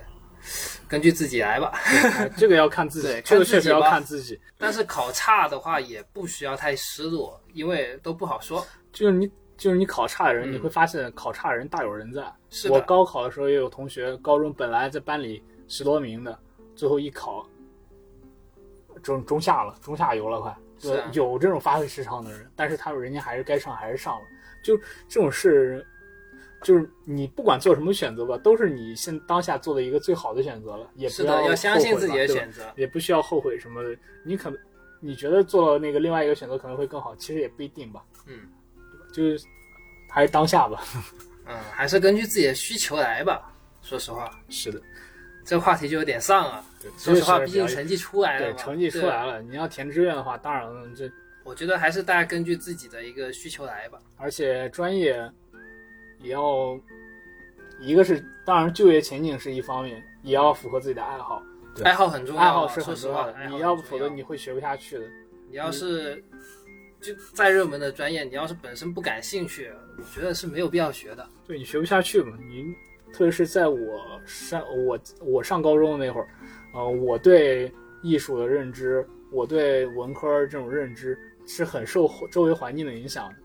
[SPEAKER 2] 根据自己来吧。
[SPEAKER 1] 哎这个要看自己这个
[SPEAKER 2] 对，看自己
[SPEAKER 1] 确实要
[SPEAKER 2] 吧
[SPEAKER 1] 看自己。
[SPEAKER 2] 但是考差的话，也不需要太失落，因为都不好说。
[SPEAKER 1] 就是你就是你考差的人，
[SPEAKER 2] 嗯
[SPEAKER 1] 你会发现考差的人大有人在。
[SPEAKER 2] 是的
[SPEAKER 1] 我高考的时候也有同学，高中本来在班里十多名的，最后一考中中下了，中下游了快。
[SPEAKER 2] 是啊
[SPEAKER 1] 有这种发挥失常的人，但是他们人家还是该上还是上了。就这种事，就是你不管做什么选择吧，都是你现当下做的一个最好的选择了，也不
[SPEAKER 2] 是的，要相信
[SPEAKER 1] 后悔
[SPEAKER 2] 自己
[SPEAKER 1] 嘛
[SPEAKER 2] 的
[SPEAKER 1] 对吧
[SPEAKER 2] 选择。
[SPEAKER 1] 也不需要后悔什么的。你可能你觉得做那个另外一个选择可能会更好，其实也不一定吧。
[SPEAKER 2] 嗯，
[SPEAKER 1] 就是还是当下吧。
[SPEAKER 2] 嗯，还是根据自己的需求来吧。说实话，
[SPEAKER 1] 是的，
[SPEAKER 2] 这个话题就有点丧啊。
[SPEAKER 1] 对，
[SPEAKER 2] 说实
[SPEAKER 1] 这
[SPEAKER 2] 话，
[SPEAKER 1] 个
[SPEAKER 2] 毕
[SPEAKER 1] 是比较
[SPEAKER 2] 竟成绩出来了
[SPEAKER 1] 对
[SPEAKER 2] 嘛，
[SPEAKER 1] 成绩出
[SPEAKER 2] 对。
[SPEAKER 1] 来
[SPEAKER 2] 啊
[SPEAKER 1] 了，你要填志愿的话，当然了，这
[SPEAKER 2] 我觉得还是大家根据自己的一个需求来吧。
[SPEAKER 1] 而且专业也要，一个是当然就业前景是一方面，也要符合自己的爱好。对
[SPEAKER 2] 爱好很重要啊，
[SPEAKER 1] 爱好是
[SPEAKER 2] 说
[SPEAKER 1] 很
[SPEAKER 2] 实
[SPEAKER 1] 重要
[SPEAKER 2] 话
[SPEAKER 1] 的，
[SPEAKER 2] 爱好
[SPEAKER 1] 你
[SPEAKER 2] 很
[SPEAKER 1] 要
[SPEAKER 2] 重
[SPEAKER 1] 不否则你会学不下去的。
[SPEAKER 2] 你要是就再热门的专业，你要是本身不感兴趣，我觉得是没有必要学的。
[SPEAKER 1] 对你学不下去嘛，你特别是在我上我我上高中的那会儿，呃，我对艺术的认知，我对文科这种认知是很受周围环境的影响的。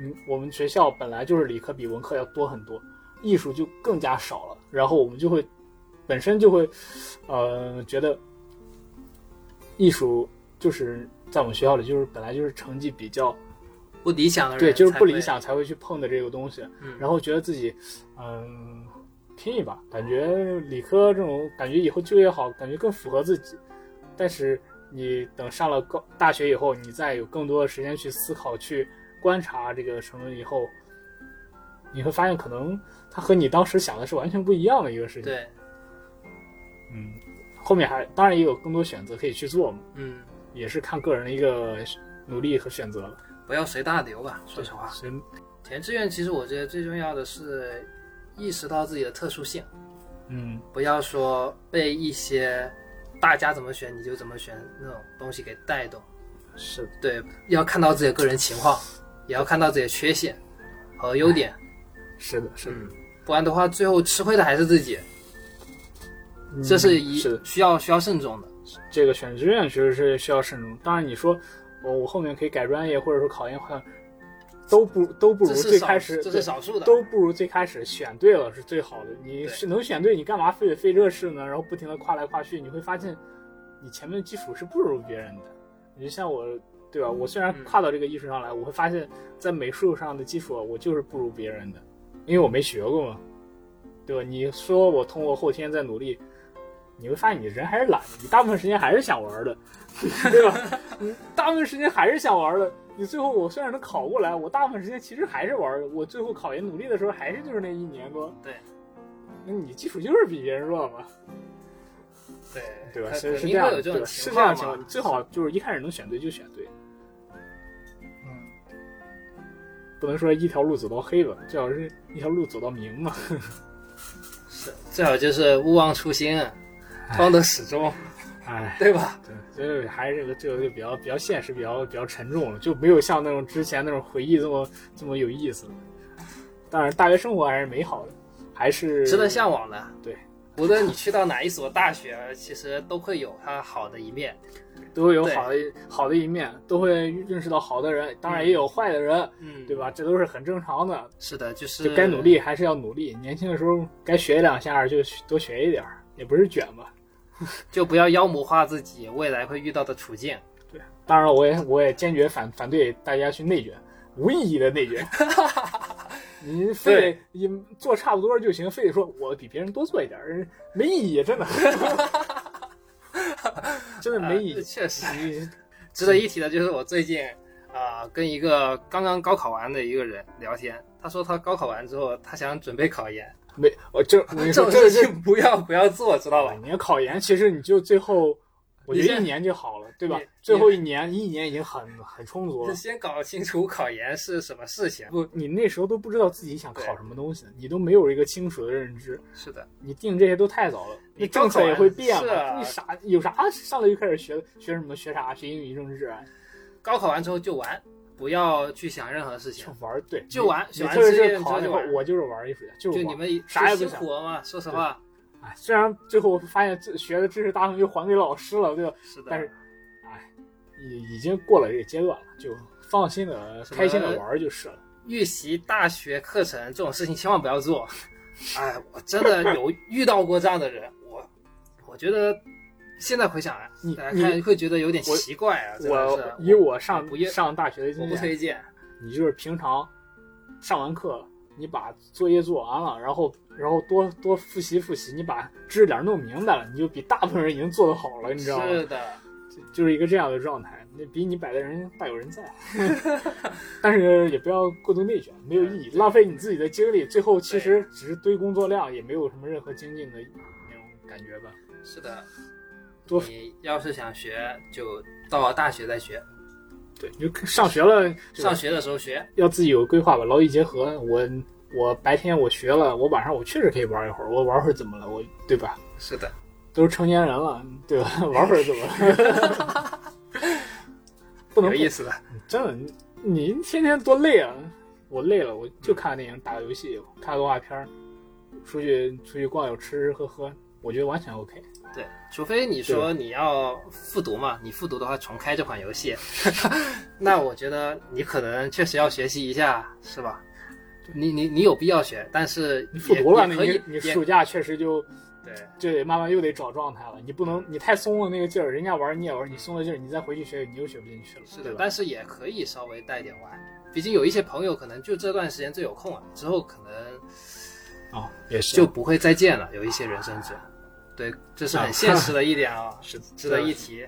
[SPEAKER 1] 嗯，我们学校本来就是理科比文科要多很多，艺术就更加少了，然后我们就会本身就会，呃，觉得艺术就是在我们学校里就是本来就是成绩比较
[SPEAKER 2] 不理想的人
[SPEAKER 1] 对，就是
[SPEAKER 2] 才
[SPEAKER 1] 不理
[SPEAKER 2] 会。
[SPEAKER 1] 想才会去碰的这个东西。
[SPEAKER 2] 嗯
[SPEAKER 1] 然后觉得自己，嗯，拼一把，感觉理科这种感觉以后就业好，感觉更符合自己。但是你等上了高大学以后，你再有更多的时间去思考、去观察这个什么以后，你会发现可能它和你当时想的是完全不一样的一个事情。
[SPEAKER 2] 对，
[SPEAKER 1] 嗯，后面还当然也有更多选择可以去做嘛。
[SPEAKER 2] 嗯，
[SPEAKER 1] 也是看个人的一个努力和选择了。
[SPEAKER 2] 不要随大流吧，说实话。
[SPEAKER 1] 谁
[SPEAKER 2] 填志愿其实我觉得最重要的是意识到自己的特殊性，
[SPEAKER 1] 嗯，
[SPEAKER 2] 不要说被一些大家怎么选你就怎么选那种东西给带动。
[SPEAKER 1] 是的，
[SPEAKER 2] 对，要看到自己的个人情况，也要看到自己的缺陷和优点，
[SPEAKER 1] 是的，是的，
[SPEAKER 2] 嗯，不然的话最后吃亏的还是自己，这是
[SPEAKER 1] 嗯
[SPEAKER 2] 一
[SPEAKER 1] 是的
[SPEAKER 2] 需要需要慎重的。
[SPEAKER 1] 这个选志愿其实是需要慎重。当然，你说我我后面可以改专业，或者说考研，换，都不都不如
[SPEAKER 2] 这是
[SPEAKER 1] 最
[SPEAKER 2] 少，
[SPEAKER 1] 开始
[SPEAKER 2] 这是少数的。
[SPEAKER 1] 都不如最开始选对了是最好的。你
[SPEAKER 2] 对
[SPEAKER 1] 是能选对，你干嘛非得费这事呢？然后不停的跨来跨去，你会发现你前面的基础是不如别人的。你就像我，对吧？我虽然
[SPEAKER 2] 嗯
[SPEAKER 1] 跨到这个艺术上来，我会发现在美术上的基础啊我就是不如别人的，因为我没学过嘛，对吧？你说我通过后天再努力。你会发现你人还是懒的，你大部分时间还是想玩的， 对吧？你大部分时间还是想玩的。你最后我虽然能考过来，我大部分时间其实还是玩儿的。我最后考研努力的时候，还是就是那一年多。
[SPEAKER 2] 对，
[SPEAKER 1] 那你基础就是比别人弱嘛，
[SPEAKER 2] 对
[SPEAKER 1] 对吧？
[SPEAKER 2] 肯
[SPEAKER 1] 所以是
[SPEAKER 2] 肯
[SPEAKER 1] 这
[SPEAKER 2] 定
[SPEAKER 1] 样
[SPEAKER 2] 会
[SPEAKER 1] 的，
[SPEAKER 2] 有
[SPEAKER 1] 对
[SPEAKER 2] 这
[SPEAKER 1] 吧
[SPEAKER 2] 种
[SPEAKER 1] 是
[SPEAKER 2] 情
[SPEAKER 1] 这样的
[SPEAKER 2] 况
[SPEAKER 1] 情况。
[SPEAKER 2] 嘛
[SPEAKER 1] 你。最好就是一开始能选对就选对，
[SPEAKER 2] 嗯，
[SPEAKER 1] 不能说一条路走到黑吧，最好是一条路走到明嘛。
[SPEAKER 2] 是最好就是勿忘初心，方得始终，
[SPEAKER 1] 哎，
[SPEAKER 2] 对吧？
[SPEAKER 1] 对，所以还是这个这个就比较比较现实，比较比较沉重了，就没有像那种之前那种回忆这么这么有意思了。当然，大学生活还是美好的，还是
[SPEAKER 2] 值得向往的。
[SPEAKER 1] 对，
[SPEAKER 2] 无论你去到哪一所大学，其实都会有它好的一面。
[SPEAKER 1] 都会有
[SPEAKER 2] 对
[SPEAKER 1] 好的一好的一面，都会认识到好的人，当然也有坏的人，
[SPEAKER 2] 嗯
[SPEAKER 1] 对？吧？这都是很正常的，
[SPEAKER 2] 是的，就是
[SPEAKER 1] 就该努。力还是要努力。年轻的时候该学两下儿就多学一点儿，也不是卷吧。
[SPEAKER 2] 就不要妖魔化自己未来会遇到的处境。
[SPEAKER 1] 当然，我也我也坚决反反对大家去内卷，无意义的内 卷。你非得你做差不多就行，非得说我比别人多做一点儿，没意义， 真的，真的没意
[SPEAKER 2] 呃
[SPEAKER 1] 义。
[SPEAKER 2] 确实。
[SPEAKER 1] 你
[SPEAKER 2] 值得一提的就是我最近啊、呃跟一个刚刚高考完的一个人聊天，他说他高考完之后，他想准备考研，
[SPEAKER 1] 没我 这我跟
[SPEAKER 2] 这
[SPEAKER 1] 你说
[SPEAKER 2] 种
[SPEAKER 1] 这
[SPEAKER 2] 事
[SPEAKER 1] 这
[SPEAKER 2] 情不要不要做，知道吧？
[SPEAKER 1] 你要考研，其实你就最后，我觉
[SPEAKER 2] 你
[SPEAKER 1] 得
[SPEAKER 2] 先
[SPEAKER 1] 一年就好了，对吧
[SPEAKER 2] 你？
[SPEAKER 1] 最后一年，一年已经很很充足
[SPEAKER 2] 就
[SPEAKER 1] 了。
[SPEAKER 2] 先搞清楚考研是什么事情。
[SPEAKER 1] 嗯不，你那时候都不知道自己想考
[SPEAKER 2] 对
[SPEAKER 1] 什么东西，你都没有一个清楚的认知，
[SPEAKER 2] 是的，
[SPEAKER 1] 你定这些都太早了。那
[SPEAKER 2] 你
[SPEAKER 1] 政策也会变
[SPEAKER 2] 是
[SPEAKER 1] 嘛？
[SPEAKER 2] 啊
[SPEAKER 1] 你啥有啥上来就开始学学什么学啥学英语政治啊，
[SPEAKER 2] 高考完之后就玩，不要去想任何事情
[SPEAKER 1] 就。玩儿对，
[SPEAKER 2] 就玩
[SPEAKER 1] 你
[SPEAKER 2] 喜
[SPEAKER 1] 你
[SPEAKER 2] 欢
[SPEAKER 1] 特别
[SPEAKER 2] 这
[SPEAKER 1] 是
[SPEAKER 2] 些
[SPEAKER 1] 考
[SPEAKER 2] 你知道
[SPEAKER 1] 以
[SPEAKER 2] 就
[SPEAKER 1] 后
[SPEAKER 2] 玩，
[SPEAKER 1] 我就是玩儿艺术家，就是
[SPEAKER 2] 就你
[SPEAKER 1] 玩儿。
[SPEAKER 2] 们
[SPEAKER 1] 啥也不
[SPEAKER 2] 是
[SPEAKER 1] 想
[SPEAKER 2] 辛苦了嘛，说实话，
[SPEAKER 1] 哎，虽然最后发现自学的知识大部分又还给老师了，对吧？
[SPEAKER 2] 是
[SPEAKER 1] 但
[SPEAKER 2] 的
[SPEAKER 1] 是。哎已已经过了这个阶段了，就放心的、
[SPEAKER 2] 什么
[SPEAKER 1] 开心的玩儿就是了。
[SPEAKER 2] 预习大学课程这种事情千万不要做。哎，我真的有遇到过这样的人，我我觉得现在回想来
[SPEAKER 1] 你
[SPEAKER 2] 来
[SPEAKER 1] 你
[SPEAKER 2] 看会觉得有点
[SPEAKER 1] 我
[SPEAKER 2] 奇怪啊，真的
[SPEAKER 1] 我
[SPEAKER 2] 是
[SPEAKER 1] 以我上
[SPEAKER 2] 不愿
[SPEAKER 1] 上大学的
[SPEAKER 2] 我
[SPEAKER 1] 经
[SPEAKER 2] 不
[SPEAKER 1] 验，
[SPEAKER 2] 推荐。
[SPEAKER 1] 你就是平常上完课，你把作业做完了，然后然后多多复习复习，你把知识点弄明白了，你就比大部分人已经做得好了，你知道吗？
[SPEAKER 2] 是的，
[SPEAKER 1] 就就是一个这样的状态，那比你摆的人大有人 在。但是也不要过度内卷，没有意义，
[SPEAKER 2] 哎
[SPEAKER 1] 浪费你自己的精力，最后其实只是堆工作量，也没有什么任何精进的那种感觉吧。
[SPEAKER 2] 是的。
[SPEAKER 1] 多
[SPEAKER 2] 你要是想学，就到大学再学，
[SPEAKER 1] 对，你就上学了，对吧
[SPEAKER 2] 上学的时候学。
[SPEAKER 1] 要自己有规划吧，劳逸结合。我我白天我学了，我晚上我确实可以玩一会儿，我玩会儿怎么了？我对吧？
[SPEAKER 2] 是的，
[SPEAKER 1] 都是成年人了，对吧？ 玩会儿怎么了？不能
[SPEAKER 2] 有意思的。
[SPEAKER 1] 真的，你你天天多累啊！我累了，我就看电影、打游戏、看动画片儿，出去出去逛悠、吃吃喝喝，我觉得完全 OK。
[SPEAKER 2] 对，除非你说你要复读嘛，你复读的话重开这款游戏， 那我觉得你可能确实要学习一下，是吧？你你你有必要学，但是
[SPEAKER 1] 你
[SPEAKER 2] 也
[SPEAKER 1] 复读了，
[SPEAKER 2] 也
[SPEAKER 1] 那
[SPEAKER 2] 可
[SPEAKER 1] 你
[SPEAKER 2] 以
[SPEAKER 1] 你
[SPEAKER 2] 也
[SPEAKER 1] 暑假确实就
[SPEAKER 2] 对
[SPEAKER 1] 就得慢慢又得找状态了。你不能你太松了那个劲儿，人家玩儿你也玩儿，你松了劲儿，你再回去学你又学不进去了，
[SPEAKER 2] 是
[SPEAKER 1] 对
[SPEAKER 2] 的，
[SPEAKER 1] 吧？
[SPEAKER 2] 但是也可以稍微带点玩，毕竟有一些朋友可能就这段时间最有空了，之后可能
[SPEAKER 1] 哦，也是，
[SPEAKER 2] 就不会再见了，有一些人甚至，对，这是很现实的一点啊
[SPEAKER 1] 是
[SPEAKER 2] 值得一提。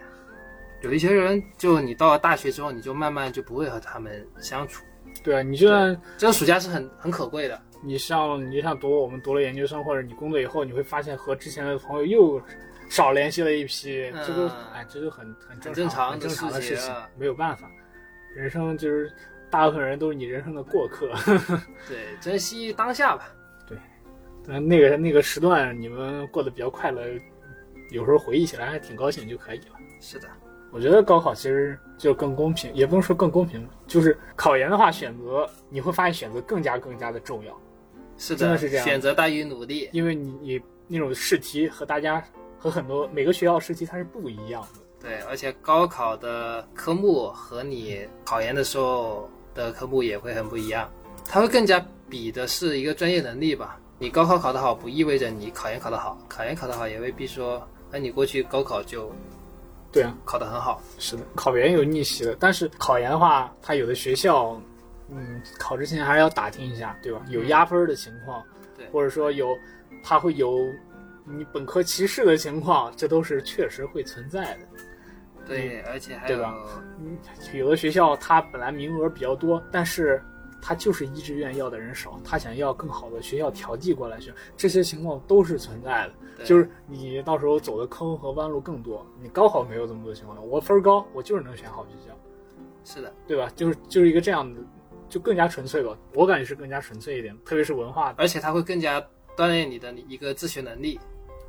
[SPEAKER 2] 有一些人，就你到了大学之后，你就慢慢就不会和他们相处。
[SPEAKER 1] 对啊，你就算
[SPEAKER 2] 这个暑假是很很可贵的，
[SPEAKER 1] 你上你上读我们读了研究生或者你工作以后，你会发现和之前的朋友又少联系了一批，这都
[SPEAKER 2] 嗯
[SPEAKER 1] 哎这都很很
[SPEAKER 2] 很
[SPEAKER 1] 正
[SPEAKER 2] 正常
[SPEAKER 1] 很
[SPEAKER 2] 的
[SPEAKER 1] 正常的
[SPEAKER 2] 事
[SPEAKER 1] 事
[SPEAKER 2] 情
[SPEAKER 1] 情
[SPEAKER 2] 啊，
[SPEAKER 1] 没有办法，人生就是大部分人都是你人生的过客。
[SPEAKER 2] 对，珍惜当下吧。
[SPEAKER 1] 但那个那个时段你们过得比较快乐，有时候回忆起来还挺高兴就可以了。
[SPEAKER 2] 是的，
[SPEAKER 1] 我觉得高考其实就更公平，也不能说更公平，就是考研的话，选择你会发现选择更加更加的重要，
[SPEAKER 2] 是的，
[SPEAKER 1] 真的是这样
[SPEAKER 2] 选择大于努力。
[SPEAKER 1] 因为你你那种试题和大家和很多每个学校试题它是不一样的。
[SPEAKER 2] 对，而且高考的科目和你考研的时候的科目也会很不一样，它会更加比的是一个专业能力吧。你高考考得好，不意味着你考研考得好，考研考得好也未必说，那你过去高考就
[SPEAKER 1] 对啊，
[SPEAKER 2] 考得很好。
[SPEAKER 1] 是的，考研有逆袭的，但是考研的话，它有的学校，嗯，考之前还是要打听一下，对吧？有压分的情况，
[SPEAKER 2] 对
[SPEAKER 1] 或者说有，它会有你本科歧视的情况，这都是确实会存在的。
[SPEAKER 2] 对，而且还
[SPEAKER 1] 对
[SPEAKER 2] 有
[SPEAKER 1] 吧嗯，有的学校它本来名额比较多，但是它就是一志愿要的人少，他想要更好的学校调剂过来学，这些情况都是存在的。
[SPEAKER 2] 对
[SPEAKER 1] 就是你到时候走的坑和弯路更多。你高考没有这么多情况，我分儿高，我就是能选好学校，
[SPEAKER 2] 是的，
[SPEAKER 1] 对吧？就是就是一个这样的，就更加纯粹吧。我感觉是更加纯粹一点，特别是文化，
[SPEAKER 2] 而且它会更加锻炼你的一个自学能力，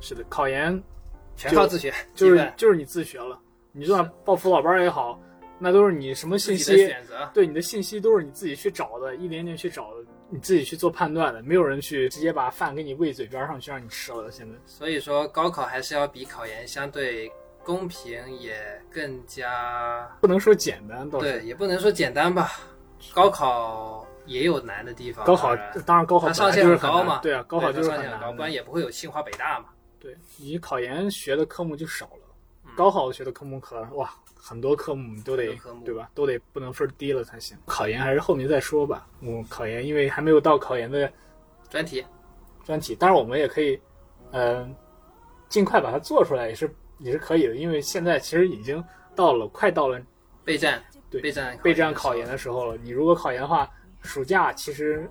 [SPEAKER 1] 是的，考研
[SPEAKER 2] 全靠自学，
[SPEAKER 1] 就
[SPEAKER 2] 基
[SPEAKER 1] 是
[SPEAKER 2] 本
[SPEAKER 1] 就是你自学了，你就算报辅导班儿也好，那都是你什么
[SPEAKER 2] 自
[SPEAKER 1] 信
[SPEAKER 2] 己的
[SPEAKER 1] 息。
[SPEAKER 2] 选择。
[SPEAKER 1] 对你的信息都是你自己去找的，一点点去找的，你自己去做判断的，没有人去直接把饭给你喂嘴边上去让你吃了。现在
[SPEAKER 2] 所以说，高考还是要比考研相对公平，也更加
[SPEAKER 1] 不能说简单，倒是
[SPEAKER 2] 对，也不能说简单吧。高考也有难的地方，
[SPEAKER 1] 高考
[SPEAKER 2] 当然
[SPEAKER 1] 当然高考
[SPEAKER 2] 它
[SPEAKER 1] 本来
[SPEAKER 2] 上限
[SPEAKER 1] 就是
[SPEAKER 2] 很
[SPEAKER 1] 很
[SPEAKER 2] 高
[SPEAKER 1] 难
[SPEAKER 2] 嘛，
[SPEAKER 1] 对啊，高考
[SPEAKER 2] 它
[SPEAKER 1] 就是
[SPEAKER 2] 上
[SPEAKER 1] 很
[SPEAKER 2] 限很高，
[SPEAKER 1] 难
[SPEAKER 2] 不然
[SPEAKER 1] 的。
[SPEAKER 2] 也不会有清华北大嘛。
[SPEAKER 1] 对你考研学的科目就少了，高考学的科目可哇很多科目你都
[SPEAKER 2] 嗯很
[SPEAKER 1] 得
[SPEAKER 2] 多科目
[SPEAKER 1] 对吧？都得不能分低了才行。考研还是后面再说吧。我考研因为还没有到考研的
[SPEAKER 2] 专题
[SPEAKER 1] 专题，当然我们也可以，嗯、尽快把它做出来也是也是可以的，因为现在其实已经到了快到了
[SPEAKER 2] 备战，
[SPEAKER 1] 对
[SPEAKER 2] 备战
[SPEAKER 1] 备战考研
[SPEAKER 2] 的
[SPEAKER 1] 的时候了。你如果考研的话，暑假其实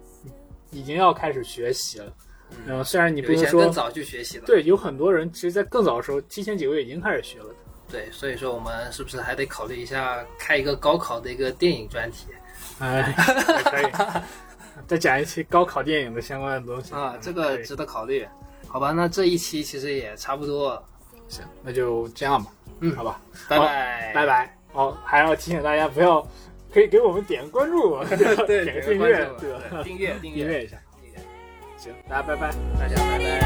[SPEAKER 1] 已经要开始学习了。
[SPEAKER 2] 嗯
[SPEAKER 1] 嗯、虽然你
[SPEAKER 2] 时候，
[SPEAKER 1] 不
[SPEAKER 2] 有
[SPEAKER 1] 能
[SPEAKER 2] 些人更
[SPEAKER 1] 说
[SPEAKER 2] 早去学习了。
[SPEAKER 1] 对，有很多人其实，在更早的时候，提前几个月已经开始学了。
[SPEAKER 2] 对，所以说我们是不是还得考虑一下开一个高考的一个电影专题
[SPEAKER 1] 哎，也可以。再讲一期高考电影的相关的东西
[SPEAKER 2] 啊？
[SPEAKER 1] 嗯
[SPEAKER 2] 这个
[SPEAKER 1] 可以
[SPEAKER 2] 值得考虑。好吧，那这一期其实也差不多了，
[SPEAKER 1] 行，那就这样吧。
[SPEAKER 2] 嗯
[SPEAKER 1] 好吧，
[SPEAKER 2] 拜
[SPEAKER 1] 好
[SPEAKER 2] 拜
[SPEAKER 1] 拜。拜。哦，还要提醒大家不要，可以给我们点个关 注，
[SPEAKER 2] 对，
[SPEAKER 1] 点
[SPEAKER 2] 点
[SPEAKER 1] 个
[SPEAKER 2] 个
[SPEAKER 1] 订
[SPEAKER 2] 关
[SPEAKER 1] 阅
[SPEAKER 2] 注，
[SPEAKER 1] 对吧？
[SPEAKER 2] 对，订阅，订
[SPEAKER 1] 订
[SPEAKER 2] 阅，
[SPEAKER 1] 阅一下。行，大家拜拜。
[SPEAKER 2] 大家拜拜。